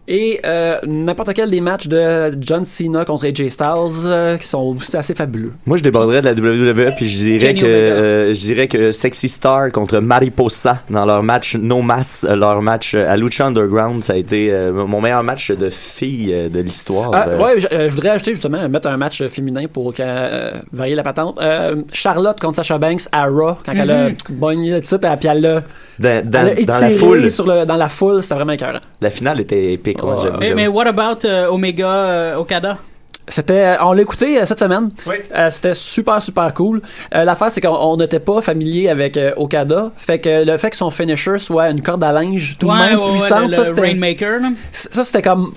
Speaker 8: Et euh, n'importe quel des matchs de John Cena contre AJ Styles euh, qui sont aussi assez fabuleux.
Speaker 6: Moi, je déborderais de la WWE puis je dirais
Speaker 8: Kenny
Speaker 6: que
Speaker 8: Omega.
Speaker 6: euh, je dirais que Sexy Star contre Mariposa dans leur match No Mass, euh, leur match euh, à Lucha Underground, ça a été euh, mon meilleur match de filles euh, de l'histoire.
Speaker 8: Ah,
Speaker 6: Euh,
Speaker 8: ouais, je, euh, je voudrais ajouter justement, mettre un match euh, féminin pour qu'elle, euh, varier la patente. Euh, Charlotte contre Sasha Banks à Raw, quand elle a
Speaker 6: Mhm.
Speaker 14: Mm-hmm.
Speaker 8: gagné le titre, puis elle l'a
Speaker 6: dans,
Speaker 8: elle
Speaker 6: dans-
Speaker 8: l'a
Speaker 6: dans la
Speaker 8: étiré
Speaker 6: foule,
Speaker 8: sur le- dans la foule, c'était vraiment écœurant.
Speaker 6: la finale était épique. ouais, j'avoue,
Speaker 14: Mais,
Speaker 6: j'avoue.
Speaker 14: mais what about euh, Omega euh, Okada?
Speaker 8: C'était, on l'a écouté euh, cette semaine. Euh, c'était super super cool. Euh, L'affaire c'est qu'on on n'était pas familier avec euh, Okada, fait que le fait que son finisher soit une corde à linge tout de
Speaker 14: Ouais,
Speaker 8: même
Speaker 14: ouais, ouais,
Speaker 8: puissante,
Speaker 14: le-
Speaker 8: ça
Speaker 14: le
Speaker 8: c'était
Speaker 14: Rainmaker, là.
Speaker 8: ça c'était comme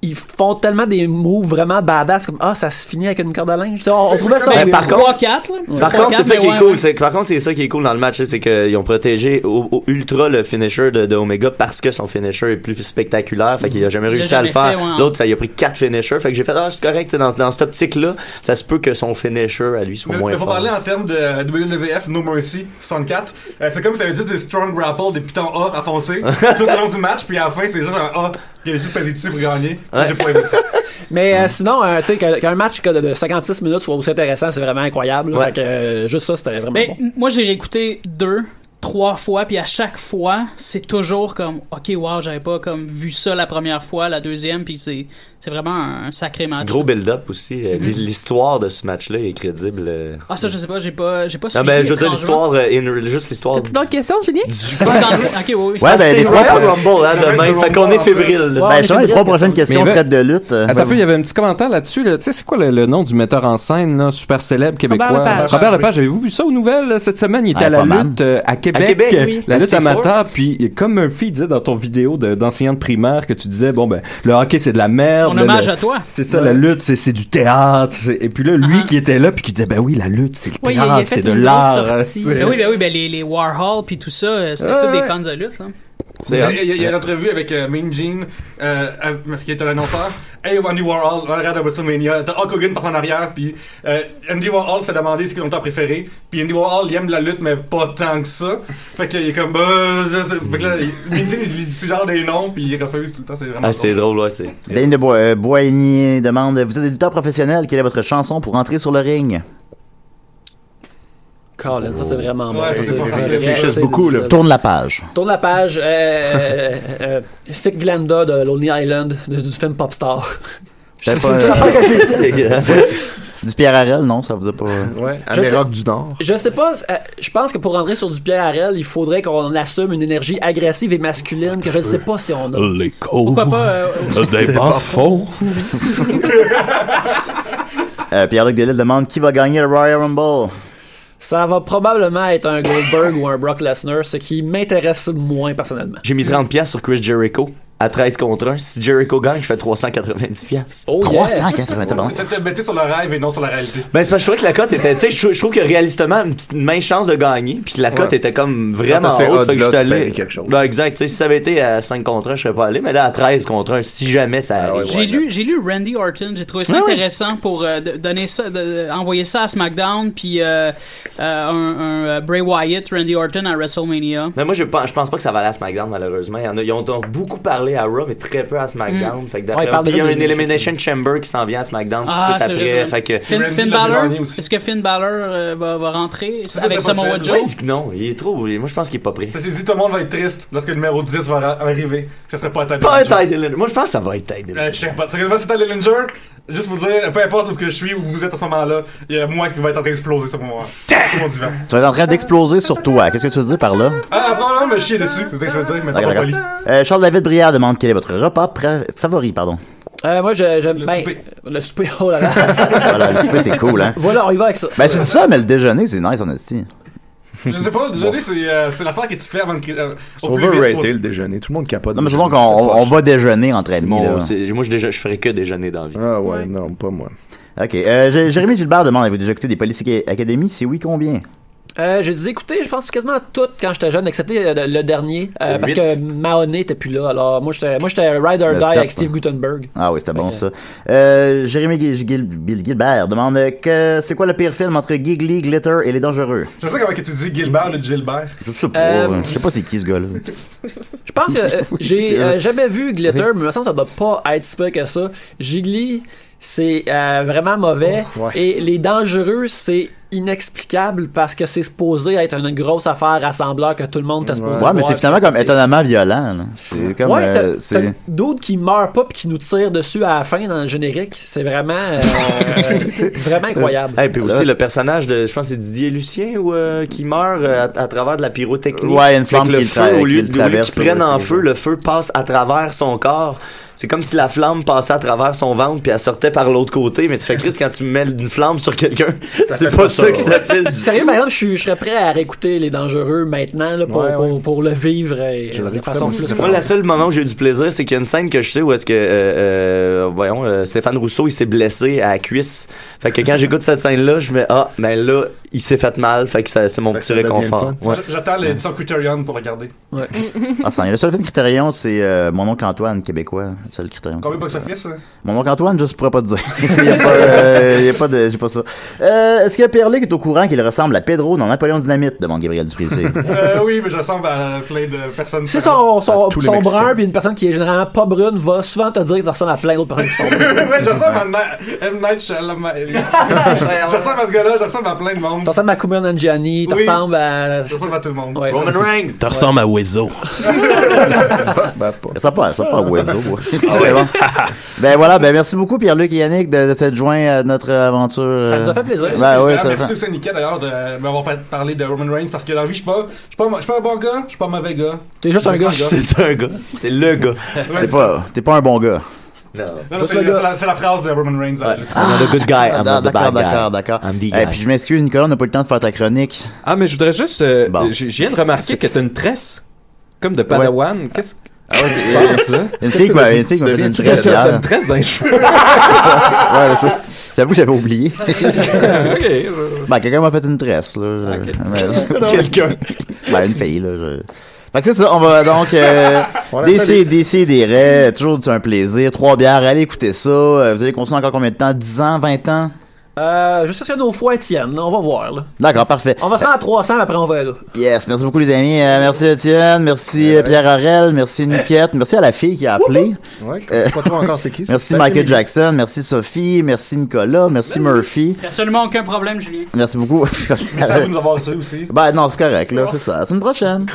Speaker 8: ils font tellement des moves vraiment badass comme ah ça se finit avec une corde à linge. Tu sais, On, on trouvait ça weird.
Speaker 6: Ben, par contre,
Speaker 8: Ouais.
Speaker 6: par contre, c'est ça qui est
Speaker 8: Ouais,
Speaker 6: cool. c'est que- Par contre, c'est ça qui est cool dans le match, c'est qu'ils ont protégé au, au ultra le finisher de, de Omega parce que son finisher est plus spectaculaire. Fait qu'il a jamais
Speaker 8: Il l'a
Speaker 6: réussi
Speaker 8: jamais
Speaker 6: à le
Speaker 8: fait,
Speaker 6: faire.
Speaker 8: ouais.
Speaker 6: L'autre, ça y a pris quatre finishers. Fait que j'ai fait, ah, c'est correct. tu sais, Dans, dans cette optique-là, ça se peut que son finisher à lui soit
Speaker 5: Mais,
Speaker 6: moins
Speaker 5: mais faut
Speaker 6: fort.
Speaker 5: parler en termes de WWF No Mercy 64. Euh, c'est comme si t'avais juste des strong grapple, des pitons A à foncer tout le long du match, puis à la fin, c'est juste un A qui a juste pesé dessus pour gagner. J'ai pas aimé ça.
Speaker 8: Mais euh, sinon, euh, tu sais, que- qu'un match que de- de 56 minutes soit aussi intéressant, c'est vraiment incroyable. là. Fait que, euh, juste ça, c'était vraiment
Speaker 14: Ben,
Speaker 8: bon.
Speaker 14: m- moi, j'ai réécouté deux, trois fois, puis à chaque fois, c'est toujours comme, ok, wow, j'avais pas comme vu ça la première fois, la deuxième, puis c'est, c'est vraiment un sacré match.
Speaker 6: Gros build-up aussi. Euh,
Speaker 14: Mhm.
Speaker 6: L'histoire de ce match-là est crédible. euh.
Speaker 14: Ah, ça, je sais pas, j'ai pas, j'ai pas
Speaker 6: Non,
Speaker 14: suivi,
Speaker 6: ben, je veux dire,
Speaker 14: étrangement.
Speaker 6: l'histoire, euh, in- juste l'histoire
Speaker 3: T'as-tu d'autres questions, Julien?
Speaker 14: ok, oui, oui.
Speaker 2: Ouais, ben, les trois
Speaker 11: Royal
Speaker 2: prochaines-
Speaker 11: Rumble, hein, demain.
Speaker 2: Ouais,
Speaker 11: Fait qu'on est fébrile.
Speaker 2: Ben,
Speaker 11: Ouais, on est
Speaker 2: justement, les
Speaker 11: fébrile,
Speaker 2: trois prochaines
Speaker 11: question.
Speaker 2: questions
Speaker 11: Mais- ben-
Speaker 2: traitent de lutte. euh,
Speaker 11: Attends un peu, il
Speaker 2: vas-y.
Speaker 11: y avait un petit commentaire là-dessus. là. Tu sais, c'est quoi le, le nom du metteur en scène, là, super célèbre québécois?
Speaker 6: Robert Lepage.
Speaker 11: Robert Lepage, avez-vous vu ça aux nouvelles là, cette semaine? Il était
Speaker 6: Ah,
Speaker 11: à la
Speaker 6: Infoman.
Speaker 11: lutte euh, à Québec,
Speaker 6: Québec,
Speaker 11: euh,
Speaker 6: oui.
Speaker 11: la
Speaker 6: Le
Speaker 11: lutte
Speaker 6: C4.
Speaker 11: amateur. Puis et comme Murphy disait dans ton vidéo de- d'enseignant de primaire que tu disais, bon, ben, le hockey, c'est de la merde.
Speaker 14: Mon
Speaker 11: là,
Speaker 14: hommage
Speaker 11: le-
Speaker 14: à toi. Ah.
Speaker 11: C'est ça, la lutte, c'est c'est du théâtre. c'est- Et puis là, lui qui était là, puis qui disait, ben oui, la lutte, c'est le
Speaker 14: Oui, il a- il a
Speaker 11: théâtre,
Speaker 14: fait
Speaker 11: c'est de
Speaker 14: une grosse
Speaker 11: l'art. hein,
Speaker 14: sortie.
Speaker 11: c'est-
Speaker 14: Ben oui, ben oui, ben les, les Warhol puis tout ça, euh, c'était
Speaker 11: Ouais,
Speaker 14: tous des
Speaker 11: ouais.
Speaker 14: fans de lutte. hein. Là.
Speaker 5: Il y a, il y a- il y a une entrevue avec euh, Mean Gene, euh, euh, parce qu'il est un annonceur. Hey, Andy Warhol, on regarde à WrestleMania. T'as Hulk Hogan passe en arrière, puis euh, Andy Warhol se fait demander ce qu'il a temps préféré. Puis Andy Warhol, il aime la lutte, mais pas tant que ça. Fait qu'il est comme, bah, je sais- Fait que là, il- Mean Gene, il lui suggère des noms, puis il refuse tout le temps. C'est vraiment.
Speaker 6: Ah, c'est drôle, ouais, c'est.
Speaker 2: Daniel de Bois- euh, Boigny demande Vous êtes des lutteurs professionnels, quelle est votre chanson pour entrer sur le ring
Speaker 8: Colin, ça, c'est vraiment bon.
Speaker 2: Ouais, ça,
Speaker 8: Ça,
Speaker 2: c'est
Speaker 8: c'est
Speaker 2: pas
Speaker 8: vraiment
Speaker 2: facile.
Speaker 8: vrai.
Speaker 2: Réfléchissent
Speaker 8: C'est-
Speaker 2: beaucoup, là.
Speaker 8: c'est-
Speaker 2: Tourne la page.
Speaker 8: Tourne la page. euh, euh, euh, Sick Glenda de Lonely Island, de- du film Popstar.
Speaker 2: T'as
Speaker 8: Je-
Speaker 2: pas- euh,
Speaker 8: c'est la première que j'ai-
Speaker 2: Du Pierre Harel, non, ça vous a pas.
Speaker 4: Ouais,
Speaker 8: Je sais-
Speaker 4: Améroc du Nord.
Speaker 8: Je sais pas, euh, je pense que pour rentrer sur du Pierre Harel, il faudrait qu'on assume une énergie agressive et masculine que je ne sais pas si on a.
Speaker 7: Les cons.
Speaker 8: Pourquoi pas, euh,
Speaker 7: Des
Speaker 8: Des
Speaker 7: bafons.
Speaker 2: Euh, Pierre-Luc Delisle demande Qui va gagner le Royal Rumble
Speaker 8: Ça va probablement être un Goldberg ou un Brock Lesnar, ce qui m'intéresse moins personnellement.
Speaker 6: J'ai mis 30$ piastres sur Chris Jericho à 13 contre 1. Si Jericho gagne, je fais 390$. piastres.
Speaker 8: Oh,
Speaker 6: 380, t'as
Speaker 5: Peut-être te mettre sur le rêve et non sur la réalité.
Speaker 6: Ben, c'est parce que je trouvais que la cote était, tu sais, je trou- je trouve que réalistement, une petite main chance de gagner, puis que la cote
Speaker 5: Ouais.
Speaker 6: était comme
Speaker 5: Quand
Speaker 6: vraiment
Speaker 5: t'as ces
Speaker 6: haute, fait
Speaker 5: odds-là,
Speaker 6: que je suis
Speaker 5: tu
Speaker 6: allé.
Speaker 5: payes quelque chose.
Speaker 6: Ben, exact, tu sais, si ça avait été à 5 contre 1, je serais pas allé, mais là, à 13 contre 1, si jamais ça
Speaker 5: Ah
Speaker 6: arrive.
Speaker 14: J'ai lu, j'ai lu Randy Orton, j'ai trouvé ça
Speaker 6: Ouais, ouais.
Speaker 14: intéressant pour euh, de- donner ça, de- de- envoyer ça à SmackDown, puis euh, euh, un, un, euh, Bray Wyatt, Randy Orton à WrestleMania.
Speaker 6: Mais moi, je pense, je pense pas que ça va aller à SmackDown, malheureusement. Il y en a- ils ont donc beaucoup parlé à Raw, mais très peu à SmackDown.
Speaker 14: Mm.
Speaker 6: Fait
Speaker 14: Ouais,
Speaker 6: que d'après,
Speaker 14: ils parlent
Speaker 6: puis il y a
Speaker 14: déjà
Speaker 6: un
Speaker 14: des-
Speaker 6: Elimination Chamber qui s'en vient à SmackDown
Speaker 14: Ah,
Speaker 6: tout de
Speaker 14: c'est
Speaker 6: suite
Speaker 14: vrai.
Speaker 6: après.
Speaker 14: c'est
Speaker 6: Fait
Speaker 14: vrai.
Speaker 6: que...
Speaker 14: Finn, Finn Balor, est-ce que Finn Balor euh, va, va rentrer
Speaker 5: Ça,
Speaker 14: avec
Speaker 5: c'est pas
Speaker 14: Samoa
Speaker 5: possible.
Speaker 14: Joe?
Speaker 6: Ouais, il dit que non, il est trop. Moi, je pense qu'il est pas prêt.
Speaker 5: Ceci dit, tout le monde va être triste lorsque le numéro 10 va ra- arriver. Ça serait pas à tête
Speaker 6: Pas un Tide Dillinger. Moi, je pense que ça va être Tide Dillinger.
Speaker 5: Euh, je sais pas. Sérieusement, c'est Tyler Linger. Juste pour dire, peu importe où que je suis, où vous êtes à ce moment-là, il y a moi qui va être en train d'exploser sur moi. Sur mon divan.
Speaker 2: Tu vas être en train d'exploser sur toi. Qu'est-ce que tu veux dire par là
Speaker 5: Ah, probablement me chier dessus. C'est ce que je veux dire, mais pas
Speaker 2: D'accord,
Speaker 5: poli.
Speaker 2: d'accord. Euh, Charles-David Brière demande Quel est votre repas pra- favori pardon
Speaker 8: Euh, moi, je- j'aime. Le
Speaker 5: souper.
Speaker 8: Le souper, oh là là.
Speaker 2: Voilà, le souper, c'est cool, hein.
Speaker 8: Voilà, on y va avec ça.
Speaker 2: Ben, tu dis ça, mais le déjeuner, c'est nice en esti.
Speaker 5: Je sais pas, le déjeuner, c'est euh, c'est l'affaire que tu fais avant de. euh,
Speaker 4: C'est overrated le déjeuner. Tout le monde capote.
Speaker 2: Non, mais faisons qu'on on- on va déjeuner entre amis.
Speaker 6: Bon,
Speaker 2: là.
Speaker 6: c'est- moi, je, déje- je ferais que déjeuner dans la vie.
Speaker 4: Ah ouais, non, pas moi.
Speaker 2: Ok. Euh, J- Jérémy Gilbert demande Avez-vous déjà écouté des Police Academy Si oui, combien
Speaker 8: Euh, je les ai écoutés, je pense quasiment toutes quand j'étais jeune, excepté euh, le, le dernier, euh,
Speaker 2: Le
Speaker 8: parce
Speaker 2: huit.
Speaker 8: que Mahoney était plus là. Alors moi j'étais moi j'étais Ride or
Speaker 2: Le
Speaker 8: Die avec
Speaker 2: sept,
Speaker 8: Steve
Speaker 2: hein.
Speaker 8: Gutenberg.
Speaker 2: Ah oui, c'était bon ça. Euh, Jérémy Gil- Gil- Bill Gilbert demande euh, que c'est quoi le pire film entre Giggly, Glitter et Les Dangereux?
Speaker 5: Je sais comment que tu dis Gilbert le Gilbert.
Speaker 2: Je sais pas, euh,
Speaker 8: Euh,
Speaker 2: je sais pas c'est qui ce gars-là.
Speaker 8: Je pense que euh, j'ai euh, jamais vu Glitter, mais il me semble que ça doit pas être si pire que ça. Gigli, c'est euh, vraiment mauvais. Et les dangereux, c'est inexplicable parce que c'est supposé être une grosse affaire rassembleur que tout le monde est supposé
Speaker 2: Ouais, mais
Speaker 8: voir.
Speaker 2: c'est finalement comme étonnamment violent. là. C'est comme.
Speaker 8: ouais, t'as-
Speaker 2: euh,
Speaker 8: t'as
Speaker 2: c'est-
Speaker 8: d'autres qui meurent pas puis qui nous tirent dessus à la fin dans le générique. C'est vraiment, euh, vraiment incroyable.
Speaker 6: Et Euh, puis
Speaker 4: Euh,
Speaker 6: aussi le personnage de, je pense, que c'est Didier Lucien ou euh, qui meurt euh, à, à travers de la pyrotechnie.
Speaker 2: Ouais, une
Speaker 6: Fait que
Speaker 2: flamme
Speaker 6: le
Speaker 2: qui le
Speaker 6: feu,
Speaker 2: tra-
Speaker 6: au
Speaker 2: qui le
Speaker 6: lieu de- au lieu
Speaker 2: traverse,
Speaker 6: qu'il prenne
Speaker 2: là,
Speaker 6: en
Speaker 2: c'est-
Speaker 6: feu, le feu passe à travers son corps. C'est comme si la flamme passait à travers son ventre puis elle sortait par l'autre côté. Mais tu fais Chris quand tu mets une flamme sur quelqu'un, Euh, c'est
Speaker 8: fait
Speaker 6: pas
Speaker 8: pas
Speaker 6: ça
Speaker 8: ça,
Speaker 6: que ça fait. du-
Speaker 8: Sérieux, par exemple, je, suis- je serais prêt à réécouter Les Dangereux maintenant là, pour, Pour, pour le vivre et, de façon plus.
Speaker 6: Moi, le seul moment où j'ai eu du plaisir, c'est qu'il y a une scène que je sais où est-ce que, euh, euh, voyons, euh, Stéphane Rousseau, il s'est blessé à la cuisse. Fait que quand j'écoute cette scène-là, je me dis, ah, ben là, il s'est fait mal. Fait que ça- c'est mon petit réconfort. Ouais.
Speaker 5: J- J'attends l'édition Criterion pour regarder.
Speaker 2: Ah, ça, le seul film Critérion, c'est euh, Mon oncle Antoine, québécois. Le seul Critérion.
Speaker 5: Combien de box-office hein?
Speaker 2: Mon oncle Antoine, je ne pourrais pas te dire. il n'y a, pas, euh, il y a pas de. J'ai pas ça. Euh, Est-ce que Pierre Luc est au courant qu'il ressemble à Pedro dans Napoléon Dynamite demande Gabriel Duplessis.
Speaker 5: Euh, oui, mais je ressemble à plein de personnes.
Speaker 8: Si son, son,
Speaker 5: tous les
Speaker 8: son
Speaker 5: Mexicains.
Speaker 8: brun puis une personne qui est généralement pas brune va souvent te dire que tu ressembles à plein d'autres personnes qui sont brunes.
Speaker 5: ouais, je ressemble à Na- M. Night Shyamalan. je ressemble à ce gars-là, je ressemble à plein de monde.
Speaker 8: Tu ressembles à Kumail Nanjiani, tu
Speaker 5: Oui.
Speaker 8: ressembles à...
Speaker 5: Je ressemble à tout le monde.
Speaker 8: Ouais. Roman
Speaker 5: Reigns.
Speaker 7: Tu ressembles à Wezo.
Speaker 2: Ça pas, ça pas oiseau. hein.
Speaker 8: Ah
Speaker 2: ben voilà, ben merci beaucoup Pierre-Luc et Yannick de, de s'être joints à notre aventure.
Speaker 5: Ça
Speaker 2: euh.
Speaker 5: nous a fait plaisir. Ah,
Speaker 6: Bah
Speaker 2: Ben, ouais, ça
Speaker 5: bah merci
Speaker 2: fait-
Speaker 5: aussi à Nika d'ailleurs de m'avoir pa- parlé de Roman Reigns parce que dans la vie, je suis pas, je suis pas, je suis pas un bon gars, je suis pas un mauvais gars.
Speaker 8: T'es juste un gars.
Speaker 6: C'est un gars. T'es le gars.
Speaker 5: Ouais,
Speaker 2: T'es pas, t'es pas un bon gars.
Speaker 5: Non,
Speaker 6: Juste
Speaker 5: c'est
Speaker 6: le gars.
Speaker 5: c'est la, c'est la phrase de Roman Reigns. hein. elle.
Speaker 6: I'm not a good guy, I'm
Speaker 2: Ah,
Speaker 6: not the
Speaker 2: D'accord,
Speaker 6: bad guy.
Speaker 2: d'accord, d'accord.
Speaker 6: I'm the
Speaker 2: Et
Speaker 6: guy.
Speaker 2: puis je m'excuse, Nicolas, on n'a pas eu le temps de faire ta chronique.
Speaker 11: Ah, mais je voudrais juste. euh, Je je viens de remarquer que t'as une tresse, comme de Padawan. Qu'est-ce que.
Speaker 2: Ah c'est-
Speaker 11: tu penses, là?
Speaker 2: Une fille qui m'a- une fille qui m'a fait une
Speaker 11: Tu
Speaker 2: tresse
Speaker 11: t'as
Speaker 2: hier.
Speaker 11: une tresse dans les cheveux.
Speaker 2: ouais, ça, j'avoue, j'avais oublié. ben, quelqu'un m'a fait une tresse, là.
Speaker 11: Ah,
Speaker 2: je- mais-
Speaker 11: Quelqu'un.
Speaker 2: ben, une fille, là. je- Fait que c'est ça, on va donc euh,
Speaker 4: On la
Speaker 2: décider,
Speaker 4: salue.
Speaker 2: des raies, toujours c'est un plaisir, trois bières, allez écouter ça, Euh, vous allez continuer encore combien de temps, 10 ans, 20 ans?
Speaker 8: Euh, je sais que nos foies tiennent, là, on va voir. Là.
Speaker 2: D'accord, parfait.
Speaker 8: On va se rendre à 300, mais après on va là.
Speaker 2: Yes, merci beaucoup les amis, Euh, merci Étienne, merci euh, Pierre Aurel, merci Niquette, merci à la fille qui a appelé.
Speaker 4: Ouais, je sais pas trop encore c'est qui. c'est
Speaker 2: Merci
Speaker 4: peut-être
Speaker 2: Michael
Speaker 4: Émilie.
Speaker 2: Jackson, merci Sophie, merci Nicolas, merci Murphy.
Speaker 14: T'as absolument aucun problème, Julien.
Speaker 2: Merci beaucoup.
Speaker 5: Merci à vous de nous avoir reçus aussi. Oh.
Speaker 2: Ben non, c'est correct, là, c'est ça. À la semaine prochaine.